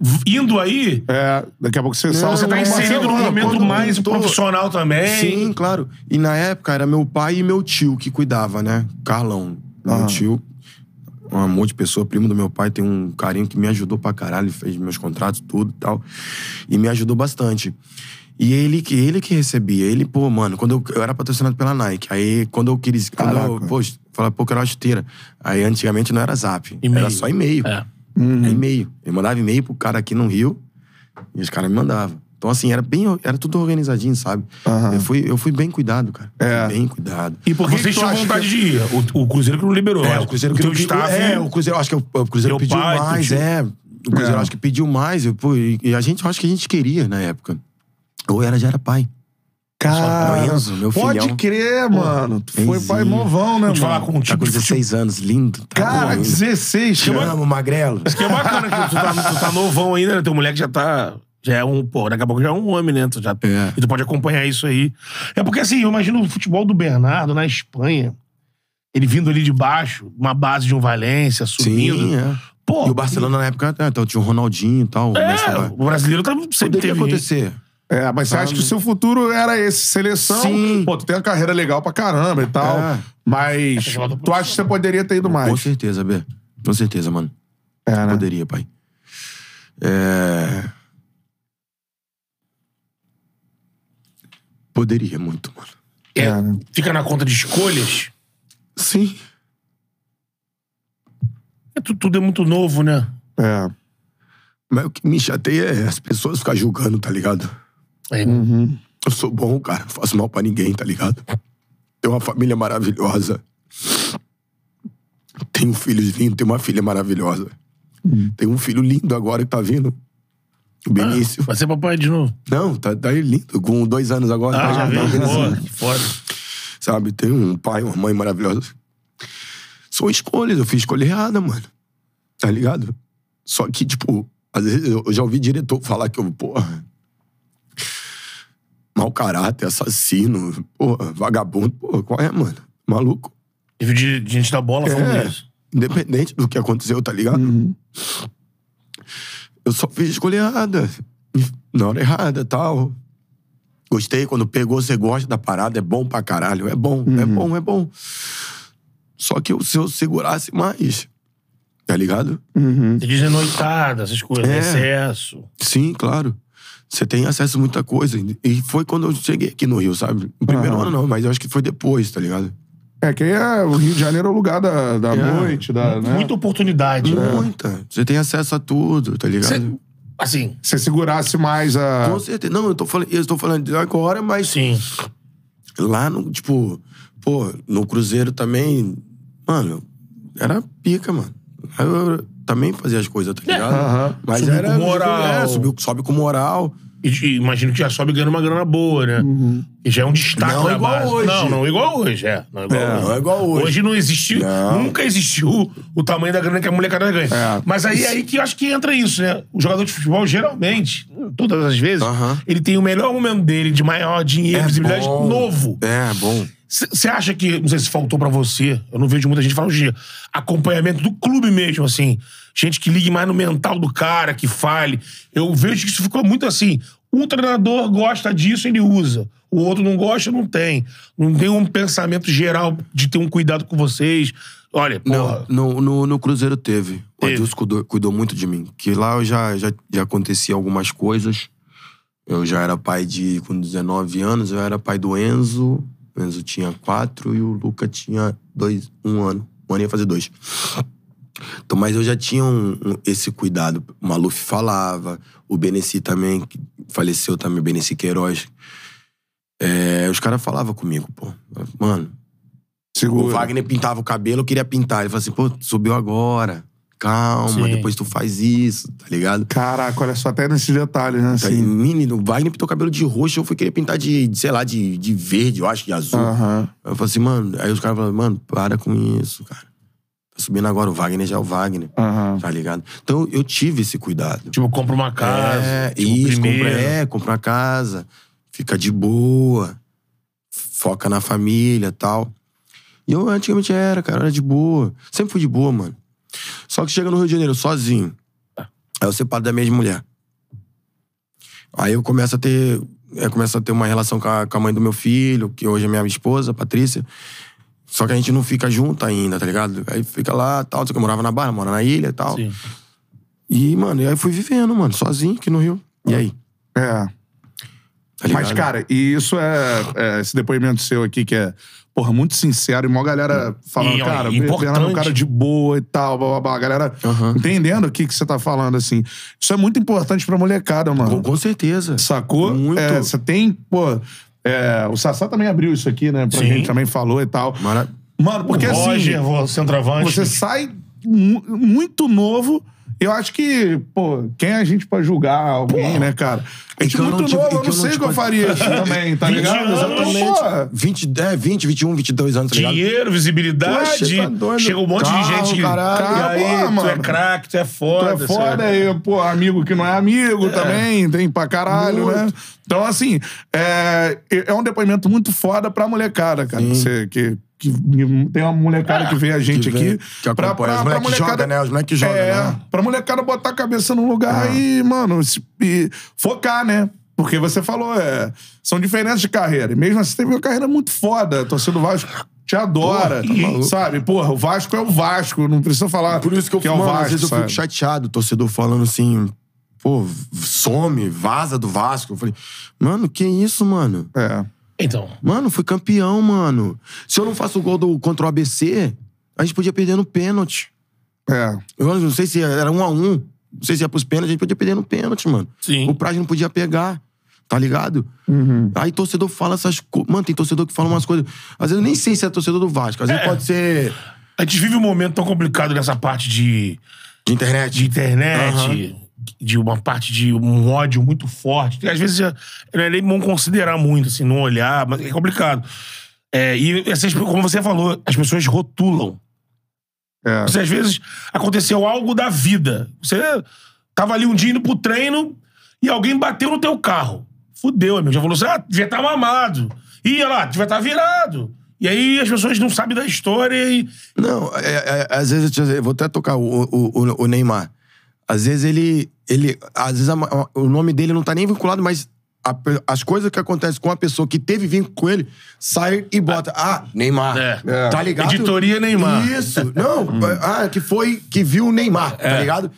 S2: v- indo aí,
S1: É, daqui a pouco você
S3: Não,
S1: salva. Você tá
S3: não, mas
S1: inserido
S2: inserido
S1: no
S2: num
S3: eu-
S1: momento.
S2: momento
S3: quando
S2: mais
S3: eu tô-
S2: profissional também.
S3: Sim, claro. E na época era meu pai e meu tio que cuidava, né? Carlão.
S1: Aham.
S2: Ah.
S3: Meu tio, um amor de pessoa, primo do meu pai, tem um carinho que me ajudou pra caralho, fez meus contratos, tudo e tal. E me ajudou bastante. E ele que, ele que recebia. Ele, pô, mano, quando eu, eu era patrocinado pela Nike. Aí, quando eu queria. Quando eu,
S1: Caraca.
S3: pô, falava, pô, quero uma chuteira. Aí, antigamente não era zap.
S2: E-mail.
S3: Era só e-mail.
S2: É.
S3: Era e-mail. Ele mandava e-mail pro cara aqui no Rio e os caras me mandavam. Então, assim, era bem. Era tudo organizadinho, sabe?
S1: Aham.
S3: Eu, fui, eu fui bem cuidado, cara.
S1: É.
S3: Fui bem cuidado.
S2: E por que
S1: Vocês
S2: vocês tinham
S1: acham
S2: vontade de ir? O, o Cruzeiro que não liberou.
S3: É, o Cruzeiro que
S2: teu
S3: não pediu-
S2: staff-
S3: É, o Cruzeiro, acho que o, o Cruzeiro
S2: Teu
S3: pediu
S2: pai, teu
S3: mais,
S2: tio.
S3: é. O Cruzeiro
S1: É.
S3: acho que pediu mais. E, pô, e- e a gente, eu acho que a gente queria na época. Ou era, já era pai.
S1: Cara,
S3: Enzo, meu
S1: pode
S3: filhão.
S1: crer, mano. Tu foi
S3: Enzinho.
S1: pai novão, né,
S2: Vou te falar
S1: mano?
S2: com um
S3: Tá
S2: tipo
S3: com
S2: de futebol.
S3: 16 anos, lindo. Tá bom
S1: Cara,
S3: ainda.
S1: 16,
S3: Te
S1: cara.
S3: amo, magrelo.
S2: Que é bacana que tu tá, tu tá novão ainda, né? Teu moleque já tá. Já é um, pô, daqui a pouco já é um homem, né? Tu já,
S3: É.
S2: E tu pode acompanhar isso aí. É porque assim, eu imagino o futebol do Bernardo na Espanha. Ele vindo ali de baixo, uma base de um Valência, subindo.
S3: Sim, é.
S2: Pô,
S3: E o Barcelona na época, ah, então tinha o Ronaldinho e tal. o Messi
S2: É,
S3: tava-
S2: o brasileiro tá, sempre
S3: Poderia
S2: teve...
S3: acontecer.
S1: É, mas você acha que o seu futuro era esse? Seleção?
S3: Sim.
S1: Pô, tu tem uma carreira legal pra caramba e tal.
S3: É.
S1: Mas
S2: jogador
S1: tu acha que você poderia ter ido
S3: Com
S1: mais?
S3: certeza, B. Com certeza, mano.
S1: É, né?
S3: Poderia, pai. É... Poderia muito, mano.
S2: É,
S1: É, né?
S2: Fica na conta de escolhas.
S3: Sim.
S2: É, tu- tudo é muito novo, né?
S1: É.
S3: Mas o que me chateia é as pessoas ficarem julgando, tá ligado?
S2: É.
S1: Uhum.
S3: Eu sou bom, cara. Não faço mal pra ninguém, tá ligado? Tenho uma família maravilhosa. Tenho um filho lindo, tenho uma filha maravilhosa.
S1: Hum.
S3: Tenho um filho lindo agora que tá vindo. O Benício.
S2: Vai ser papai de novo.
S3: Não, tá, tá lindo. Com dois anos agora.
S2: Ah,
S3: tá-
S2: já
S3: tá
S2: veio.
S3: vindo assim.
S2: Boa, que foda.
S3: Sabe? Tem um pai, uma mãe maravilhosa. São escolhas, eu fiz escolha errada, mano. Tá ligado? Só que, tipo, às vezes eu eu já ouvi diretor falar que eu, porra. Mau caráter, assassino, porra, vagabundo, porra, qual é, mano? Maluco.
S2: Teve de, de gente da bola falando
S3: É.
S2: isso.
S3: Independente do que aconteceu, tá ligado?
S1: Uhum.
S3: Eu só fiz escolha errada. Na hora errada tal. Gostei, quando pegou, você gosta da parada, é bom pra caralho. É bom, é bom, é bom. Só que eu- se eu segurasse mais. Tá ligado?
S1: Uhum.
S2: Você diz noitada, essas coisas,
S3: É.
S2: excesso.
S3: Sim, claro. Você tem acesso a muita coisa. E foi quando eu cheguei aqui no Rio, sabe? No primeiro
S1: Aham.
S3: ano não, mas eu acho que foi depois, tá ligado?
S1: É que aí é, o Rio de Janeiro é o lugar da, da
S3: É.
S1: noite, da, né?
S2: Muita oportunidade.
S3: Muita. Você tem acesso a tudo, tá ligado?
S2: Você- assim,
S1: Se você segurasse mais a.
S3: Com certeza. Não, eu tô falando, eu tô falando de agora, mas
S2: sim.
S3: lá no, tipo, pô, no Cruzeiro também, mano, era pica, mano. Aí Eu também fazia as coisas, tá ligado?
S1: Aham.
S3: Mas
S2: É. Subiu
S3: era.
S2: com moral.
S3: É, subiu, sobe com moral.
S2: E, e imagino que já sobe ganhando uma grana boa, né? E já é um destaque
S3: Uhum. Não
S2: da
S3: igual
S2: base.
S3: hoje.
S2: Não, não igual hoje, é. Não igual,
S3: É,
S2: hoje.
S3: não é igual hoje.
S2: Hoje não existiu,
S3: Não.
S2: nunca existiu o tamanho da grana que a molecada ganha.
S1: É.
S2: Mas aí, aí que eu acho que entra isso, né? O jogador de futebol, geralmente, todas as vezes,
S3: Aham. É
S2: ele tem o melhor momento dele, de maior dinheiro, visibilidade,
S3: bom.
S2: novo.
S3: É, bom.
S2: Você acha que, não sei se faltou pra você, eu não vejo muita gente falando de acompanhamento do clube mesmo, assim. Gente que ligue mais no mental do cara, que fale. Eu vejo que isso ficou muito assim. Um treinador gosta disso, ele usa. O outro não gosta, não tem. Não tem um pensamento geral de ter um cuidado com vocês. Olha,
S3: Não,
S2: porra.
S3: no, no, no Cruzeiro teve. O
S2: Teve.
S3: Adilson cuidou, cuidou muito de mim. Que lá eu já, já, já acontecia algumas coisas. Eu já era pai de. Com 19 anos, eu era pai do Enzo. O Enzo tinha quatro e o Luca tinha dois, um ano. Um ano ia fazer dois. Então, mas eu já tinha um- um- esse cuidado. O Maluf falava, o Beneci também, que faleceu também, o Beneci Queiroz. É, os caras falavam comigo, pô. Mano, o
S1: Segura.
S3: Wagner pintava o cabelo, eu queria pintar. Ele falou assim, pô, subiu agora. Calma,
S2: Sim.
S3: depois tu faz isso, tá ligado?
S1: Caraca, olha só, até nesses detalhes, né?
S3: Tá, e,
S1: Assim.
S3: menino, o Wagner pintou o cabelo de roxo, eu fui querer pintar de, de, sei lá, de, de verde, eu acho, de azul.
S1: Aham.
S3: Aí Eu falei assim, mano, aí os caras falaram, mano, para com isso, cara. Tá subindo agora, o Wagner já é o Wagner,
S1: Aham.
S3: tá ligado? Então eu tive esse cuidado.
S2: Tipo, compra uma casa.
S3: É,
S2: tipo,
S3: isso, compra,
S2: primeiro.
S3: é, compra uma casa, fica de boa, foca na família e tal. E eu antigamente era, cara, era de boa. Sempre fui de boa, mano. Só que chega no Rio de Janeiro sozinho. Aí eu separo da mesma mulher. Aí eu começo a ter. Eu começo a ter uma relação com a, com a mãe do meu filho, que hoje é minha esposa, Patrícia. Só que a gente não fica junto ainda, tá ligado? Aí fica lá, tal, só que eu morava na barra, mora na ilha e tal.
S2: Sim.
S3: E, mano, e aí fui vivendo, mano, sozinho aqui no Rio. E aí?
S1: É.
S3: Tá ligado?
S1: Mas, cara, e isso é, é, Esse depoimento seu aqui que é, porra, muito sincero e mó
S3: Hum.
S1: galera falando,
S2: E, ó,
S1: cara,
S2: é
S1: o Bernardo é um
S2: importante.
S1: cara de boa e tal, blá blá blá. A galera
S3: Aham.
S1: entendendo o que, que você tá falando, assim. Isso é muito importante pra molecada, mano.
S3: Com, com certeza.
S1: Sacou?
S3: Muito.
S1: É, Você tem, pô. é, o Sassá também abriu isso aqui, né? Pra
S2: Sim.
S1: gente também falou e tal.
S3: Mara...
S1: Mano, porque
S2: Porque
S1: assim.
S2: Roger, assim, centroavante.
S1: Você sai mu- muito novo. Eu acho que, pô, quem é a gente pra julgar alguém, né, cara? A gente
S3: que eu
S1: muito
S3: não te-
S1: novo,
S3: é que
S1: eu não
S3: eu não
S1: sei o
S3: te
S1: que eu
S3: con-
S1: faria
S3: *laughs*
S1: isso também, tá
S2: 20
S1: ligado?
S2: anos.
S1: Então, porra,
S3: 20, é, 20, 21, 22 anos, tá ligado?
S2: Dinheiro,
S3: Poxa,
S2: visibilidade.
S3: tá doido.
S2: Chega um monte de
S3: Carro,
S2: gente que.
S3: caralho.
S2: e aí,
S1: Caralho,
S2: tu é
S1: mano.
S2: craque, tu é
S1: tu
S2: foda.
S1: é foda,
S2: sabe?
S1: e, pô, amigo que não é amigo também, tem pra caralho, né? é Então, assim, é, é um depoimento muito foda pra molecada, cara, que, você- que, que tem uma molecada que vê a gente
S3: É, que vem-
S1: aqui.
S3: que acompanha. Os moleque joga, né? Os moleque joga,
S1: é,
S3: né? É.
S1: Pra molecada botar a cabeça num lugar e, mano, se- e focar, né? Porque você falou, é, são diferenças de carreira. E mesmo assim, teve uma carreira muito foda. A torcida do Vasco te adora,
S3: Porra, tá maluco.
S1: sabe? Porra, o Vasco é o Vasco, não precisa falar
S3: Por isso que eu,
S1: é o
S3: mano,
S1: Vasco,
S3: às vezes eu
S1: sabe?
S3: fico chateado, torcedor falando assim, pô, some, vaza do Vasco. Eu falei, mano, que isso, mano?
S1: É.
S2: Então.
S3: Mano, fui campeão, mano. Se eu não faço o gol do, contra o ABC, a gente podia perder no pênalti.
S1: É,
S3: Eu não sei se era um a um, não sei se ia pros pênaltis, a gente podia perder no pênalti, mano.
S2: Sim.
S3: O Praz não podia pegar, tá ligado? Aí torcedor fala essas coisas. Mano, tem torcedor que fala umas coisas. Às vezes eu nem sei se é torcedor do Vasco, às vezes
S2: É.
S3: pode ser
S2: A gente vive um momento tão complicado nessa parte de,
S3: de internet.
S2: de internet, de uma parte de um ódio muito forte. Às vezes já- não é nem bom considerar muito, assim, não olhar, mas é complicado. É, e essas, como você falou, as pessoas rotulam.
S1: é.
S2: Você, às vezes aconteceu algo da vida. Você tava ali um dia indo pro treino e alguém bateu no teu carro. Fudeu, amigo. Já falou assim: ah, devia estar mamado. Ih, olha lá, devia estar virado. E aí as pessoas não sabem da história e.
S3: Não, é- é- às vezes eu, te- eu vou até tocar o, o- o- o Neymar. Às vezes ele. ele às vezes a ma- a- o nome dele não tá nem vinculado, mas a pe- as coisas que acontecem com a pessoa que teve vínculo com ele, sai e bota. Ah, Neymar.
S2: É.
S3: Tá ligado?
S2: Editoria Neymar. *laughs*
S3: Isso. Não, ah, que foi. Que viu o Neymar,
S2: É.
S3: tá ligado?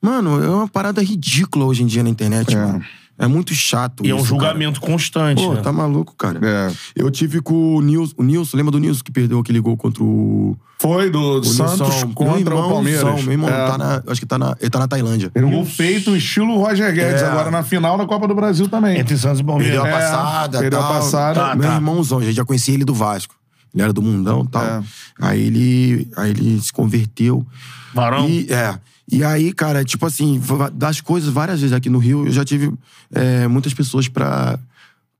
S3: Mano, é uma parada ridícula hoje em dia na internet,
S1: É.
S3: mano. É muito chato.
S2: E é um
S3: isso,
S2: julgamento constante.
S3: Cara. Pô,
S2: né?
S3: tá maluco, cara.
S1: É.
S3: Eu tive com o Nilson. O Nilson, lembra do Nilson que perdeu aquele gol contra o.
S1: Foi do
S3: O
S1: Santos
S3: Nilson,
S1: contra
S3: meu irmãozão,
S1: o Palmeiras.
S3: Meu irmão,
S1: é.
S3: tá na, acho que tá na, ele tá na Tailândia.
S1: Ele é um gol feito estilo Roger Guedes
S3: É.
S1: agora na final da Copa do Brasil também.
S2: Entre Santos e Palmeiras.
S3: Perdeu a
S1: É,
S3: passada,
S1: perdeu a
S3: tal.
S1: passada.
S2: Tá,
S3: Meu
S2: tá.
S3: irmãozão, gente, já conhecia ele do Vasco. Ele era do Mundão e tal.
S1: É.
S3: Aí, ele, aí ele se converteu.
S2: Varão.
S3: E, é. E aí, cara, tipo assim, va- das coisas várias vezes aqui no Rio, eu já tive é, muitas pessoas pra,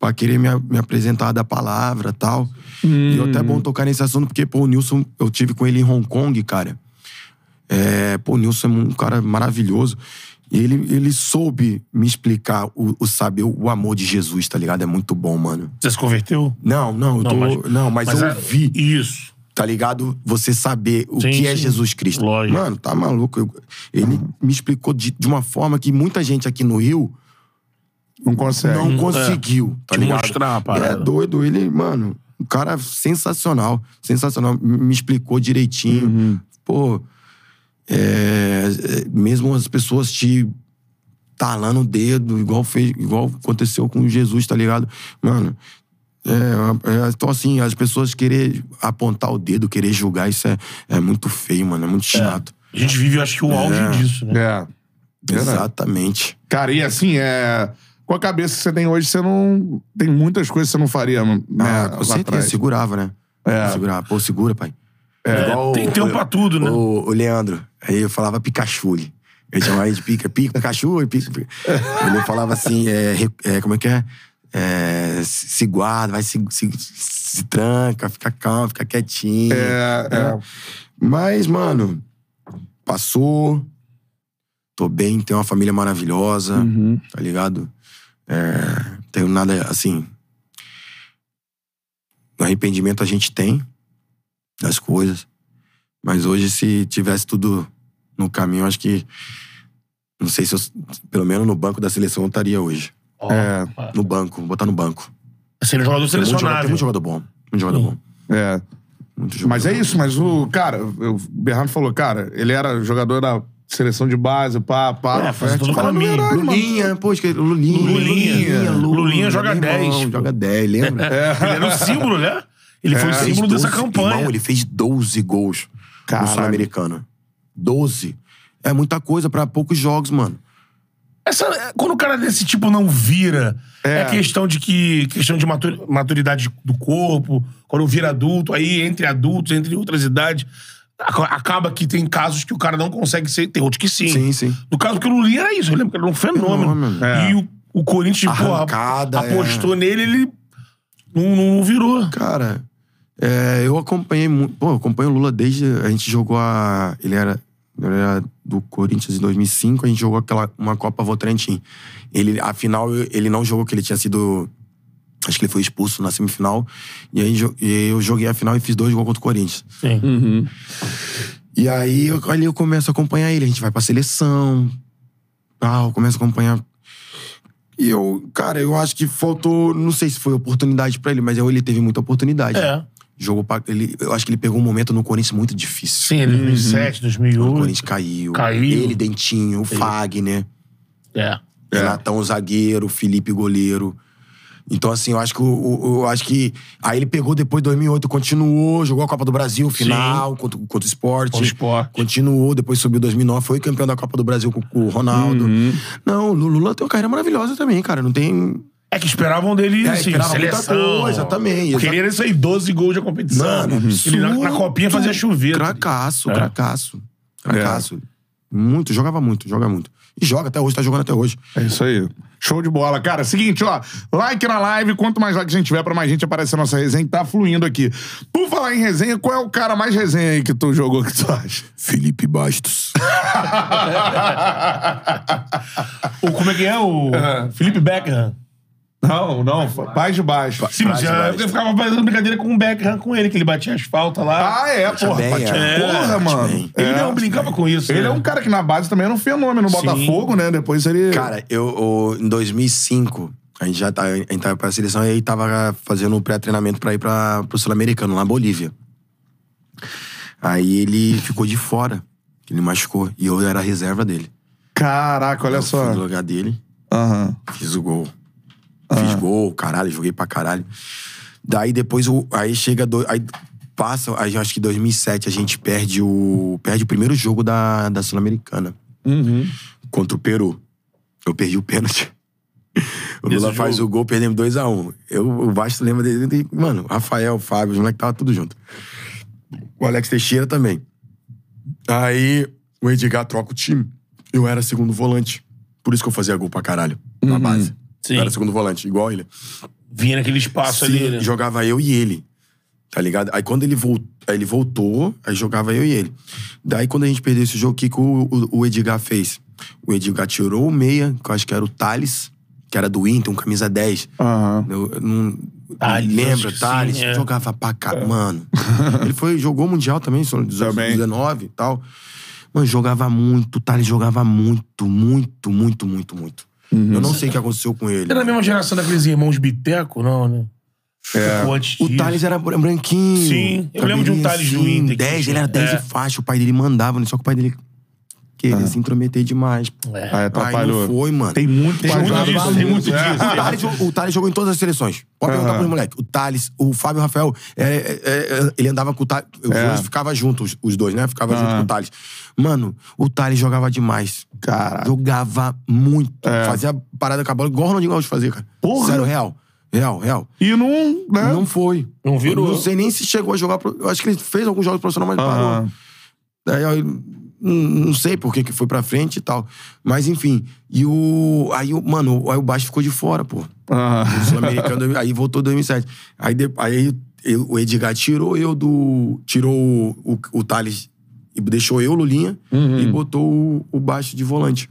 S3: pra querer me, a- me apresentar da palavra tal. E eu até bom tocar nesse assunto, porque, pô, o Nilson, eu tive com ele em Hong Kong, cara. É, pô, o Nilson é um cara maravilhoso. E ele, ele soube me explicar o, o saber, o amor de Jesus, tá ligado? É muito bom, mano.
S2: Você se converteu?
S3: Não, não, eu tô. não, mas, é eu
S2: a-
S3: ouvi
S2: Isso.
S3: tá ligado? Você saber o
S2: Sim,
S3: que é
S2: sim.
S3: Jesus Cristo.
S2: Lógico.
S3: Mano, tá maluco. Eu- ele me explicou de, de uma forma que muita gente aqui no Rio
S1: Não consegue.
S3: não conseguiu.
S2: Hum, é.
S3: Tá
S2: Te
S3: ligado?
S2: mostrar a parada.
S3: É doido. Ele, mano, um cara sensacional. Sensacional. Me me explicou direitinho. Pô, é, é, mesmo as pessoas te talando o dedo, igual, fez, igual aconteceu com Jesus, tá ligado? Mano, é, é, então assim, as pessoas querer apontar o dedo, querer julgar, isso é, é muito feio, mano, é muito chato.
S2: A gente vive, eu acho que, o auge disso, né?
S1: É. Verdade.
S3: Exatamente.
S1: Cara, e assim, é... com a cabeça que você tem hoje, você não. Tem muitas coisas que você não faria. Né,
S3: Ah,
S1: lá
S3: com certeza,
S1: atrás.
S3: segurava, né?
S1: É.
S3: Segurava. Pô, segura, pai.
S2: É,
S3: Igual
S2: tem
S3: o-
S2: tempo pra tudo, né?
S3: O, o Leandro, aí eu falava Pikachu. ele. Eu chamava ele de pica, pica, Pikachu, e pica, pica. Ele falava assim, é, re- é, como é que é? É, se se guarda, vai se, se, se tranca, fica calmo, fica quietinho.
S1: É,
S3: né?
S1: é.
S3: Mas, mano, passou. Tô bem, tenho uma família maravilhosa,
S1: Uhum.
S3: tá ligado? É, tenho nada assim. Arrependimento a gente tem das coisas. Mas hoje, se tivesse tudo no caminho, acho que. Não sei se eu. Pelo menos no banco da seleção eu estaria hoje.
S2: Ó,
S1: É.
S3: No banco, vou botar no banco.
S2: Assim, ele é jogador
S3: Tem muito, jogador, tem
S2: selecionável.
S3: muito jogador bom. Muito jogador
S2: Sim.
S3: bom.
S1: é.
S3: Muito jogador
S1: Mas é
S3: bom.
S1: isso, mas o. Cara, o Bernardo falou, cara, ele era jogador da seleção de base, pá, pá.
S2: É, fazia todo o
S1: Fala a
S2: caminho.
S1: verdade, mano.
S3: Lulinha, pô, esqueci, Lulinha.
S2: Lulinha.
S3: Lu-
S2: Lulinha joga
S3: meu irmão,
S2: 10, pô.
S3: Joga
S2: *laughs*
S3: 10, lembra?
S2: Ele era o símbolo, né? Ele foi o
S3: Fez
S2: símbolo dessa
S3: 12,
S2: campanha.
S3: É, Irmão, ele fez 12 gols
S1: Caralho.
S3: no Sul-Americano. 12. É muita coisa pra poucos jogos, mano.
S2: Essa, é, quando o cara desse tipo não vira, é, questão de que. questão de maturi- maturidade do corpo, quando vira adulto, aí entre adultos, entre outras idades. ac- Acaba que tem casos que o cara não consegue ser, tem outros que sim.
S3: sim.
S2: No caso que o Lulinha era isso, eu lembro que ele era um fenômeno.
S3: Fenômeno.
S1: É.
S2: E o, o Corinthians, porra,
S3: Arrancada, é.
S2: Tipo, apostou nele, ele não, não virou.
S3: Cara, é, eu acompanhei muito. Pô, eu acompanho o Lula desde. A gente jogou a. Ele era, ele era do Corinthians em 2005, a gente jogou aquela, uma Copa Votorantim. Ele, afinal, ele não jogou, que ele tinha sido Acho que ele foi expulso na semifinal. E aí jo- e eu joguei a final e fiz dois gols contra o Corinthians.
S2: Sim.
S3: E aí eu, ali eu começo a acompanhar ele. A gente vai pra seleção. Tal, começo a acompanhar. E eu, cara, eu acho que faltou. Não sei se foi oportunidade pra ele, mas eu- ele teve muita oportunidade.
S2: É.
S3: Jogou pra, ele, eu acho que ele pegou um momento no Corinthians muito difícil.
S2: Sim, é 2007,
S3: O
S2: 2008.
S3: Uhum. Corinthians caiu.
S2: Caiu.
S3: Ele, Dentinho, Fagner,
S2: É.
S3: Renatão, zagueiro, Felipe, goleiro. Então, assim, eu acho que. o- o- eu acho que aí ele pegou depois, 2008, continuou, jogou a Copa do Brasil, final, contra, contra o esporte.
S2: Com o esporte.
S3: Continuou, depois subiu 2009, foi campeão da Copa do Brasil com com o Ronaldo.
S2: Uhum.
S3: Não, o Lula tem uma carreira maravilhosa também, cara. Não tem.
S2: É que esperavam dele,
S3: É,
S2: assim,
S3: esperava muita
S2: seleção.
S3: coisa também,
S2: Porque ele era isso aí, 12 gols de competição.
S3: Mano,
S2: ele na, na
S3: absurdo.
S2: copinha fazia chover.
S3: Cracaço,
S2: É.
S3: cracaço. Cracaço. Muito, jogava muito, joga muito. E joga até hoje, tá jogando até hoje.
S1: É isso aí. Show de bola. Cara, seguinte, ó. Like na live. Quanto mais like a gente tiver, pra mais gente aparecer a nossa resenha que tá fluindo aqui. Por falar em resenha, qual é o cara mais resenha aí que tu jogou que tu acha? *laughs*
S3: Felipe Bastos.
S2: O, como é que é? O Felipe Beckham.
S1: Não, não. Paz de baixo.
S2: Sim, mas
S3: Faz mais.
S2: eu ficava fazendo brincadeira com o Beckham com ele, que ele batia as faltas lá.
S1: Ah, é, porra.
S3: bem,
S1: Bate-
S3: é.
S1: Porra,
S3: É,
S1: mano.
S3: bate bem.
S1: É.
S2: ele não brincava com isso.
S1: Ele
S2: né?
S1: é um cara que na base também era um fenômeno no
S2: Sim.
S1: Botafogo, né? Depois ele.
S3: Cara, eu, eu- em 2005, a gente já tá, a gente tava pra seleção e aí tava fazendo um pré-treinamento pra ir pra, pro Sul-Americano, lá na Bolívia. Aí ele ficou de fora, que ele machucou. E eu era a reserva dele.
S1: Caraca, olha
S3: eu
S1: só.
S3: Fui no lugar dele,
S1: Aham.
S3: fiz o gol. Fiz gol, caralho, joguei pra caralho. Daí depois, o, aí chega... Do, aí passa, aí eu acho que 2007, a gente perde o, perde o primeiro jogo da, da Sul-Americana.
S1: Uhum.
S3: contra o Peru. Eu perdi o pênalti. O
S2: Nesse
S3: Lula
S2: jogo?
S3: faz o gol, perdemos 2x1. Eu, o Vasco lembra dele. Mano, Rafael, Fábio, os moleques tava tudo junto. O Alex Teixeira também. Aí o Edgar troca o time. Eu era segundo volante. Por isso que eu fazia gol pra caralho. Na base.
S2: Uhum. Sim.
S3: Eu era segundo volante, igual ele.
S2: Vinha naquele espaço
S3: Sim,
S2: ali, né?
S3: Jogava eu e ele. Tá ligado? Aí quando ele voltou, aí ele voltou, aí jogava eu e ele. Daí quando a gente perdeu esse jogo, o que, que o, o- o Edgar fez? O Edgar tirou o meia, que eu acho que era o Thales, que era do Inter, um camisa 10.
S1: Aham.
S3: Eu, eu não
S2: Thales,
S3: não
S2: acho
S3: lembro,
S2: que
S3: Thales.
S2: sim, é.
S3: Jogava pra cá, mano. Ele foi, jogou Mundial também, só nos anos
S1: Também.
S3: 19 e tal. Mano, jogava muito, Thales jogava muito, muito, muito, muito, muito.
S1: Uhum.
S3: Eu não sei o que aconteceu com ele.
S2: Era na mesma geração daqueles irmãos Biteco, não, né?
S1: É.
S2: Ficou antes
S3: O
S2: disso.
S3: Thales era bran- branquinho.
S2: Sim, eu lembro de um
S3: cabelinho
S2: Thales do Inter que
S3: 10, ele era
S2: tinha.
S3: 10
S2: É.
S3: e faixa. O pai dele mandava, né? só que o pai dele queria se intrometer demais.
S1: Aí
S2: É.
S3: Aí
S1: Ah. atrapalhou.
S3: não foi, mano.
S1: Tem muito
S2: Tem muito
S1: quadrado
S2: disso,
S1: maluco,
S2: tem muito
S1: né?
S2: disso.
S3: Ah, O Thales, o Thales jogou em todas as seleções. Pode perguntar
S1: Aham.
S3: pros moleques. O Thales, o Fábio Rafael, é, é, é, ele andava com o Thales. Os
S1: É.
S3: dois ficava junto, os, os dois, né? Ficava junto
S1: Aham.
S3: com o Thales. Mano, o Thales jogava demais.
S1: Caraca.
S3: Jogava muito.
S1: É.
S3: Fazia parada com a bola, igual o Ronaldinho Gaúcho fazia, cara.
S1: Porra.
S3: Sério, real. Real, real.
S1: E não. Né?
S3: Não foi.
S2: Não virou.
S3: Eu não sei nem se chegou a jogar. pro- Eu acho que ele fez alguns jogos profissionais, mas
S1: Aham.
S3: parou. Daí eu não, não sei por que que foi pra frente e tal. Mas enfim. E o. Aí, o, mano, aí o Baixo ficou de fora, pô.
S1: Aham.
S3: O Sul-Americano, aí voltou em 2007. Aí, de- aí eu- o Edgar tirou eu do. Tirou o, o, o Thales e deixou eu, Lulinha, e botou o, o Baixo de volante.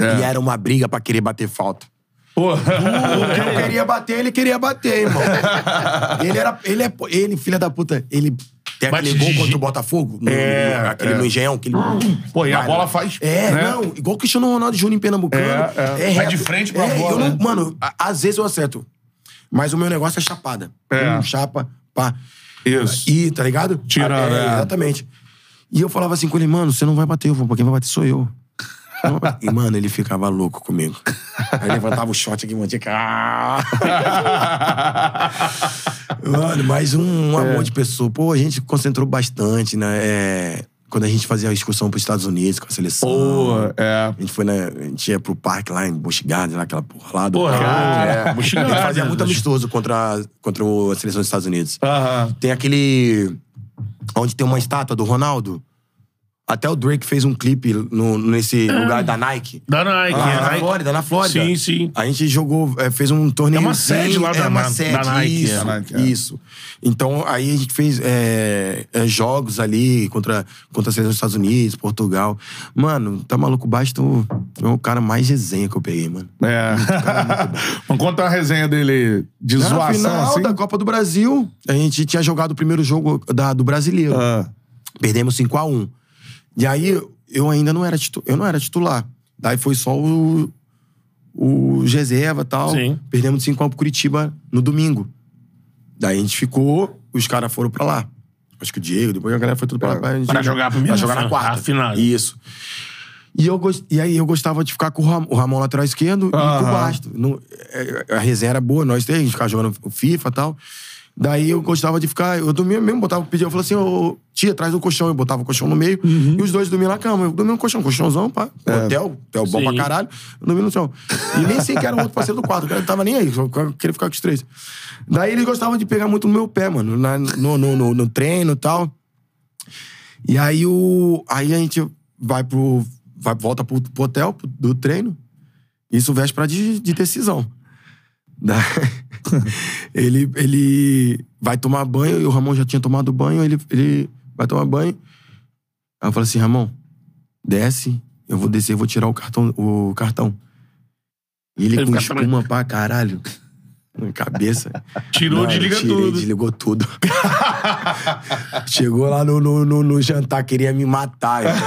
S1: Uhum. É.
S3: E era uma briga pra querer bater falta.
S1: *laughs* Porra.
S3: Porque eu queria bater, ele queria bater, irmão.
S1: *laughs*
S3: ele era. Ele é. po- Ele, filha da puta, ele. Tem
S2: Bate
S3: aquele gol
S2: de
S3: contra
S2: gi-
S3: o Botafogo, no-
S1: É,
S3: no- aquele
S1: é.
S3: no Engenhão, aquele.
S1: Pô, e a
S3: Vai,
S1: bola
S3: né?
S1: faz.
S3: É,
S1: né?
S3: não, igual o Cristiano Ronaldo Júnior em Pernambucano.
S1: É, é.
S3: é
S2: Vai
S3: reto.
S2: de frente pra
S3: É,
S2: bola,
S3: eu não-
S2: né?
S3: Mano, a- às vezes eu acerto. Mas o meu negócio é chapada.
S1: É.
S3: Um chapa, pá.
S1: Isso.
S3: E, tá ligado?
S1: Tira,
S3: é,
S1: né?
S3: Exatamente. E eu falava assim com ele, mano, você não vai bater, eu vou, quem vai bater sou eu. Não vai bater. E, mano, ele ficava louco comigo. Aí levantava o shot aqui, mantinha. Ah! Mano, mas um
S2: É.
S3: amor de pessoa. Pô, a gente concentrou bastante, né? É, quando a gente fazia a excursão pros Estados Unidos com a seleção.
S1: Boa, é.
S3: A gente foi na. A gente ia pro parque lá em Busch Gardens, lá, aquela porra lá do
S2: Porra, é.
S3: parque,
S2: cara,
S3: né?
S2: Busch
S3: A gente fazia
S2: Gardens.
S3: muito amistoso contra, a- contra a seleção dos Estados Unidos.
S1: Aham.
S3: Tem aquele. Onde tem uma estátua do Ronaldo. Até o Drake fez um clipe no- nesse lugar da Nike.
S2: Da Nike.
S3: Lá
S2: é,
S3: Ah, na
S2: Nike.
S3: Flórida, na Flórida.
S2: Sim, sim.
S3: A gente jogou, é, fez um torneio.
S2: É uma sede lá da-
S3: é uma
S2: da-
S3: sede,
S2: da Nike,
S3: Isso,
S1: é, da Nike, é.
S3: isso. Então, aí a gente fez é, é, jogos ali contra, contra a seleção dos Estados Unidos, Portugal. Mano, tá maluco? Basta o, é o cara mais resenha que eu peguei, mano.
S1: É. Vamos contar a resenha dele de
S3: Na
S1: zoação
S3: final
S1: assim.
S3: da Copa do Brasil, a gente tinha jogado o primeiro jogo da- do brasileiro.
S1: Ah,
S3: Perdemos 5x1. E aí, eu ainda não era, titu- eu não era titular. Daí foi só o, o reserva e tal.
S2: Sim.
S3: Perdemos 5x1 pro Curitiba no domingo. Daí a gente ficou, os caras foram pra lá. Acho que o Diego, depois a galera foi tudo
S1: É,
S3: pra lá. pra gente-
S2: pra jogar a primeira
S3: Pra jogar na
S2: final,
S3: quarta.
S2: a final.
S3: Isso. E, eu gos- e aí eu gostava de ficar com o, Ram- o Ramon lateral esquerdo e com o
S1: Aham.
S3: Basto. No- é, a resenha era boa, nós três, a gente ficava jogando FIFA e tal. Daí eu gostava de ficar, eu dormia mesmo, botava, pedia, eu falava assim, ô, tia, traz o colchão. Eu botava o colchão no meio e os dois dormiam na cama. Eu dormia no colchão, colchãozão, pá. Hotel, hotel bom
S2: Sim.
S3: pra caralho. Eu dormia no chão. E nem sei que era o outro parceiro do quarto, o cara não tava nem aí, só queria ficar com os três. Daí eles gostavam de pegar muito no meu pé, mano, na- no, no, no, no treino e tal. E aí o. Aí a gente vai pro. Vai, volta pro, pro hotel pro- do treino. Isso véspera de, de decisão. Da- *laughs* ele, ele vai tomar banho, e o Ramon já tinha tomado banho, ele, ele vai tomar banho. Aí eu falo assim, Ramon, desce, eu vou descer, eu vou tirar o cartão. O cartão. E ele,
S2: Ele
S3: com
S2: fica também.
S3: espuma pra caralho. Na cabeça.
S2: Tirou,
S3: Não,
S2: desliga
S3: eu tirei,
S2: tudo. *laughs*
S3: Desligou tudo. Chegou lá no, no, no- no jantar, queria me
S2: *laughs*
S3: matar. irmão.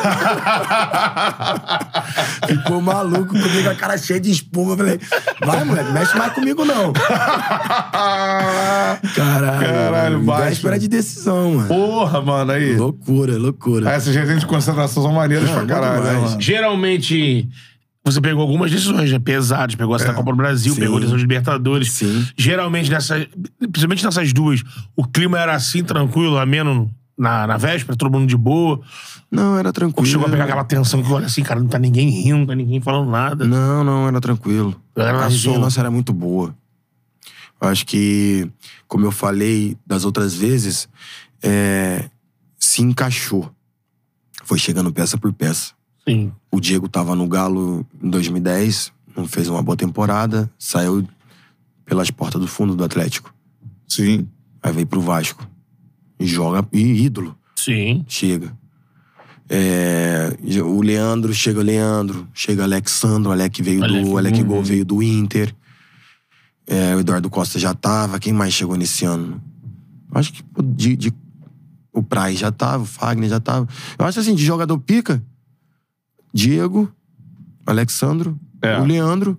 S3: Ficou maluco comigo, a cara cheia de espuma. Eu falei, vai, moleque, mexe mais comigo, não. Caralho.
S1: Caralho,
S3: mano,
S1: baixo.
S3: Véspera de decisão, mano.
S1: *laughs* porra, mano, aí.
S3: Loucura, loucura.
S1: Essas resenhas Ah, de concentração são maneiras
S3: É,
S1: pra
S3: bom
S1: caralho, né,
S3: demais.
S1: mano?
S2: Geralmente, você pegou algumas decisões né, pesadas. Pegou essa da Copa do Brasil,
S3: É. Sim.
S2: pegou a decisão de Libertadores.
S3: Sim.
S2: Geralmente, nessa, principalmente nessas duas, o clima era assim, tranquilo, ameno na, na véspera, todo mundo de boa.
S3: Não, era
S2: Ou
S3: tranquilo.
S2: chegou a pegar aquela tensão que olha assim, cara, não tá ninguém rindo, não tá ninguém falando nada.
S3: Não, não, era tranquilo.
S2: Era
S3: a
S2: mais
S3: resenha
S2: zoom.
S3: nossa era muito boa. Eu Acho que, como eu falei das outras vezes, é, se encaixou. Foi chegando peça por peça.
S2: Sim.
S3: O Diego tava no Galo em 2010, não fez uma boa temporada, saiu pelas portas do fundo do Atlético.
S1: Sim.
S3: Aí veio pro Vasco. E joga, e ídolo
S2: Sim.
S3: chega. É, o Leandro, chega o Leandro, chega Alexandro, o Alec veio
S2: Alec
S3: do. Alec
S2: Gol,
S3: Gol
S2: né?
S3: veio do Inter. É, o Eduardo Costa já tava. Quem mais chegou nesse ano? Acho que pô, de, de- o Praz já tava, o Fagner já tava. Eu acho assim, de jogador pica, Diego, Alexandro,
S1: É.
S3: o Leandro,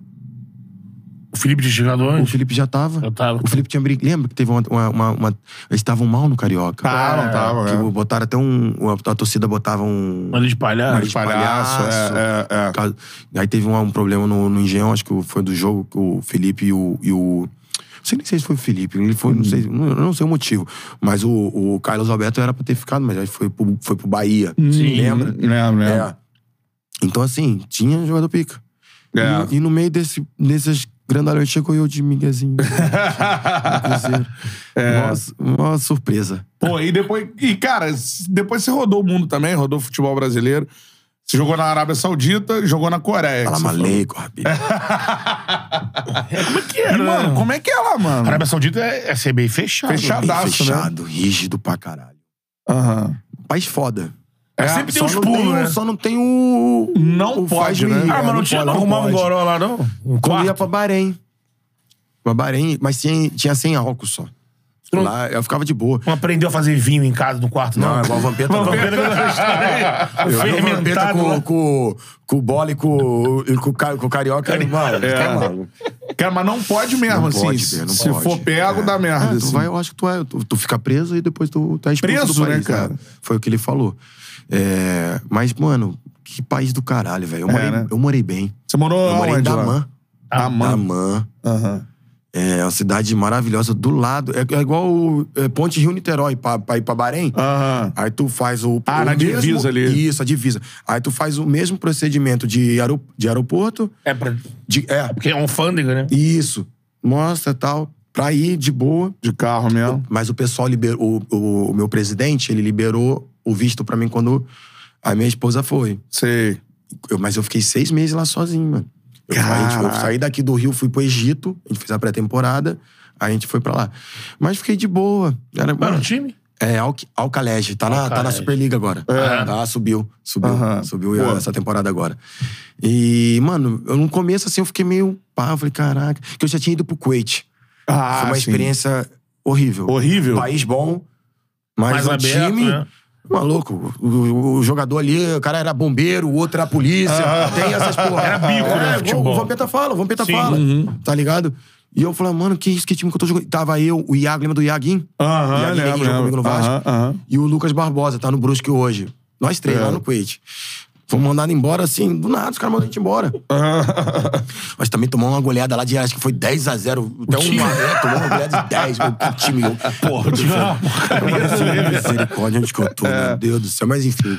S2: O Felipe tinha chegado
S3: o
S2: antes?
S3: Felipe já tava.
S2: Eu tava.
S3: O Felipe tinha briga. Lembra que teve uma. uma, uma- uma- eles estavam mal no Carioca.
S1: Tavam, tavam,
S3: Que
S1: é.
S3: botaram até um. A, a torcida botava um.
S2: Ali de palhaço.
S3: Nariz-
S1: Palhaço, é, é, é.
S3: Ca- Aí teve um, um problema no, no Engenhão, acho que foi do jogo que o Felipe e o. e o- não sei nem sei se foi o Felipe, ele foi, não sei,
S1: Uhum.
S3: não, eu não sei o motivo. Mas o, o Carlos Alberto era pra ter ficado, mas aí foi pro, foi pro Bahia.
S1: Uhum.
S2: Sim.
S3: Lembra?
S1: Lembro, lembro.
S3: É. Então, assim, tinha jogador pica.
S1: É.
S3: E, e no meio desse, desses grandalhões chegou eu de miguezinho.
S1: *laughs*
S3: Cruzeiro.
S1: É.
S3: Mó su- mó surpresa.
S1: Pô, e depois. E, cara, s- depois você rodou o mundo também, rodou o futebol brasileiro. Você jogou na Arábia Saudita, jogou na Coreia. É
S3: Fala
S1: que você falou.
S3: maleico, rapaz.
S2: Como é que
S1: E,
S2: era?
S1: mano, como é que é lá,
S2: A
S1: mano?
S2: Arábia Saudita é, é ser bem fechado.
S1: Fechado.
S3: Bem
S1: Chadaço, né?
S3: fechado, rígido pra caralho.
S1: Aham.
S3: País foda.
S1: É,
S2: sempre tem
S3: Só
S2: uns
S3: não
S2: pulos,
S3: tem o-
S2: né?
S3: Só não tem o.
S1: Não
S3: o
S1: pode,
S3: faz-me
S1: né?
S3: rir,
S2: Ah, mas não tinha
S3: pode,
S2: não arrumar um
S3: pode.
S2: goró lá, não? Um
S3: Quando ia
S2: quarto?
S3: pra Bahrein. Pra Bahrein, mas tinha, tinha sem álcool só. Lá eu ficava de boa.
S2: Não aprendeu a fazer vinho em casa, no quarto, não?
S3: Não, é igual Vampeta, não.
S2: Vampeta que eu *laughs* não
S3: Eu
S2: gostei.
S3: vi
S2: O
S3: o Vampeta
S2: fermentado.
S3: com,
S2: lá.
S3: com, com o bola e com, e com, o ca- com o carioca. Mano,
S2: É.
S3: tá maluco.
S1: Cara, é, mas não pode mesmo,
S3: Não
S1: assim.
S3: pode,
S1: se
S3: Pedro, não
S1: se
S3: pode.
S1: for pego,
S3: É.
S1: dá merda.
S3: É, tu
S1: assim.
S3: vai, eu acho que tu, é, tu, tu fica preso e depois tu, tu é expulso
S1: Preso,
S3: do país,
S1: né, cara?
S3: Foi o que ele falou. É, mas, mano, que país do caralho, velho. Eu, morei-
S1: né?
S3: eu morei bem.
S1: Você morou
S3: Eu morei em
S1: aonde lá?
S3: Damã.
S1: Damã.
S3: Damã.
S1: Aham.
S3: É uma cidade maravilhosa do lado. É, é igual o, é, Ponte Rio-Niterói pra, pra ir pra Bahrein.
S1: Aham.
S3: Aí tu faz o.
S1: Ah,
S3: o
S1: na divisa ali.
S3: Isso, a divisa. Aí tu faz o mesmo procedimento de, aero- de aeroporto.
S2: É, pra...
S3: De, é,
S2: porque é um alfândega, né?
S3: isso. Mostra tal. Pra ir de boa.
S1: De carro mesmo.
S3: Mas o pessoal liberou. O, o, o meu presidente, ele liberou o visto pra mim quando A minha esposa foi.
S1: Sei.
S3: Eu- mas eu fiquei seis meses lá sozinho, mano. Eu, a gente- eu
S1: Caraca.
S3: saí daqui do Rio, fui pro Egito, a gente fez a pré-temporada, a gente foi pra lá. Mas fiquei de boa.
S2: Mas
S3: Era,
S2: no
S3: mano,
S2: time?
S3: é, Al Alcalege, tá, na, tá na
S2: Alcalege.
S3: Superliga agora.
S2: É.
S3: Tá, subiu, subiu,
S1: Aham.
S3: subiu
S1: Boa.
S3: essa temporada agora. E, mano, eu no começo assim eu fiquei meio pá, eu falei, caraca, que eu já tinha ido pro Kuwait.
S1: Ah,
S3: Foi uma
S1: sim.
S3: experiência horrível.
S1: horrível.
S3: País bom, mas
S2: Mais
S3: o
S2: aberto,
S3: time,
S2: né?
S3: Maluco, o, o- o jogador ali, o cara era bombeiro, o outro era polícia. Tem essas porra.
S2: Era bico, né,
S3: É,
S2: futebol.
S3: o Vampeta fala, o Vampeta
S2: Sim.
S3: fala. Tá ligado? E eu falava, mano, que isso, que time que eu tô jogando? Tava eu, o Iago, lembra do Iaguinho?
S1: Aham,
S3: Iaguinho
S1: lembro,
S3: que jogou comigo
S1: lembro.
S3: no Vasco.
S1: Aham, aham.
S3: E o Lucas Barbosa, tá no Brusque hoje. Nós três,
S1: É.
S3: lá no Kuwait. Fomos mandados embora, assim, do nada, os caras mandaram a gente embora. Mas também tomou uma goleada lá de, acho que foi 10x0. Até um
S2: time?
S3: Maré tomou uma goleada de 10. Meu, que time. eu- Porra,
S2: time é uma porcaria, né?
S3: Misericórdia, onde que eu tô?
S2: É.
S3: Meu Deus do céu. Mas enfim.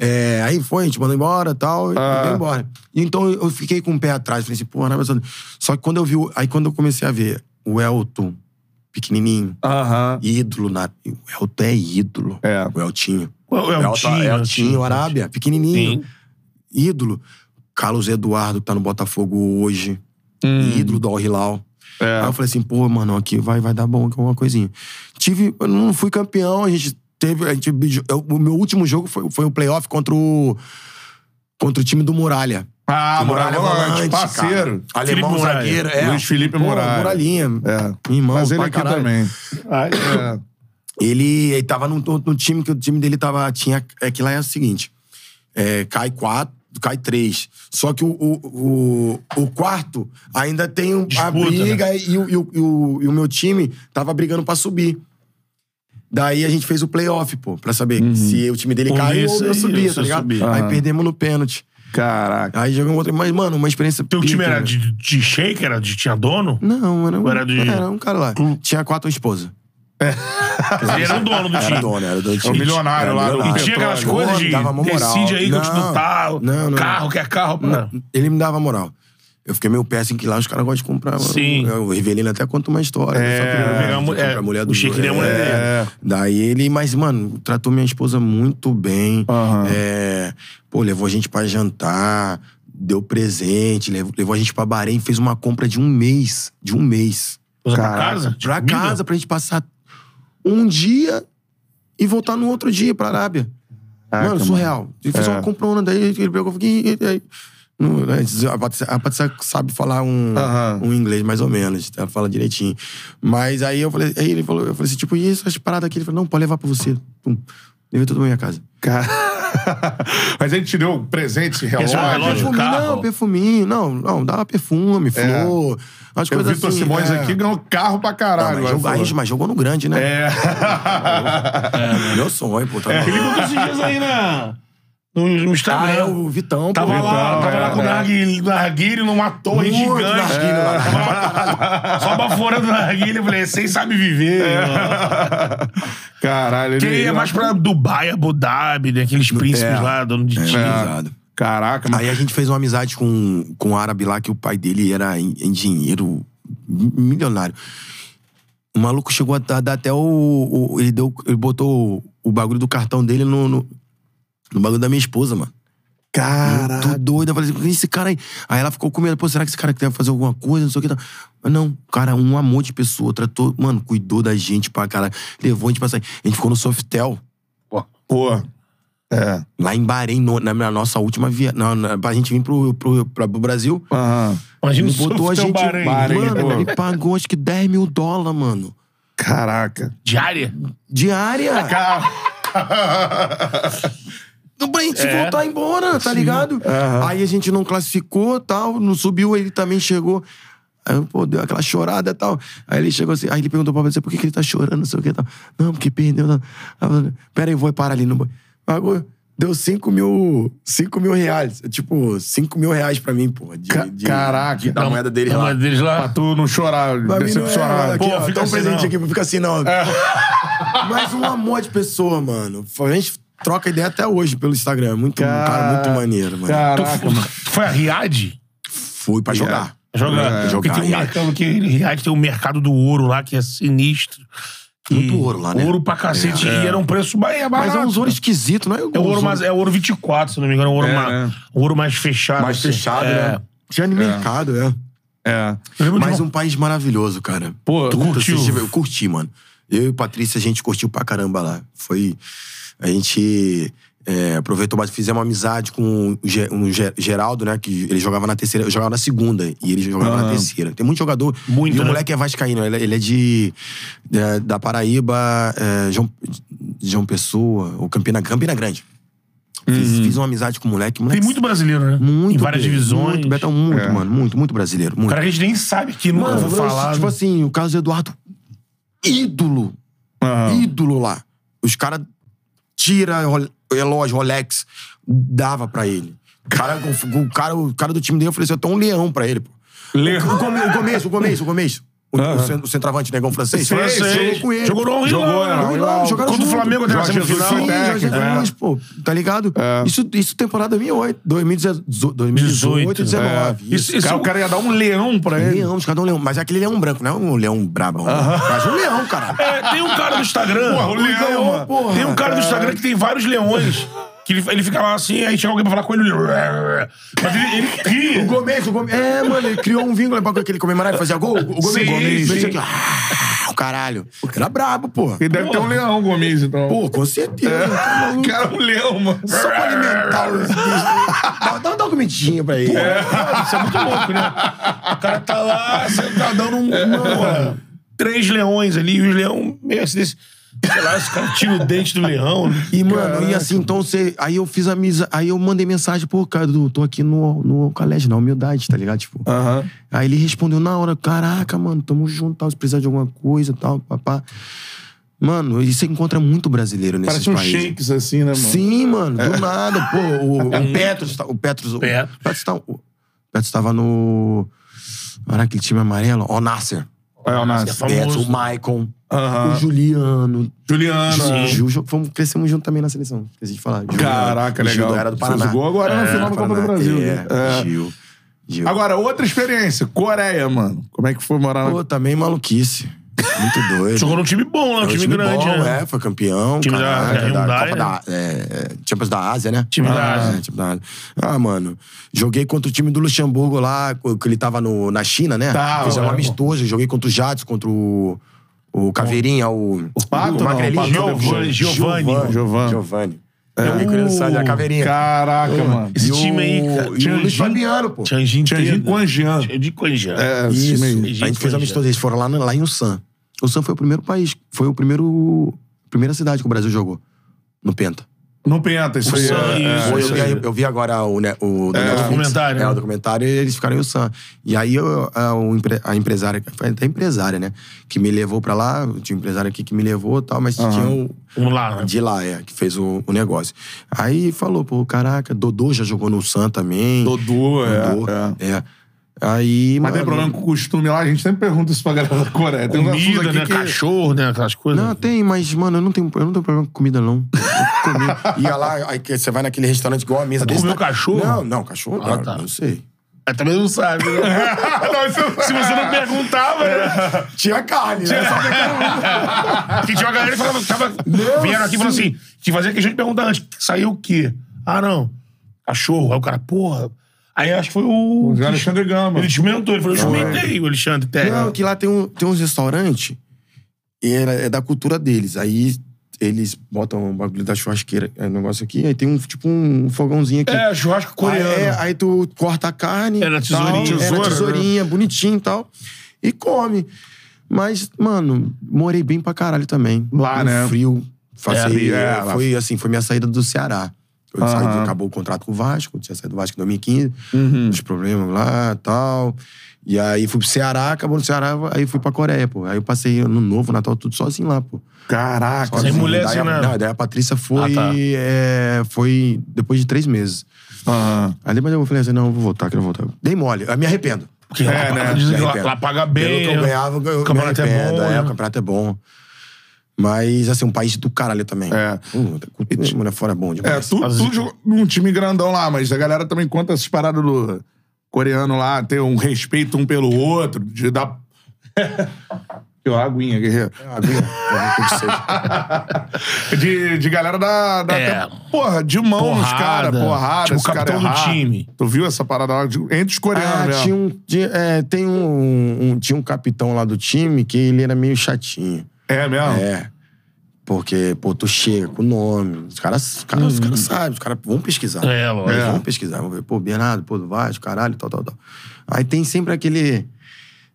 S3: É, aí foi, a gente mandou embora tal, e
S1: Ah.
S3: foi embora. Então eu fiquei com o pé atrás. Falei assim, pô, Arábia Saudita. Só que quando eu vi... o- Aí quando eu comecei a ver o Elton, pequenininho,
S1: Aham.
S3: ídolo na... O Elton é ídolo.
S1: É.
S3: O Eltinho.
S2: é O Eltinho,
S3: Elton-
S2: Eltinho.
S3: Eltinho, Arábia. Pequenininho.
S2: Sim.
S3: Ídolo. Carlos Eduardo, que tá no Botafogo hoje.
S2: Hum.
S3: Ídolo do Al Hilal.
S1: Hum, É.
S3: Aí eu falei assim, pô, mano, aqui vai, vai dar bom, que é uma coisinha. Tive, eu não fui campeão, a gente teve, a gente, bijo- eu- o meu último jogo foi, foi o playoff contra o, contra o time do Muralha.
S1: Ah,
S3: O
S1: Moralha Volante,
S3: cara.
S1: parceiro.
S3: Alemão
S2: Felipe Muralha.
S3: zagueiro, é.
S1: Luiz Felipe
S3: Pô,
S1: Muralha.
S3: Muralhinha.
S1: É.
S3: Irmão,
S1: Mas ele
S3: pra
S1: aqui
S3: caralho.
S1: também.
S3: Ah,
S2: Ai,
S1: É.
S3: Ele, ele tava num, num time que o time dele tava. Tinha, é que lá é o seguinte: é, cai quatro, cai três. Só que o, o, o, o quarto ainda tem um, a
S2: Disputa, né?
S3: briga e, o- e o- e o, e o meu time tava brigando pra subir. Daí a gente fez o playoff, pô, pra saber se o time dele
S2: Um
S3: caiu ou
S2: isso
S3: eu
S2: aí,
S3: subia,
S2: você
S3: tá ligado?
S2: subia.
S3: Aí
S1: Aham.
S3: perdemos no pênalti.
S1: Caraca.
S3: Aí jogamos outro. Mas, mano, uma experiência.
S2: Teu time
S3: pica,
S2: era
S3: né?
S2: de, de shake? Era de, tinha dono?
S3: Não, era um,
S2: Ou era de- Hum.
S3: era um cara lá. Tinha quatro esposas.
S2: Ele era o dono do
S3: Era
S2: time.
S3: dono, era do
S1: É o
S3: time.
S1: milionário
S3: Era
S1: lá do
S3: milionário.
S2: E tinha aquelas
S1: petróleo.
S2: coisas de
S3: Dava mó moral.
S2: decide aí que eu te dou
S3: Não,
S2: tal,
S3: não, não.
S2: carro, quer carro. Não.
S3: Ele me dava moral. Eu fiquei meio péssimo que lá os caras gostam de comprar. mano.
S2: Sim.
S3: O Rivelino até conta uma história. né?
S1: É,
S3: só que ele
S2: pegar a mu-
S3: compra
S2: é, o Chico queria a mulher dele.
S1: É.
S3: Daí ele, mas, mano, tratou minha esposa muito bem.
S1: Aham.
S3: É, pô, levou a gente pra jantar, deu presente, levou, levou a gente pra Bahrein, fez uma compra de um mês. De um mês.
S2: Coisa pra
S1: Caraca.
S2: casa? de
S3: Pra
S2: comida?
S3: casa, pra gente passar um dia e voltar no outro dia pra Arábia.
S1: Caraca,
S3: mano, surreal. Ele fez
S1: Ah, É.
S3: uma comprona, daí ele pegou e falou, "Ih, ih, ih". Não, né, A Patrícia a Patrícia sabe falar um,
S1: Aham.
S3: um inglês mais ou menos, ela fala direitinho. Mas aí eu falei, aí ele falou, eu falei assim, tipo, e essas paradas aqui? Ele falou, não, pode levar pra você. Pum, levei tudo pra minha casa.
S1: Cara... *laughs* Mas ele te deu presente, relógio.
S2: um relógio?
S3: Perfume,
S2: carro.
S3: não, perfuminho, não, não, dava perfume, flor, as
S1: É. Eu,
S3: coisas
S1: Vitor
S3: assim.
S1: Simões
S3: é.
S1: aqui ganhou carro pra
S3: Não,
S1: caralho.
S3: mas, jogou,
S1: agora
S3: aí,
S1: falou.
S3: mas jogou no grande, né? *laughs*
S1: É.
S2: é, né?
S3: Meu sonho, pô. Tá
S2: Ele
S3: maluco.
S2: contou esses dias aí na, no, no
S3: Ah, é
S2: Instagram.
S3: *laughs* o Vitão,
S2: Tava
S3: pô.
S2: lá,
S1: Então,
S2: tava lá
S1: é,
S2: com o
S1: é.
S2: narguile, narguile numa torre
S3: Muito
S2: gigante.
S3: narguile lá.
S2: É. Tava lá, Só baforando o narguile, eu falei, vocês sabem viver. mano."
S1: Caralho.
S2: É. Porque
S1: ele
S2: ele é mais pra Dubai, Abu Dhabi, né? aqueles príncipes lá, dono
S3: É.
S2: de time.
S3: Pesado.
S1: Caraca, mas...
S3: Aí a gente fez uma amizade com, com um árabe lá que o pai dele era en- engenheiro mi- milionário. O maluco chegou a dar dar até o. o- ele, deu, ele botou o, o bagulho do cartão dele no, no, no bagulho da minha esposa, mano. Tô
S1: Caraca.
S3: doido. Eu falei assim, "Quem é esse cara aí. Aí ela ficou com medo, pô, será que esse cara quer fazer alguma coisa? Não sei o que. Tá. Mas não, cara, um amor de pessoa. Tratou, mano, cuidou da gente pra caralho. Levou a gente pra sair. A gente ficou no Softel.
S1: Pô. É.
S3: Lá em Bahrein, no- na, na nossa última viagem. Pra gente vir pro, pro, pra- pro Brasil.
S1: Aham.
S2: Imagina
S3: Ele
S2: o
S3: botou a
S2: Softel
S3: gente.
S2: Bahrein.
S1: um Bahrein. né,
S3: mano,
S1: pô.
S3: ele pagou acho que 10 mil dólares, mano.
S1: Caraca.
S2: Diária?
S1: *laughs*
S3: Diária.
S1: Carro.
S3: Não pra gente voltar embora, tá ligado?
S1: É. Aham.
S3: Aí a gente não classificou tal, não subiu, ele também chegou. Aí, eu, pô, deu aquela chorada e tal. Aí ele chegou assim, aí ele perguntou pra você por que, que ele tá chorando, não sei o que e tal. Não, porque perdeu. Não. Aí eu falei, Pera aí, vou parar ali no banho. Pagou. Deu 5 mil, cinco mil reais. Tipo, 5 mil reais pra mim, pô. De,
S1: Ca-
S3: de-
S1: caraca.
S3: de- da moeda dele
S2: Da
S3: lá.
S2: moeda deles lá.
S1: Pra Ah, tu não chorar,
S3: Pra mim não é, mano.
S1: decepcionado.
S3: Aqui,
S2: Pô,
S3: ó,
S2: fica
S3: dá um
S2: assim,
S3: presente
S2: não. É.
S3: aqui, fica assim não. *laughs* Mas um amor de pessoa, mano. A gente troca ideia até hoje pelo Instagram. Muito, um cara muito maneiro, mano.
S2: Tu,
S1: Caraca, mano.
S2: tu foi a Riad?
S3: Fui pra jogar.
S2: Jogar.
S3: É,
S2: Porque
S3: jogar
S2: tem um
S3: Riad.
S2: mercado que Riad tem um mercado do ouro lá que é sinistro.
S3: Muito
S2: E
S3: ouro lá, né?
S2: Ouro pra cacete. E era um preço ba- é
S3: Mas
S2: barato.
S3: é uns ouro esquisito, não é?
S2: É o ouro, mais, é o ouro 24, se não me engano. É o ouro,
S1: É,
S2: ma-
S1: é.
S2: o ouro mais fechado.
S3: mais
S2: assim.
S3: fechado,
S2: É.
S3: né? Tinha no mercado, é.
S1: É.
S2: Eu lembro de
S3: Mas
S2: uma-
S3: um país maravilhoso, cara.
S1: Pô,
S3: Puta,
S1: curtiu?
S3: vocês tiveram- Eu curti, mano. Eu e o Patrícia, a gente curtiu pra caramba lá. Foi. A gente é, aproveitou, mas fizemos uma amizade com o Ge- um Ge- Geraldo, né? Que ele jogava na terceira, eu jogava na segunda e ele jogava
S1: Ah.
S3: na terceira. Tem muito jogador.
S2: Muito,
S3: e o
S2: né?
S3: moleque é Vascaíno, ele, ele é de. é, da Paraíba, é, João, João Pessoa, ou Campina, Campina Grande. Fiz, fiz uma amizade com o moleque. moleque
S2: Uhum.
S3: é
S2: Tem muito brasileiro, né?
S3: muito
S2: Em várias
S3: bem,
S2: divisões.
S3: Muito, Betão, muito,
S1: É.
S3: mano. Muito, muito brasileiro. Muito.
S2: O cara que a gente nem sabe que nunca
S3: Mano,
S2: foi
S3: eu-
S2: falado.
S3: tipo assim, o Carlos Eduardo, ídolo,
S2: Ah.
S1: Aham.
S3: ídolo lá. Os caras tira Ro- relógio, Rolex, dava pra ele. O cara, o, o cara, o cara do time dele ofereceu até um leão pra ele, pô.
S1: Lê-
S3: O, come- o começo, o começo, o começo. O,
S1: Ah.
S3: o cen- o centroavante negão francês.
S1: Sei, sei.
S3: Jogou com ele.
S2: Jogou no Rio.
S1: Jogou, né?
S3: Jogou lá,
S2: Contra
S3: jogaram
S2: o
S3: junto.
S2: Flamengo até na
S1: Jorge Jesus
S2: semifinal.
S1: foi
S3: Sim, Jorge
S1: técnico, né?
S2: É.
S3: Jesus, pô, tá ligado? Isso, isso temporada 2008, 2018, 2018 19.
S2: É.
S1: Isso, isso, cara, o cara ia dar um leão pra ele.
S3: Leão, os caras dão leão. Mas é aquele leão branco, não é um leão brabo. Mas um leão, cara.
S2: É, tem um cara do Instagram.
S1: Porra, o leão, mano.
S3: Porra,
S2: tem um cara do Instagram que tem vários leões. Que ele, ele fica lá assim, aí chega alguém pra falar com ele. ele- Mas ele, ele
S3: O
S2: ri.
S3: Gomes, o Gomes. É, mano, ele criou um vínculo pra aquele comemorar e fazia gol. O Gomes,
S1: Sim,
S3: o Gomes.
S1: sim.
S3: Aqui, ah, o caralho. Era brabo, pô.
S1: Ele deve ter um leão, Gomes, então.
S3: Pô, com certeza. tá
S1: O
S3: maluco.
S1: cara é um leão, mano.
S3: Só pra alimentar os bichos. Dá, dá, dá uma comidinha pra ele.
S2: Isso é muito louco, né? O cara tá lá sentadão num. Mano, três leões ali, e os leão meio assim desse. Sei lá, esse cara tira o dente do leão. né?
S3: E, mano, e assim, então você. Aí eu fiz amizade. Aí eu mandei mensagem, pô, cara, eu tô aqui no, no colégio, na humildade, tá ligado? Tipo.
S1: Aham.
S3: Aí ele respondeu na hora, caraca, mano, tamo junto, tal, se precisar de alguma coisa, tal, papá. Mano, e você encontra muito brasileiro nesses
S1: Parece um
S3: países.
S1: shakes assim, né, mano? É um
S3: Sim, mano, do nada, pô, o, o Petros, tá- o Petros, o
S2: Petros.
S3: Petros, tá- o Petros tava no, era aquele time amarelo, o Nasser,
S1: É o Nasser.
S2: Famoso.
S3: Petros, o Maicon,
S1: Aham.
S3: o Juliano,
S1: Juliano.
S3: Gil, Gil, fomos, crescemos junto também na seleção, esqueci de falar. Juliano.
S1: Caraca,
S3: O Gil
S1: legal.
S3: era do Paraná.
S1: Fez o gol agora na
S3: É,
S1: final da Copa do
S3: Paraná,
S1: Brasil,
S3: É,
S1: né? É.
S3: Gil, Gil.
S1: Agora, outra experiência. Coreia, mano. Como é que foi morar na...
S3: Pô, também maluquice. Muito
S2: *laughs*
S3: doido.
S2: Jogou num time bom, né? Um
S3: É um
S2: time, grande,
S3: bom,
S2: né?
S3: é, foi campeão.
S2: Time da-
S3: caraca,
S2: da Hyundai, né?
S3: Copa da, é, é, Champions da Ásia, né?
S2: Time da
S3: Ah,
S2: Ásia.
S3: é, time da Ásia. Ah, mano, joguei contra o time do Luxemburgo lá, co- que ele tava no, na China, né?
S1: Tá,
S3: Fiz
S1: é,
S3: uma
S1: pô.
S3: amistosa, joguei contra o Jadson, contra o, o Caveirinha, o... O
S1: Pato, não,
S3: Magrelli,
S1: o Pato
S2: depois. Giovanni.
S1: Giovanni.
S3: Giovanni.
S2: É.
S3: É, Curioso, a Caveirinha.
S1: Caraca, mano.
S2: Esse
S3: E o-
S2: time aí, cara.
S3: E o Luiz
S2: Tianjin-
S3: Fabiano, pô.
S2: Tianjin
S1: Tianjin
S2: Teda.
S1: Quanjian.
S2: Tianjin Quanjian.
S1: É, esse time
S3: Isso.
S1: aí.
S2: Gente,
S3: a gente fez
S2: foi
S3: amistoso, eles foram lá, na- lá em Ulsan. Ulsan foi o primeiro país, foi o primeiro primeira cidade que o Brasil jogou no Penta.
S1: Não penta, isso
S2: O
S1: aí. é-
S2: Santos,
S1: é-
S2: o
S3: Pô, eu,
S2: isso
S3: vi,
S2: aí.
S3: eu vi agora o, né, o do
S1: É, o
S3: Netflix.
S2: documentário,
S3: É,
S2: né?
S3: o documentário, e eles ficaram em Ulsan. E aí eu- a, o empre- a empresária, foi até a empresária, né? Que me levou pra lá, tinha um empresário aqui que me levou e tal, mas tinha o,
S2: Vamos lá, né?
S3: de lá, é, que fez o, o negócio. Aí falou, pô, caraca, Dodô já jogou no Ulsan também.
S1: Dodô, é.
S3: Dodô,
S1: é.
S3: é. Aí,
S1: Mas tem
S3: mano,
S1: problema com o costume lá, a gente sempre pergunta isso pra galera da Coreia. Tem uns assuntos
S2: Comida,
S1: aqui
S2: né?
S1: que...
S2: Cachorro, né? Aquelas coisas.
S3: Não, Ah, tem, mas, mano, eu não tenho, eu não tenho problema com comida, não. Eu comi. *laughs* Ia lá, aí que você vai naquele restaurante igual a mesa
S2: Tu
S3: desse. né?
S2: comeu cachorro?
S3: Não, não, cachorro.
S2: Ah,
S3: não,
S2: tá.
S3: Não sei.
S2: É, também não sabe,
S1: *laughs*
S2: né? Se você não perguntava, né?
S3: Tinha carne, né? Só que-
S2: Que Ah, assim, tinha uma galera que falava, tava,
S3: Não,
S2: vieram aqui e falaram
S3: sim.
S2: assim, que fazia questão de perguntar antes, saiu o quê? Ah, não, cachorro. Aí o cara, porra. Aí acho que foi o...
S1: O Alexandre Gama.
S2: Ele experimentou, ele falou, eu experimentei o Alexandre
S3: é. *laughs* Não,
S2: Terra.
S3: que lá tem, um, tem uns restaurantes e era- é da cultura deles. Aí eles botam o bagulho da churrasqueira, é um negócio aqui, aí tem um tipo um fogããozinho aqui.
S2: É, churrasco coreano.
S3: Aí, é, aí tu corta a carne.
S2: É, na
S3: tal,
S2: tesourinha.
S3: é, na
S1: né?
S2: Tesoura,
S3: tesourinha, bonitinho e tal. E come. Mas, mano, morei bem pra caralho também.
S1: Lá,
S3: No
S1: né?
S3: frio. Passei,
S1: É, é, lá.
S3: foi assim, foi minha saída do Ceará. Eu saí,
S1: Aham. Uhum.
S3: acabou o contrato com o Vasco, eu tinha saído do Vasco em 2015, os problemas lá e tal. E aí fui pro Ceará, acabou no Ceará, aí fui pra Coreia, pô. Aí eu passei ano novo, Natal, tudo sozinho lá, pô.
S1: Caraca.
S2: Sem
S3: Sozinho.
S2: mulher,
S3: daí,
S2: sem
S3: a-
S2: nada.
S3: não, daí a Patrícia foi,
S2: Ah, tá.
S3: é, foi depois de três meses.
S1: Aham.
S3: Aí depois eu falei assim, não, eu vou voltar, quero voltar. Dei mole, eu me arrependo.
S2: Porque
S1: É,
S2: lá,
S1: né?
S2: dizem que
S3: Me
S2: lá,
S3: arrependo.
S2: lá paga
S3: Pelo
S2: bem. né?
S3: que eu ganhava, eu
S2: o campeonato é
S3: me arrependo.
S2: bom, né?
S3: o campeonato é bom. Mas, assim, um país do caralho também.
S1: É.
S3: Puta, cultura, mano, é fora é bom
S1: É,
S3: demais.
S1: tu, tu jogou num time grandão lá, mas a galera também conta essas paradas do *laughs* coreano lá, ter um respeito um pelo outro, de dar. Deu uma aguinha, guerreiro.
S3: É uma aguinha? Eu vou ter que
S2: *laughs*
S3: ser.
S1: De, de galera da. da
S2: É.
S1: até, porra, de mão nos
S2: Porrada.
S1: caras, porrada.
S2: Tipo,
S1: esse cara
S2: capitão do
S1: errar.
S2: time.
S1: Tu viu essa parada lá? de- Entre os coreanos,
S3: Ah,
S1: mesmo.
S3: tinha um, tinha, é, tem um, um- tinha um capitão lá do time que ele era meio chatinho.
S1: É
S2: Ah.
S1: mesmo?
S3: É. Porque, pô, tu chega com o nome. Os caras, os caras, os
S2: Uhum.
S3: caras sabem, os caras vão pesquisar.
S2: É, lógico.
S3: Eles vão pesquisar, vão ver, pô, Bernardo, pô, do Vasco, caralho, tal, tal, tal. Aí tem sempre aquele.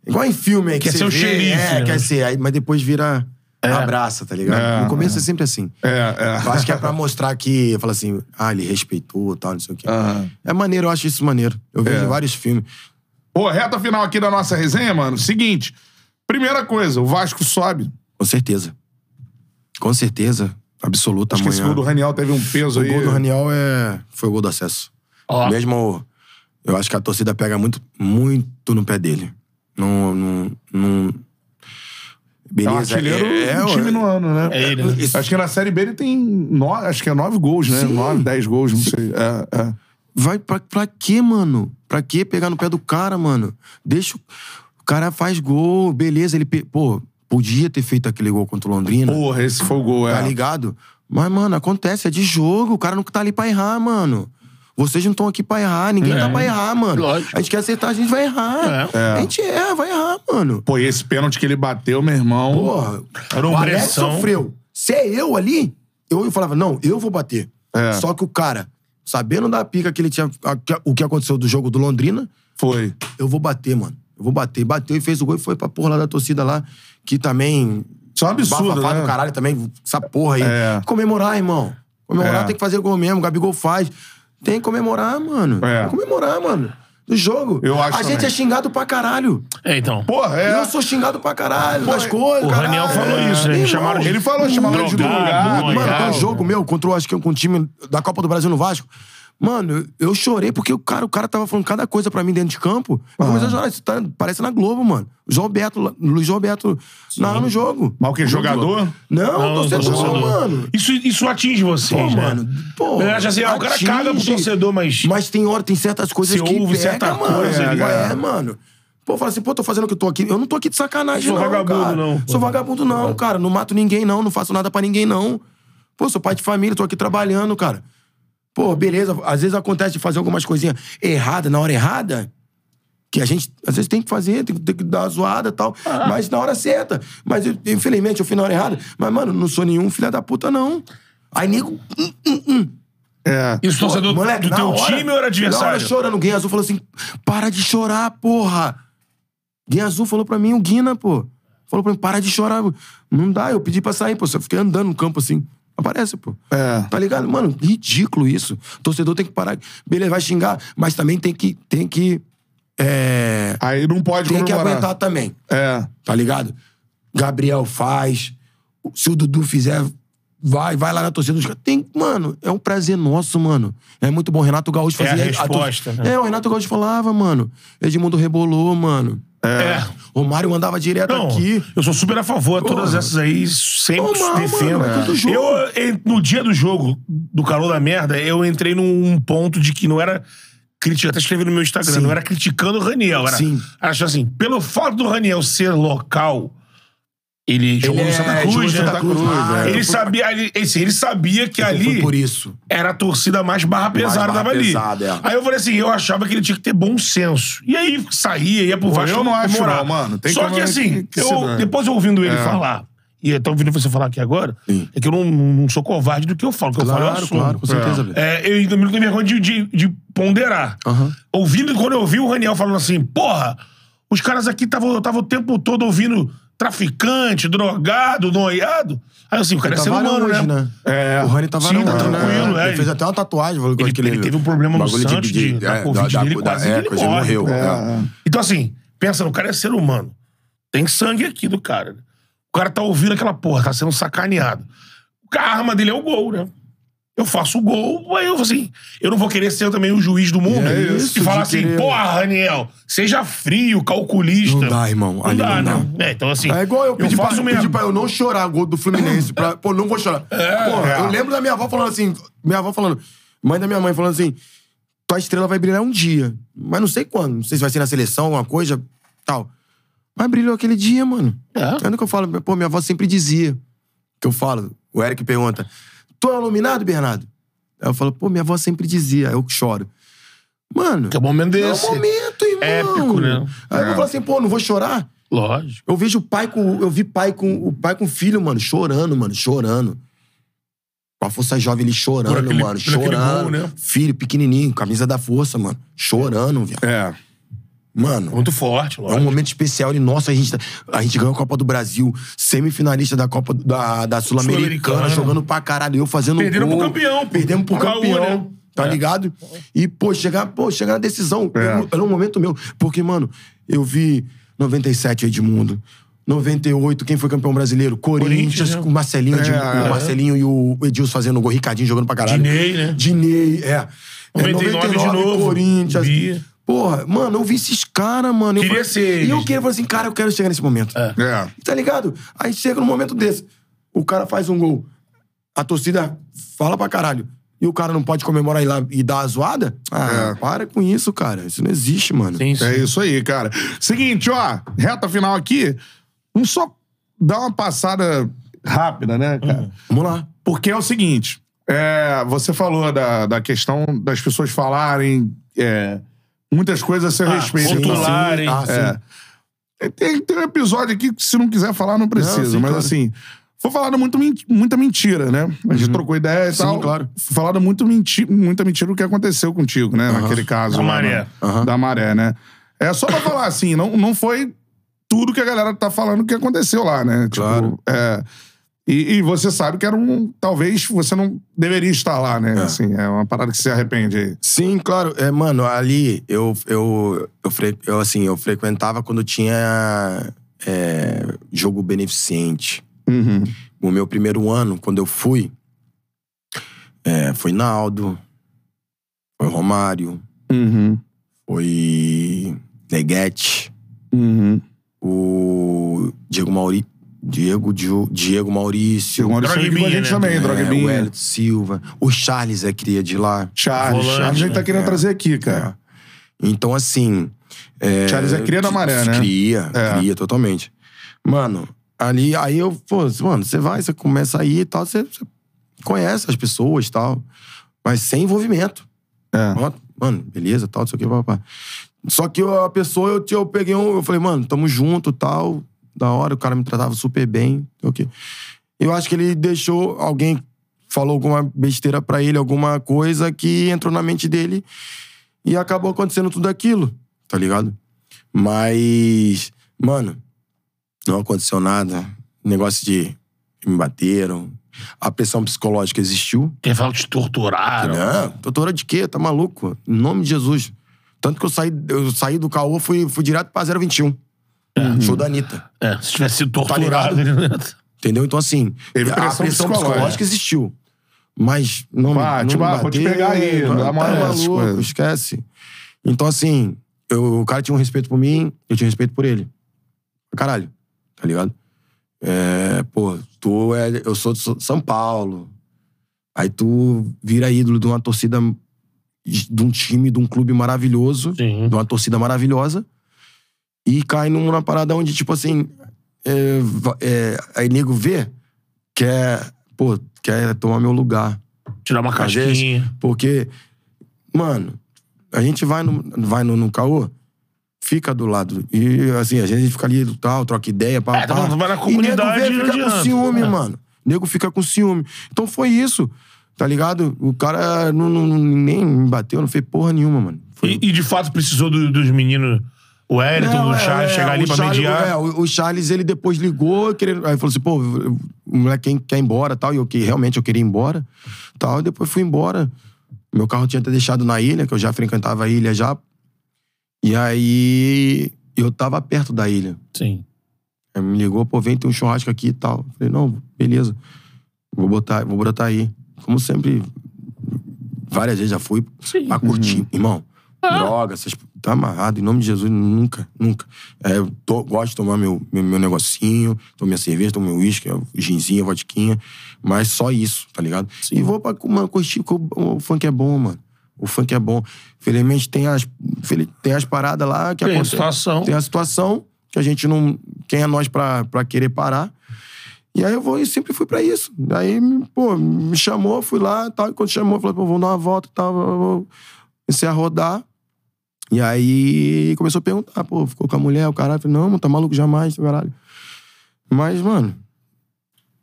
S3: Igual em filme, aí que
S2: Quer
S3: você
S2: ser o
S3: vê,
S2: xerife,
S3: É,
S2: né?
S3: quer ser. Aí, mas depois vira. Abraça, tá ligado?
S1: É,
S3: no começo é sempre assim.
S1: É, é.
S3: Eu acho que é pra mostrar que. Fala assim, ah, ele respeitou tal, não sei o quê.
S1: Aham.
S3: É maneiro, eu acho isso maneiro. Eu vejo
S1: É.
S3: vários filmes.
S1: Pô, reta final aqui da nossa resenha, mano. Seguinte. Primeira coisa, o Vasco sobe.
S3: Com certeza. Com certeza. Absoluta
S1: Acho que esse
S3: amanhã.
S1: gol do Raniel teve um peso
S3: O
S1: aí.
S3: gol do Raniel é... foi o gol do acesso.
S2: Ó.
S3: Mesmo. Eu acho que a torcida pega muito, muito no pé dele. Não. não, não...
S1: É um
S3: Beleza.
S1: artilheiro do time no ano, né?
S2: É ele, né?
S3: Isso.
S1: Acho que na Série B ele tem nove, acho que é nove gols, né?
S3: Sim.
S1: Nove, dez gols, não sei. É, é.
S3: Vai pra, pra quê, mano? Pra quê pegar no pé do cara, mano? Deixa. O o cara faz gol, beleza. Ele. pe- Pô, podia ter feito aquele gol contra o Londrina.
S1: Porra, esse foi o gol, é.
S3: Tá ligado? Mas, mano, acontece, é de jogo. O cara não tá ali pra errar, mano. Vocês não estão aqui pra errar, ninguém tá pra errar, mano.
S2: É. Lógico.
S3: A gente quer acertar, a gente vai errar.
S2: É.
S3: A gente erra, vai errar, mano.
S1: Pô, e esse pênalti que ele bateu, meu irmão.
S3: Porra,
S2: Era uma
S3: o Alex
S2: pressão.
S3: sofreu. Se é eu ali, eu falava, não, eu vou bater.
S1: É.
S3: Só que o cara, sabendo da pica que ele tinha, a- que- o que aconteceu do jogo do Londrina,
S1: Foi.
S3: eu vou bater, mano. Eu vou bater. Bateu e fez o gol e foi pra porra lá da torcida lá, que também
S1: Isso é um absurdo,
S3: Bafafá
S1: né?
S3: do caralho também, essa porra aí.
S1: É.
S3: Comemorar, irmão. Comemorar
S1: É.
S3: tem que fazer gol mesmo, o Gabigol faz. Tem que comemorar, mano.
S1: É.
S3: Tem que comemorar, mano. Do jogo.
S1: Eu acho
S3: A gente
S1: também.
S3: é xingado pra caralho.
S2: É, então.
S1: Porra, é.
S3: Eu sou xingado pra caralho
S1: Pô,
S3: das coisas,
S2: o
S3: caralho.
S2: Raniel falou
S3: É.
S2: isso, né? Me chamaram de-
S1: Ele falou, chamaram ele de
S2: Drogado,
S1: drogado.
S2: doido.
S3: Mano,
S2: Legal,
S3: tem um jogo
S1: mano.
S3: meu contra, o- acho que é com um time da Copa do Brasil no Vasco. Mano, eu- eu chorei porque o cara, o cara tava falando cada coisa pra mim dentro de campo.
S1: Ah.
S3: Eu comecei a chorar. Isso tá, parece na Globo, mano. O João Alberto, lá- Luiz João Alberto, narra no jogo.
S1: Mas o quê,
S3: No
S1: jogador?
S3: jogo. Não,
S2: Não,
S3: é um torcedor,
S2: torcedor.
S3: mano.
S2: Isso, isso atinge vocês,
S3: Pô,
S2: né?
S3: mano. Pô,
S2: Eu acho assim, ah, o cara caga pro torcedor, mas-
S3: Mas tem hora, tem certas coisas
S2: Você
S3: que
S2: ouve
S3: pega,
S2: certa
S3: mano.
S2: coisa tá ali,
S3: é,
S2: cara.
S3: mano. Pô, fala assim, pô, tô fazendo o que eu tô aqui. Eu não tô aqui de sacanagem,
S2: Sou
S3: não,
S2: vagabundo,
S3: cara.
S2: não. É.
S3: Sou vagabundo, não, cara. Não mato ninguém, não. Não faço nada pra ninguém, não. Pô, sou pai de família, tô aqui trabalhando, cara. Pô, beleza. Às vezes acontece de fazer algumas coisinhas erradas na hora errada que a gente às vezes tem que fazer, tem que, tem que dar uma zoada e tal,
S2: Ah.
S3: mas na hora certa. Mas eu- infelizmente eu fui na hora errada. Mas, mano, não sou nenhum filho da puta, não. Aí, nego. hum, hum, hum.
S1: É.
S2: Isso
S3: Pô,
S2: torcedor
S3: moleque,
S2: do
S3: na
S2: teu
S3: hora-
S2: time ou era
S3: Na hora
S2: adversário?
S3: chorando, o Guinha Azul falou assim: para de chorar, porra. Guinha Azul falou pra mim, o Guina, pô. Falou pra mim, para de chorar. Não dá, eu pedi pra sair, pô. Eu fiquei andando no campo assim. Aparece, pô.
S1: É.
S3: Tá ligado? Mano, ridículo isso. Torcedor tem que parar. Beleza, vai xingar, mas também tem que. Tem que. É.
S1: Aí não pode
S3: Tem que
S1: comemorar.
S3: aguentar também.
S1: É.
S3: Tá ligado? Gabriel faz. Se o Dudu fizer, vai, vai lá na torcida dos caras. Tem, mano, é um prazer nosso, mano. É muito bom. Renato Gaúcho
S2: É a
S3: fazia tor-
S2: resposta, né?
S3: É, o Renato Gaúcho falava, mano. Edmundo rebolou, mano.
S2: É.
S3: O Mário mandava direto
S2: Não,
S3: Tá aqui.
S2: eu sou super a favor de todas
S3: Porra.
S2: essas aí, sempre
S3: Normal, mano,
S2: defendo.
S3: é tudo jogo.
S2: eu, eh, no dia do jogo, do calor da merda, eu entrei num um ponto de que não era. Critica, até escrevi no meu Instagram,
S3: Sim.
S2: não era criticando o Raniel. Era,
S3: Sim.
S2: Acho assim, pelo fato do Raniel ser local, ele, jogou no
S3: é,
S2: Santa
S3: jogou no
S2: Cruz, né?
S3: Santa Cruz,
S2: Ah,
S3: é.
S2: ele, sabia, ele, assim, ele sabia que
S3: Então foi
S2: ali
S3: por isso.
S2: era a torcida mais barra pesada
S3: barra
S2: tava ali.
S3: pesada, é.
S2: Aí eu falei assim, eu achava que ele tinha que ter bom senso. E aí saía, ia pro
S1: Pô,
S2: Vasco
S1: eu não acho
S2: comemorar.
S1: não, mano. Tem
S2: Só que
S1: coisa que-
S2: assim,
S1: que
S2: eu-
S1: se dane.
S2: depois eu ouvindo ele
S1: É.
S2: falar, e eu tô ouvindo você falar aqui agora,
S3: Sim.
S2: é que eu não, não sou covarde do que eu falo. O que eu falo eu
S3: Claro,
S2: assumo.
S3: claro, com certeza,
S1: É.
S3: velho.
S2: um É, eu ainda não tenho vergonha de, de, de ponderar.
S3: Aham.
S2: Ouvindo, quando eu ouvi o Raniel falando assim, porra, os caras aqui estavam tava o tempo todo ouvindo traficante, drogado, noiado. Aí eu assim, o cara é ser
S3: Tavarão
S2: humano,
S3: hoje,
S2: né?
S1: É.
S3: O Rani tava
S2: Sim,
S3: varão,
S2: tá
S3: né?
S2: tranquilo, é.
S3: Ele fez até uma tatuagem. falou que
S2: Ele-
S3: aquele
S2: ele teve um problema no
S3: bagulho
S2: Santos de- da Covid dele, quase que
S3: é,
S2: ele
S3: quase
S2: morre.
S3: morreu.
S1: É.
S3: é.
S2: Então, assim, pensa, o cara é ser humano. Tem sangue aqui do cara. O cara tá ouvindo aquela porra, tá sendo sacaneado. A arma dele é o gol, né? Eu faço o gol, aí eu assim, eu não vou querer ser também o juiz do mundo
S3: É
S2: e,
S3: isso,
S2: falar
S3: de
S2: assim,
S3: querer.
S2: porra, Raniel, seja frio, calculista.
S3: Não dá, irmão.
S2: Não
S3: Ali
S2: dá,
S3: não dá.
S2: né? É, então assim,
S3: É igual eu pedi,
S2: faço
S3: pra,
S2: mesmo.
S3: pedi pra eu não chorar gol do Fluminense. Pra, pô, não vou chorar. pô,
S2: é.
S3: eu lembro da minha avó falando assim, minha avó falando, mãe da minha mãe falando assim, tua estrela vai brilhar um dia, mas não sei quando, não sei se vai ser na seleção, alguma coisa, tal. Mas brilhou aquele dia, mano.
S2: É.
S3: É o que eu falo, pô, minha avó sempre dizia. Que eu falo, o Eric pergunta: Tu é iluminado, Bernardo? Aí eu falo, pô, minha avó sempre dizia, aí eu choro. Mano,
S4: Que é o momento
S3: é
S4: desse.
S3: um momento, irmão.
S2: Épico, né?
S3: Aí eu falo assim, pô, não vou chorar?
S2: Lógico.
S3: Eu vejo o pai com. Eu vi pai com o pai com o filho, mano, chorando, mano, chorando. Com a força jovem ali chorando,
S2: Por aquele-
S3: mano.
S2: por aquele
S3: Chorando.
S2: gol, né?
S3: Filho pequenininho, camisa da força, mano. Chorando, viado.
S1: É.
S3: Mano.
S2: Muito forte,
S3: É um
S2: lógico.
S3: momento especial e, nossa, a gente, tá- a gente ganhou a Copa do Brasil, semifinalista da Copa do- da, da Sul-Americana,
S2: Sul-Americana.
S3: jogando pra caralho, eu fazendo
S2: Perderam
S3: gol,
S2: pro campeão, pô.
S3: Perdemos pro
S2: Pra um,
S3: campeão,
S2: né?
S3: tá
S2: É.
S3: ligado? E, pô, chegar, pô, chegar na decisão,
S1: É.
S3: era um momento meu. Porque, mano, eu vi 97 Edmundo, 98, quem foi campeão brasileiro? Corinthians,
S2: Corinthians, né? é.
S3: com o Marcelinho, de- o Marcelinho e o Edilson fazendo gol, Ricardinho jogando pra caralho.
S2: Dinei, né?
S3: Dinei, é. É,
S2: 99 de novo.
S3: Corinthians.
S2: Bi.
S3: Porra, mano, eu vi esses caras, mano. Eu
S2: Queria
S3: falei-
S2: ser eles.
S3: E eu queria falar assim, cara, eu quero chegar nesse momento.
S2: É.
S1: É.
S3: Tá ligado? Aí chega num momento desse. O cara faz um gol. A torcida fala pra caralho. E o cara não pode comemorar e, lá, e dar a zoada? Ah,
S1: É.
S3: para com isso, cara. Isso não existe, mano.
S2: Sim, sim.
S1: É isso aí, cara. Seguinte, ó, reta final aqui. Vamos só dar uma passada rápida, né, cara?
S3: Vamos lá.
S1: Porque é o seguinte: é, você falou da, da questão das pessoas falarem é, muitas coisas a seu
S2: Ah,
S1: respeito.
S2: Sim, rotular. sim.
S3: Ah, sim.
S1: É. Tem, tem um episódio aqui que, se não quiser falar, não precisa.
S3: Não, sim,
S1: mas
S3: claro.
S1: assim, foi falado muito, men- muita mentira, né? A gente trocou ideia e
S3: Uhum. Sim,
S1: tal.
S3: claro.
S1: Foi Falado muito menti muita mentira o que aconteceu contigo, né? Naquele caso.
S2: Da
S1: lá,
S2: maré.
S1: né?
S3: Aham.
S1: Da maré, né? É só pra falar assim, não, não foi tudo que a galera tá falando que aconteceu lá, né?
S3: Claro.
S1: Tipo, é. E, e você sabe que era um. Talvez você não deveria estar lá, né?
S3: É.
S1: Assim, é uma parada que se arrepende aí.
S3: Sim, claro. É, mano, ali eu, eu, eu, fre- eu, assim, eu frequentava quando tinha é, jogo beneficente.
S1: Uhum.
S3: O meu primeiro ano, quando eu fui, é, foi Naldo, foi Romário,
S1: Uhum.
S3: foi Neguete,
S1: Uhum.
S3: o Diego Mauri, Diego, Dio- Diego Maurício,
S1: Chegou uma lição aqui com a
S2: Droguinha,
S1: gente
S2: né?
S1: também,
S3: é, o
S1: Drogbinha.
S3: Hélio Silva, o Charles é cria de lá.
S1: Charles,
S2: Volante,
S1: Charles a gente tá
S2: né?
S1: querendo
S3: É.
S1: trazer aqui, cara.
S3: Então, assim. É,
S1: Charles é cria da maré, né?
S3: Cria,
S1: É.
S3: cria totalmente. Mano, ali, aí eu, pô, mano, você vai, você começa aí e tal, você, você conhece as pessoas e tal, mas sem envolvimento.
S1: É.
S3: Ó, Mano, beleza, tal, não sei o que, papá. Só que eu- a pessoa, eu, te- eu peguei um, eu falei, mano, tamo junto tal, da hora, o cara me tratava super bem, não sei o quê. Eu acho que ele deixou alguém falou alguma besteira pra ele, alguma coisa que entrou na mente dele e acabou acontecendo tudo aquilo, tá ligado? Mas, mano, não aconteceu nada. Negócio de me bateram. A pressão psicológica existiu.
S2: Quem fala que te torturaram.
S3: Não, doutora de quê? Tá maluco? Em nome de Jesus. Tanto que eu saí, eu saí do caô, fui, fui direto pra 021. Show da Anitta.
S2: É, se tivesse sido
S3: Tá
S2: torturado, ele não entra.
S3: Entendeu? Então, assim,
S1: Teve
S3: a
S1: pressão
S3: pressão
S1: psicológica.
S3: psicológica, existiu. Mas não
S1: Ah,
S3: não
S1: tipo,
S3: me
S1: ah, vou te
S3: bateu,
S1: pegar aí,
S3: não-
S1: dá uma-
S3: tá
S1: essas
S3: maluco,
S1: coisas.
S3: esquece. Então, assim, eu- o cara tinha um respeito por mim, eu tinha respeito por ele. Caralho, tá ligado? É, pô, tu é. Eu sou de São- São Paulo. Aí tu vira ídolo de uma torcida, de um time, de um clube maravilhoso
S2: Sim.
S3: Uhum. de uma torcida maravilhosa e cai numa parada onde, tipo assim, é, va- é, aí nego vê, quer, pô, quer tomar meu lugar.
S2: Tirar uma
S3: Às vezes-
S2: casquinha.
S3: Porque, mano, a gente vai no, vai no, no caô, fica do lado. E assim, a gente fica ali do tal, troca ideia, pá,
S2: É, tá
S3: pá.
S2: falando, vai na
S3: E
S2: comunidade,
S3: nego vê,
S2: não
S3: fica
S2: adianta.
S3: com ciúme,
S2: É.
S3: mano. Nego fica com ciúme. Então foi isso, tá ligado? O cara não, não- nem me bateu, não fez porra nenhuma, mano. Foi,
S2: E, e de fato precisou do- dos meninos, o Wellington,
S3: Não,
S2: o
S3: é,
S2: Charles,
S3: é,
S2: chegar ali
S3: o
S2: pra
S3: Charles-
S2: mediar.
S3: é, o, o Charles, ele depois ligou, querendo, aí falou assim, pô, o moleque quer- quer ir embora tal, e eu que realmente eu queria ir embora, tal, e depois fui embora. Meu carro tinha até deixado na ilha, que eu já frequentava a ilha já. E aí, eu tava perto da ilha.
S2: Sim.
S3: Aí me ligou, pô, vem, tem um churrasco aqui e tal. Eu Falei, não, beleza. Vou botar, vou botar aí. Como sempre, várias vezes já fui
S2: Sim. Ah.
S3: pra curtir. Irmão, droga, essas... tá amarrado, em nome de Jesus, nunca, nunca. É, eu tô- gosto de tomar meu, meu, meu negocinho, tomo minha cerveja, tomo meu uísque, é, ginzinho, vodquinha, mas só isso, tá ligado? E vou pra mano, curtir, porque o, o funk é bom, mano. O funk é bom. Felizmente tem as, feli- tem as paradas lá que
S2: Tem
S3: acontecem.
S2: situação.
S3: Tem a situação que a gente não. Quem é nós pra, pra querer parar? E aí eu vou e sempre fui pra isso. Aí, pô, me chamou, fui lá e tal. E quando chamou, eu falei, pô, vamos dar uma volta e tal. blá, blá, blá. Comecei a rodar. E aí começou a perguntar, pô, ficou com a mulher, o caralho. Eu Falei, não, mano, tá maluco jamais, caralho. Mas, mano.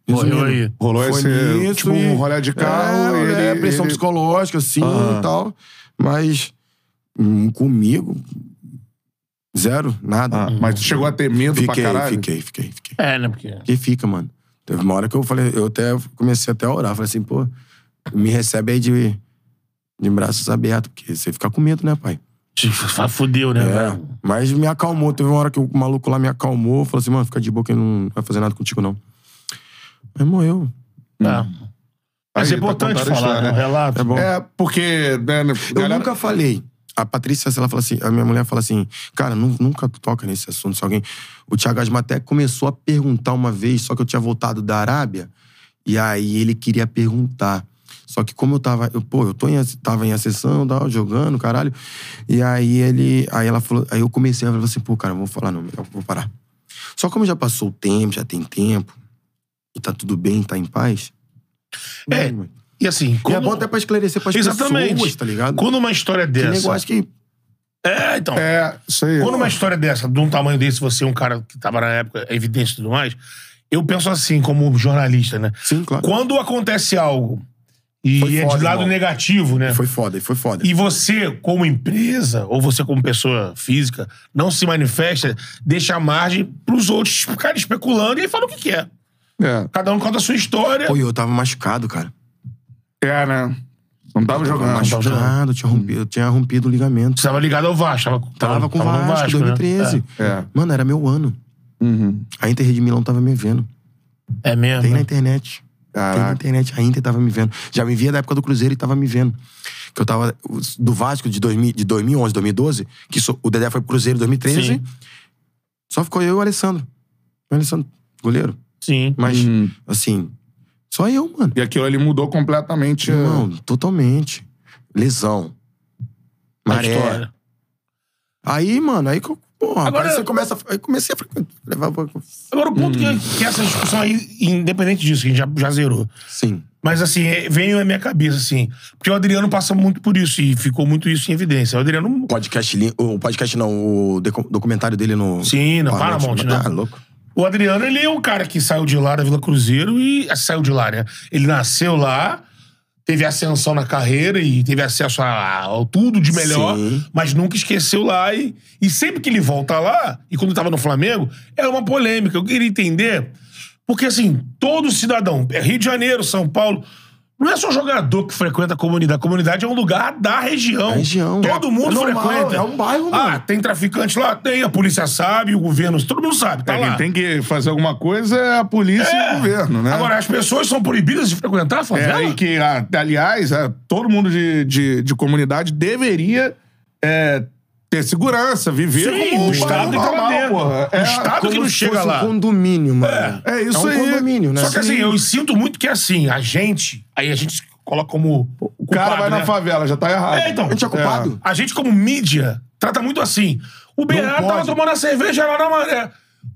S2: Morreu
S3: resumindo,
S2: aí.
S1: Rolou
S3: foi
S1: esse,
S3: nisso
S1: tipo, um
S3: e-
S1: rolé de carro.
S3: é,
S1: ele,
S3: é, pressão
S1: ele-
S3: psicológica, assim
S1: Aham.
S3: e tal. Mas hum, comigo, zero, nada.
S1: Ah, mas tu chegou a ter medo
S3: Uhum. fiquei,
S1: pra caralho?
S3: fiquei, fiquei, fiquei.
S2: É, né? Porque.
S3: Porque fica, mano. Teve uma hora que eu falei, eu até comecei até a orar. Falei assim, pô, me recebe aí de, de braços abertos, porque você fica com medo, né, pai?
S2: Te *laughs* fa- Fudeu, né?
S3: É,
S2: velho?
S3: mas me acalmou. Teve uma hora que o maluco lá me acalmou, falou assim, mano, fica de boa que não vai fazer nada contigo, não. Aí morreu.
S2: É. Mas
S1: Aí,
S2: é importante
S1: tá contando a
S2: falar, né?
S1: história,
S2: O
S1: né?
S2: relato.
S3: É bom.
S1: É, porque... Né,
S3: Eu
S1: galera-
S3: nunca falei. A Patrícia, ela fala assim, a minha mulher fala assim, cara, nu- nunca toca nesse assunto. Se alguém. O Thiago Asma até começou a perguntar uma vez, só que eu tinha voltado da Arábia, e aí ele queria perguntar. Só que como eu tava, eu, pô, eu tô em, ac- tava em acessão, tal, jogando, caralho. E aí ele, aí ela falou, aí eu comecei a falar assim, pô, cara, eu não vou falar não, eu vou parar. Só como já passou o tempo, já tem tempo, e tá tudo bem, tá em paz.
S2: É,
S3: mano.
S2: E assim,
S3: E é
S2: quando,
S3: bom até pra esclarecer pras
S2: Exatamente.
S3: pessoas, tá ligado?
S2: quando uma história
S3: Que
S2: dessa.
S3: nego acha que
S2: É, então.
S1: É, isso aí.
S2: Quando uma história dessa, de um tamanho desse, você é um cara que tava na época, é evidente e tudo mais, eu penso assim, como jornalista, né?
S3: Sim, claro.
S2: Quando acontece algo e
S3: Foi
S2: é
S3: foda,
S2: de lado
S3: irmão.
S2: negativo, né?
S3: Foi foda, e foi foda.
S2: E você, como empresa, ou você como pessoa física, não se manifesta, deixa a margem pros outros ficarem especulando e falam o que quer.
S1: É.
S2: Cada um conta a sua história.
S3: Pô, e eu tava machucado, cara.
S1: É, né? Não tava
S3: Eu
S1: jogando.
S3: tava machucado, eu tinha rompido, eu tinha rompido o ligamento.
S2: Você tava ligado ao Vasco. Tava,
S3: Tava com o
S2: no
S3: Vasco,
S2: né?
S3: 2013.
S1: É.
S3: Mano, era meu ano.
S1: Uhum.
S3: A Inter de Milão tava me vendo.
S2: É, é mesmo.
S3: Tem na
S2: né?
S3: internet. Tem na
S1: Caraca.
S3: internet, a Inter tava me vendo. Já me via da época do Cruzeiro e tava me vendo. Que eu tava os- do Vasco de, 2000, de 2011, 2012, que so- o Dedé foi pro Cruzeiro em 2013.
S2: Sim.
S3: Só ficou eu e o Alessandro. O Alessandro, goleiro.
S2: Sim.
S3: Mas,
S1: Uhum.
S3: assim, só eu, mano.
S1: E aquilo ele mudou completamente. é,
S3: Não, totalmente. Lesão.
S2: a
S3: Maré.
S2: história.
S3: Aí, mano, aí que eu. Porra,
S2: Agora-
S3: aí você começa. a- Aí comecei a frequentar. Levar.
S2: Agora, o ponto
S3: Hum.
S2: que, que essa discussão aí, independente disso, que a gente já, já zerou.
S3: Sim.
S2: Mas assim, é- veio na minha cabeça, assim. Porque o Adriano passa muito por isso e ficou muito isso em evidência. O Adriano.
S3: Podcast, li- o podcast não, o deco- documentário dele no.
S2: Sim, no Paramount, né?
S3: Tá louco.
S2: O Adriano, ele é um cara que saiu de lá da Vila Cruzeiro e. ah, Saiu de lá, né? Ele nasceu lá, teve ascensão na carreira e teve acesso a, a tudo de melhor,
S3: Sim.
S2: mas nunca esqueceu lá. E, e sempre que ele volta lá, e quando tava no Flamengo, era uma polêmica. Eu queria entender. Porque, assim, todo cidadão, é Rio de Janeiro, São Paulo. Não é só jogador que frequenta a comunidade. A comunidade é um lugar da região.
S3: Da região.
S2: Todo
S3: É-
S2: mundo
S3: é normal,
S2: frequenta.
S3: é um bairro,
S2: Ah,
S3: mano.
S2: tem traficante lá? Tem. A polícia sabe, o governo... Todo mundo sabe, tá
S1: É,
S2: lá.
S1: quem tem que fazer alguma coisa é a polícia e
S2: É.
S1: o governo, né?
S2: Agora, as pessoas são proibidas de frequentar a
S1: é
S2: favela?
S1: aí que, ah, aliás, ah, todo mundo de, de, de comunidade deveria é, ter segurança, viver
S2: Sim,
S1: como
S2: do
S1: um
S2: Estado
S1: bairro
S2: que tá lá
S1: normal,
S2: dentro.
S1: porra.
S2: Do Estado que
S3: Como
S2: não
S3: se
S2: chega
S3: fosse
S2: lá.
S3: Um condomínio, mano.
S1: É isso
S3: é um
S1: aí.
S3: condomínio, né?
S2: Só que assim, eu sinto muito que é assim, a gente... Aí a gente se coloca como o
S1: O cara vai na
S2: favela.
S1: favela, já tá errado.
S2: né? É, então.
S3: A gente é culpado.
S2: A gente, como mídia, trata muito assim. O Berá
S3: Não
S2: tava
S3: pode.
S2: tomando a cerveja lá na maré.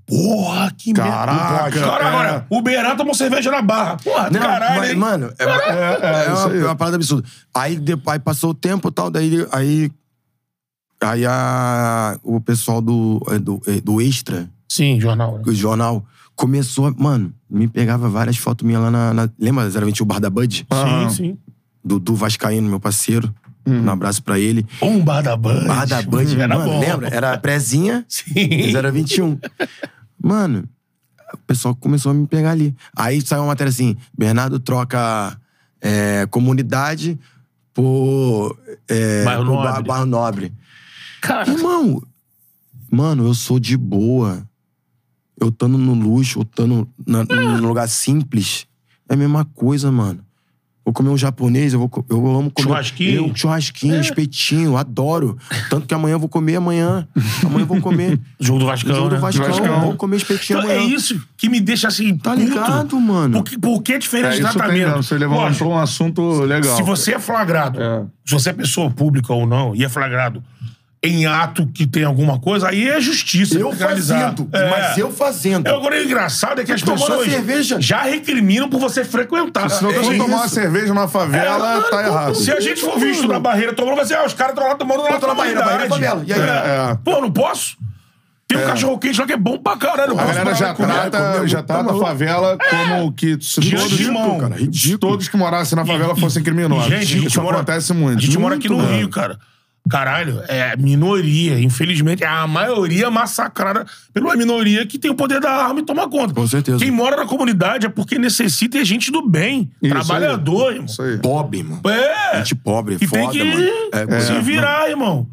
S2: Porra, que merda.
S1: Caraca,
S2: Agora,
S1: é.
S2: agora, o Berá tomou cerveja na barra. Porra, do
S3: Não,
S2: caralho,
S3: mas,
S2: hein?
S3: mano, é, uma-
S1: É, é,
S3: é
S1: isso
S3: uma,
S1: aí.
S3: é uma parada absurda. Aí, depois, aí passou o tempo e tal, daí aí, aí a, o pessoal do, é, do, é, do Extra,
S2: Sim, jornal. né?
S3: o jornal, começou a, Mano, me pegava várias fotos minhas lá na. na lembra 021 Bar da Bud?
S1: Aham.
S2: Sim, sim.
S3: Dudu Vascaíno, meu parceiro. Um abraço pra ele.
S2: Um bar da Band.
S3: Bar da Bud,
S2: Uhum. Era
S3: mano,
S2: bom.
S3: lembra? Era a prezinha
S2: Sim.
S3: 021. Mano, o pessoal começou a me pegar ali. Aí saiu uma matéria assim: Bernardo troca é, comunidade por, é,
S2: Bairro
S3: por ba-
S2: Nobre.
S3: Barro Nobre.
S2: Cara,
S3: Irmão, mano, eu sou de boa. Eu estando no luxo, eu estando na- num lugar simples, é a mesma coisa, mano. Vou comer um japonês, eu, vou, co- eu amo comer.
S2: Churrasquinho. É.
S3: Eu, churrasquinho, espetinho, adoro. Tanto que amanhã eu vou
S2: *laughs*
S3: comer amanhã. Amanhã eu vou comer.
S2: jogo do Vascão,
S3: Jogo
S2: né?
S3: do Vascão,
S1: Vascão.
S3: vou comer espetinho
S2: Então,
S3: amanhã.
S2: é isso que me deixa assim.
S3: Tá
S2: puto.
S3: ligado, mano?
S2: Por que, por que
S1: É,
S2: diferente de
S1: isso tem
S2: tratamento?
S1: mesmo, Você levantou
S2: Lógico,
S1: um assunto legal.
S2: Se você é flagrado,
S1: É.
S2: se você é pessoa pública ou não, e é flagrado em ato que tem alguma coisa, aí é justiça.
S3: Eu
S2: fiscalizar.
S3: fazendo,
S2: É.
S3: mas eu fazendo.
S2: É, Agora, o engraçado é que as
S3: Tomando
S2: pessoas
S3: cerveja.
S2: já recriminam por você frequentar.
S1: Se não
S2: É
S1: for
S2: isso.
S1: tomar uma cerveja numa favela,
S3: É,
S1: tá
S3: não,
S1: errado.
S2: Se a gente for visto na barreira tomando, vai ser, ah, os caras estão lá tomando na
S3: Botou na barreira,
S2: comunidade.
S3: barreira é favela. E
S1: aí? É.
S2: Pô, não posso? Tem um cachorro quente lá que é bom pra caralho. eu
S1: A
S2: posso
S1: galera
S2: parar
S1: já
S2: de comer. tá É,
S1: trata, já trata a favela como que se
S2: Ridículo,
S1: todos,
S2: cara,
S1: se todos que morassem na favela fossem criminosos.
S2: Gente, a gente
S1: Isso
S2: mora-
S1: acontece muito.
S2: A gente mora aqui no
S1: Muito, né?
S2: Rio, cara. Caralho, é minoria. Infelizmente, é a maioria massacrada pela minoria que tem o poder da arma e toma conta.
S3: Com certeza.
S2: Quem mora na comunidade é porque necessita e é gente do bem.
S1: aí.
S2: trabalhador, irmão.
S1: Isso aí.
S3: Pobre, mano.
S2: É.
S3: Gente pobre,
S2: E
S3: foda,
S2: tem que
S3: mano. É,
S2: se
S3: é,
S2: virar, irmão.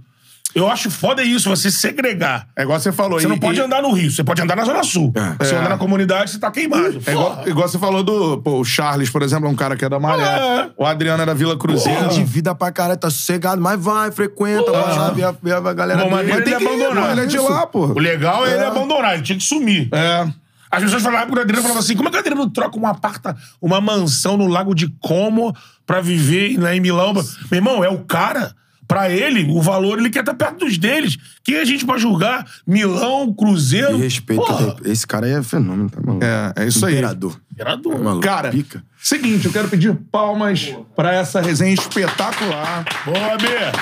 S2: Eu acho foda isso, você segregar.
S1: É igual você falou.
S2: Você
S1: e-
S2: não pode
S1: e-
S2: andar no Rio, você pode andar na Zona Sul.
S3: É.
S2: Se você andar na comunidade, você tá queimado.
S1: É igual,
S2: Porra.
S1: igual você falou do. Pô, o Charles, por exemplo, é um cara que é da Maré.
S2: É.
S1: O Adriano é da Vila Cruzeiro.
S3: Tem de vida pra caralho, tá sossegado, mas vai, frequenta, vai lá, vê a, vê a galera
S2: Bom, mas
S3: dele.
S2: ele é
S1: que ir,
S2: abandonado.
S1: pô, Ah. Ele é de lá,
S2: O
S1: pô.
S2: legal é, ele abandonar, ele tinha que sumir.
S1: É.
S2: As pessoas falavam pro Adriano falavam assim: como é que o Adriano troca uma parta, uma mansão no Lago de Como pra viver lá em Milão? Meu irmão, é o cara. Pra ele, o valor ele quer estar perto dos deles. Quem é a gente pra julgar? Milão, Cruzeiro.
S3: Que respeito que
S2: Porra,
S3: tem. Esse cara aí é fenômeno, tá maluco?
S1: É, é isso aí.
S3: Imperador.
S2: era
S3: É
S2: duro.
S3: maluco.
S1: Cara,
S3: Pica.
S1: seguinte, eu quero pedir palmas pra essa resenha espetacular.
S2: Boa, Bia.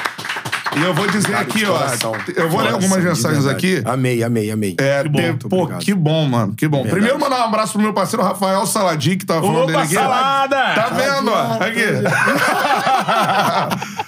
S1: E eu vou dizer
S3: Cara,
S1: é aqui,
S3: de
S1: ó.
S3: coração.
S1: Eu vou ler
S3: Coração,
S1: algumas
S3: de
S1: mensagens
S3: verdade.
S1: aqui.
S3: Amei, amei, amei.
S1: É,
S2: bom,
S1: ter-
S3: muito
S1: pô,
S3: obrigado.
S1: que bom, mano. Que bom. Primeiro, mandar um abraço pro meu parceiro Rafael Saladi, que tava falando
S2: Opa,
S1: dele aqui.
S2: Salada!
S1: Tá vendo, ó? Aqui.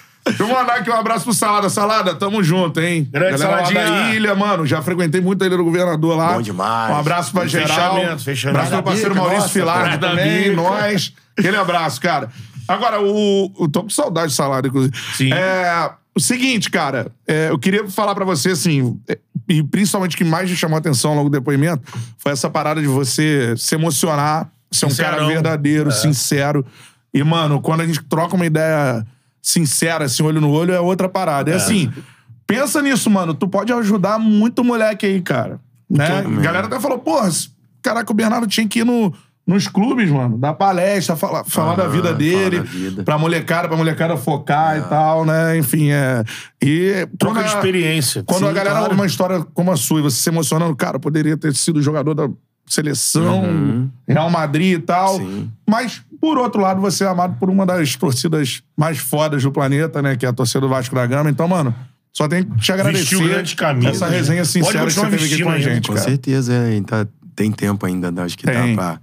S1: *laughs* Deixa eu mandar aqui um abraço pro Salada. Salada, tamo junto, hein?
S2: Grande
S1: Galera lá
S2: Saladinha.
S1: da ilha, mano. Já frequentei muito a ilha do governador lá.
S3: Bom demais.
S1: Um abraço pra
S2: Fechamento,
S1: geral.
S2: fechamento.
S1: Abraço pro meu parceiro
S3: Bica,
S1: Maurício
S3: nossa, é
S1: Filar
S2: cara da
S1: também,
S2: bica.
S1: nós. Aquele abraço, cara. Agora, o. Eu tô com saudade do Salada, inclusive.
S2: Sim.
S1: É, é, o seguinte, cara, é, eu queria falar pra você assim, é, e principalmente o que mais me chamou a atenção logo do depoimento foi essa parada de você se emocionar, ser um cara
S2: Sincerão.
S1: verdadeiro, sincero. E mano, quando a gente troca uma ideia sincera, assim, olho no olho, é outra parada. É, assim, pensa nisso, mano, tu pode ajudar muito moleque aí, cara. Né?
S3: Muito,
S1: A galera até falou, porra, esse- caraca, o Bernardo tinha que ir no- nos clubes, mano, dar palestra, falar, falar da vida
S3: falar
S1: dele,
S3: da vida.
S1: pra molecada, pra molecada focar e tal, né? Enfim, é. E. quando
S2: Troca
S1: a-
S2: de experiência.
S1: Quando a
S2: Sim,
S1: galera
S2: claro.
S1: olha uma história como a sua e você se emocionando, cara, eu poderia ter sido jogador da seleção, Real Madrid e tal.
S3: Uhum. Sim.
S1: Mas, por outro lado, você é amado por uma das torcidas mais fodas do planeta, né? Que é a torcida do Vasco da Gama. Então, mano, só tem que te agradecer
S2: Vestiu né? grandes camisas.
S1: essa resenha sincera
S2: Pode
S1: que você
S2: continuar
S1: teve aqui com a
S2: vestindo ainda,
S1: gente,
S3: Com
S1: cara.
S3: certeza, é, e tá- tem tempo ainda, né? acho que
S1: Tem.
S3: dá pra...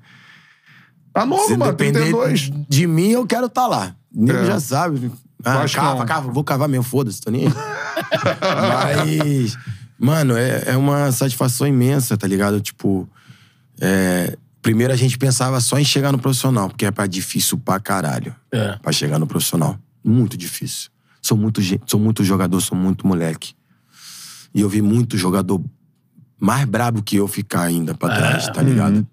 S1: Tá novo,
S3: Se
S1: mano,
S3: depender
S1: 32.
S3: de mim, eu quero estar tá lá. O nego
S1: É.
S3: já sabe. Ah,
S1: acho que não.
S3: cava, cava, vou cavar mesmo, foda-se, tô nem
S1: *laughs*
S3: aí. Mas, mano, é, é uma satisfação imensa, tá ligado? Tipo, é, primeiro a gente pensava só em chegar no profissional, porque é pra- difícil pra caralho.
S2: É.
S3: Pra chegar no profissional. Muito difícil. Sou muito, gen- sou muito jogador, sou muito moleque. E eu vi muito jogador mais brabo que eu ficar ainda
S2: É.
S3: pra trás, tá ligado?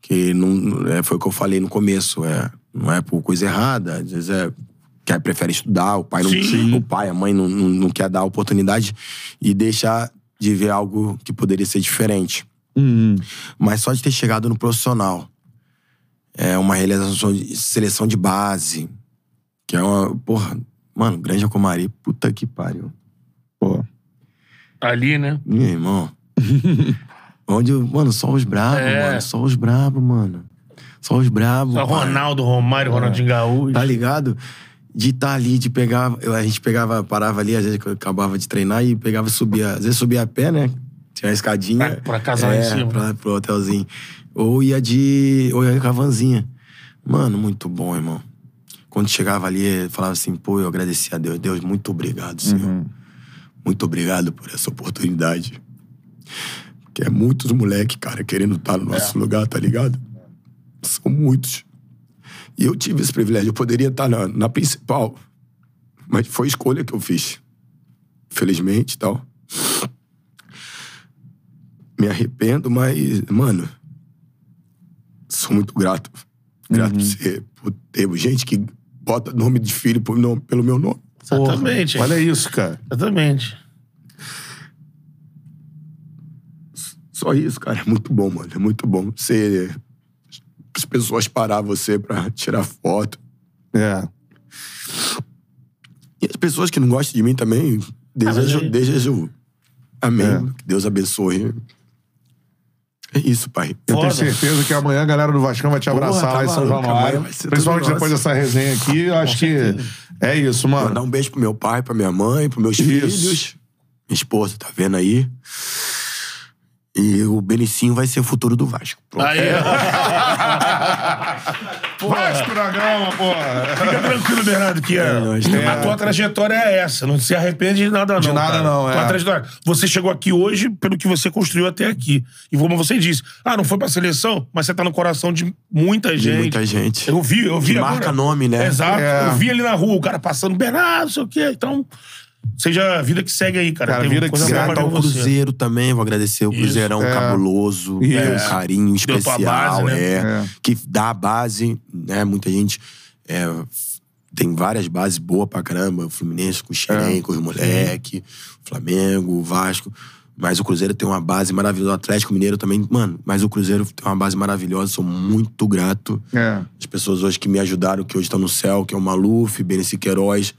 S3: Que não- não, é, foi o que eu falei no começo. É, não é por coisa errada, às vezes é. Quer, prefere estudar, o pai não
S2: Sim.
S3: o pai, a mãe não, não, não quer dar a oportunidade e deixar de ver algo que poderia ser diferente.
S1: Hum.
S3: Mas só de ter chegado no profissional. É uma realização de seleção de base. Que é uma. Porra, mano, Granja Comari, puta que pariu. Uhum.
S1: Pô.
S2: Ali, né?
S3: Meu irmão. Onde, eu- mano, só os bravos,
S2: É.
S3: mano. Só os bravos, mano. Só os bravos.
S2: Só
S3: pai.
S2: Ronaldo, Romário, Ronaldinho Gaúcho.
S3: Tá ligado? De estar ali, de pegar. eu- a gente pegava, parava ali, às vezes eu acabava de treinar e pegava e subia. Às vezes subia a pé, né? Tinha uma escadinha.
S1: né?
S2: Pra- pra casa Tá lá
S1: É.
S2: em cima.
S3: É, Pra, pro hotelzinho. Ou ia de. Ou ia com a vanzinha. Mano, muito bom, irmão. Quando chegava ali, eu falava assim, pô, eu agradecia a Deus. Deus, muito obrigado, Senhor.
S1: Uhum.
S3: Muito obrigado por essa oportunidade. Porque é muitos moleque, cara, querendo estar no nosso lugar, tá ligado? São muitos. E eu tive esse privilégio. Eu poderia estar na, na principal, mas foi a escolha que eu fiz. Felizmente e tal. Me arrependo, mas, mano, sou muito grato. Grato por, ser, por ter gente que bota nome de filho por nome- pelo meu nome.
S2: Exatamente.
S1: Porra, Olha isso, cara.
S2: Exatamente.
S3: Só isso, cara. É muito bom, mano. É muito bom. Você. As pessoas parar você pra tirar foto.
S1: É.
S3: E as pessoas que não gostam de mim também, Desde,
S2: Ah, mas
S3: Jeju-
S2: aí-
S3: desde Jeju. Amém.
S1: É.
S3: Que Deus abençoe. É isso, pai.
S1: Eu tenho
S2: Foda.
S1: certeza que amanhã a galera do Vascão vai te
S3: Porra,
S1: abraçar
S3: tá
S1: lá em São
S3: maluco,
S1: Januário.
S3: amanhã vai ser tudo
S1: Principalmente
S3: nosso.
S1: depois dessa resenha aqui. Eu acho que é isso,
S3: Mandar
S1: mano.
S3: um beijo pro meu pai, pra minha mãe, pros meus
S1: Isso.
S3: filhos. Minha esposa, tá vendo aí? E o Benicinho vai ser o futuro do Vasco. Pronto.
S2: Aí,
S1: É. Vai pro programa, porra.
S2: fica tranquilo, Bernardo, que é,
S3: nós também.
S2: a tua trajetória é essa. Não se arrepende de nada, não. De
S1: nada, não, é.
S2: Tua trajetória. Você chegou aqui hoje pelo que você construiu até aqui. E como você disse, ah, não foi pra seleção, mas você tá no coração de muita
S3: De
S2: gente.
S3: muita gente.
S2: Eu vi, eu vi.
S3: Que marca nome, né?
S2: Exato.
S1: É.
S2: Eu vi ali na rua o cara passando, Bernardo, não sei o quê. Então, seja a vida que segue aí, cara.
S1: Cara,
S2: Tem
S1: vida que
S2: coisa
S1: segue. tá um
S2: boa
S3: Grato
S2: pra
S3: ao
S2: você.
S3: Cruzeiro também, vou agradecer o
S2: Isso,
S3: Cruzeirão
S1: é.
S3: cabuloso,
S1: Isso.
S3: um carinho
S2: Deu tua
S3: especial,
S2: base, né?
S3: é,
S1: É.
S3: que dá a base, né? Muita gente é, f- tem várias bases boas pra caramba, o Fluminense com
S1: É.
S3: o Xerém, com os moleque, Flamengo, Vasco, mas o Cruzeiro tem uma base maravilhosa, o Atlético Mineiro também, mano, mas o Cruzeiro tem uma base maravilhosa, sou muito grato
S1: É.
S3: as pessoas hoje que me ajudaram, que hoje estão no céu, que é o Maluf, Benício Queiroz.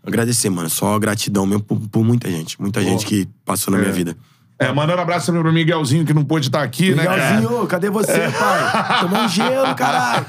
S3: Agradecer, mano. Só gratidão mesmo por, por muita gente. Muita gente que passou na minha vida.
S1: É, mandando abraço também pro Miguelzinho, que não pôde estar aqui, né, cara? *laughs*
S3: cadê você, pai? Tomou um gelo, *laughs* caralho.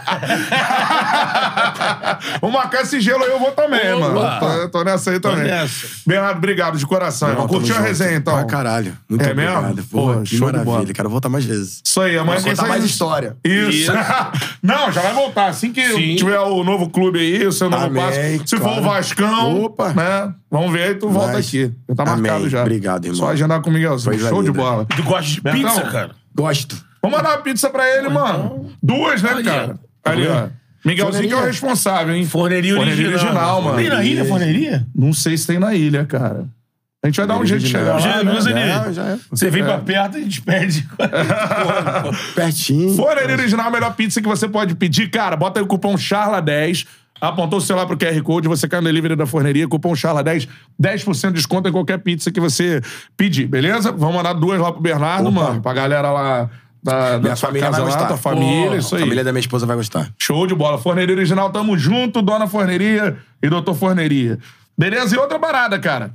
S1: Uma caça e gelo aí eu vou também,
S2: Opa.
S1: mano. Tô, tô nessa aí também.
S2: Então, nessa.
S1: Bernardo, obrigado de coração. irmão. Curtiu a resenha, então?
S3: Pra caralho. Muito
S1: É mesmo?
S3: obrigado.
S1: Pô,
S3: Pô, que
S1: show de bola.
S3: maravilha. Quero voltar mais vezes.
S1: Isso aí, amanhã tem
S3: Contar
S1: essa
S3: mais
S1: aí.
S3: história.
S1: Isso.
S2: Isso.
S1: *laughs* Não, já vai voltar. Assim que
S2: Sim.
S1: tiver o novo clube aí, o seu novo
S3: Amém,
S1: passo. Se for
S3: claro.
S1: o Vascão,
S3: Opa.
S1: né? Vamos ver aí, tu volta
S3: Mas-
S1: aqui. Já tá
S3: Amém.
S1: marcado já.
S3: Obrigado, irmão.
S1: Só agendar com o Miguelzinho.
S3: Coisa
S1: Show de
S3: linda.
S1: bola.
S2: Tu gosta de
S1: Bertão?
S2: pizza, cara?
S3: Gosto.
S1: Vamos mandar uma pizza pra ele, mano. Duas, né,
S2: Olha.
S1: cara? Ali, Então, ó. Miguelzinho que é o
S3: Forneria.
S1: responsável, hein?
S2: Forneria original.
S1: Forneria original, mano.
S2: Tem na ilha, forneria?
S1: Não sei se tem na ilha, cara. A gente vai dar um jeito de chegar lá.
S3: Original.
S2: Já, meus
S3: né?
S2: amigos,
S3: Já é.
S2: Você vem pra perto e a
S1: *laughs*
S2: gente perde.
S3: *laughs* Pertinho.
S1: Forneria Original, a melhor pizza que você pode pedir. Cara, bota aí o cupom CHARLA10. Apontou o celular pro QR Code, você cai no delivery da forneria, cupom CHARLA10, 10% de desconto em qualquer pizza que você pedir, beleza? Vamos mandar duas lá pro Bernardo,
S3: Opa.
S1: mano, pra galera lá da, da
S3: Minha
S1: sua
S3: família
S1: casa
S3: vai
S1: lá,
S3: gostar.
S1: tua família,
S2: Pô,
S1: isso
S3: A
S1: aí.
S3: família da minha esposa vai gostar.
S1: Show de bola. Forneria Original, tamo junto, Dona Forneria e Doutor Forneria. Beleza? E outra parada, cara.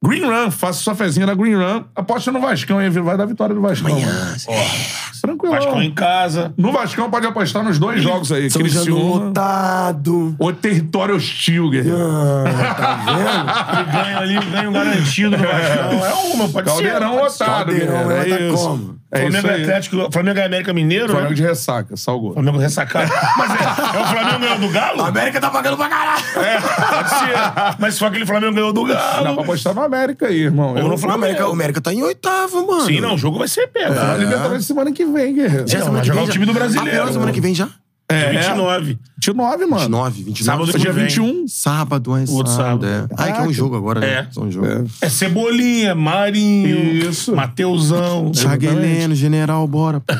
S1: Green Run, faça sua fezinha na Green Run. Aposta no Vascão, hein? Vai dar vitória do Vascão. mano.
S3: Amanhã. é.
S1: Tranquilão.
S2: Vascão em casa.
S1: No Vascão pode apostar nos dois jogos aí.
S3: São Januário
S1: Criciúma
S3: lotado. *laughs*
S1: ou território hostil, guerreiro.
S3: Ah, *laughs* tá
S2: Eu ganho ali, eu ganho garantido no Vascão. É uma, pode
S1: Caldeirão
S2: ser.
S1: lotado, guerreiro.
S3: Caldeirão, vai
S1: É
S3: tá
S1: isso.
S3: como?
S1: É isso
S2: Flamengo e
S1: aí.
S2: Atlético, Flamengo e América Mineiro,
S1: Flamengo
S2: né?
S1: de ressaca, salgou.
S2: Flamengo ressacado. Mas é, é o Flamengo ganhou do
S3: vendo?
S2: Galo?
S3: A América tá pagando pra caralho.
S2: Pode ser. Mas se for aquele Flamengo ganhou do
S1: Ah, Dá pra
S2: Galo.
S1: apostar no América aí, irmão. Eu não
S2: Ou no
S3: O América, o
S2: Flamengo.
S3: América tá em oitavo, mano.
S2: Sim, não, o jogo vai ser pega.
S1: Libertadores semana que vem, guerreiro.
S3: É. Já
S2: Não,
S3: semana
S2: vai
S3: que
S2: jogar
S3: vem
S2: o
S3: já-
S2: time do brasileiro.
S3: Ah, melhor semana que vem já?
S1: É.
S2: 29.
S1: 29, mano.
S3: 29, 29.
S2: Sábado que
S1: Dia
S2: vem.
S1: 21.
S3: Sábado, é
S2: Outro sábado.
S3: sábado. É. Ah, é que é
S1: Caraca.
S3: um jogo agora, né?
S2: É.
S3: Só um jogo.
S2: É Cebolinha, Marinho,
S1: Isso.
S2: *laughs* Mateusão.
S3: Thiago Heleno, General, bora. pô.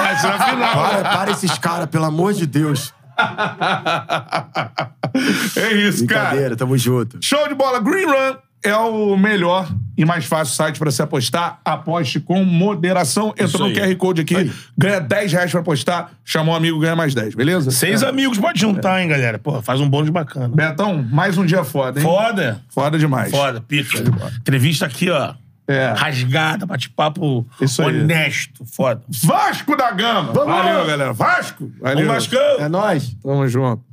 S1: Mas na final.
S3: Para, para esses caras, pelo amor de Deus.
S1: *laughs* É isso, cara.
S3: Brincadeira, tamo junto.
S1: Show de bola. Green Run é o melhor e mais fácil site pra se apostar. Aposte com moderação. Entra no
S2: aí.
S1: QR Code aqui, ganha 10 reais pra apostar. Chamou um amigo, ganha mais 10, beleza? É.
S2: Seis amigos, pode juntar, hein, galera. Pô, faz um bônus bacana.
S1: Betão, mais um dia foda, hein?
S2: Foda.
S1: Foda demais.
S2: Foda, pizza. Entrevista aqui, ó.
S1: É.
S2: Rasgada, bate-papo
S1: Isso aí.
S2: honesto. Foda.
S1: Vasco da Gama.
S3: Vamos
S1: Valeu,
S3: lá.
S1: galera. Vasco. Valeu.
S2: Vamos, Vascão!
S3: É nóis.
S1: Tamo junto.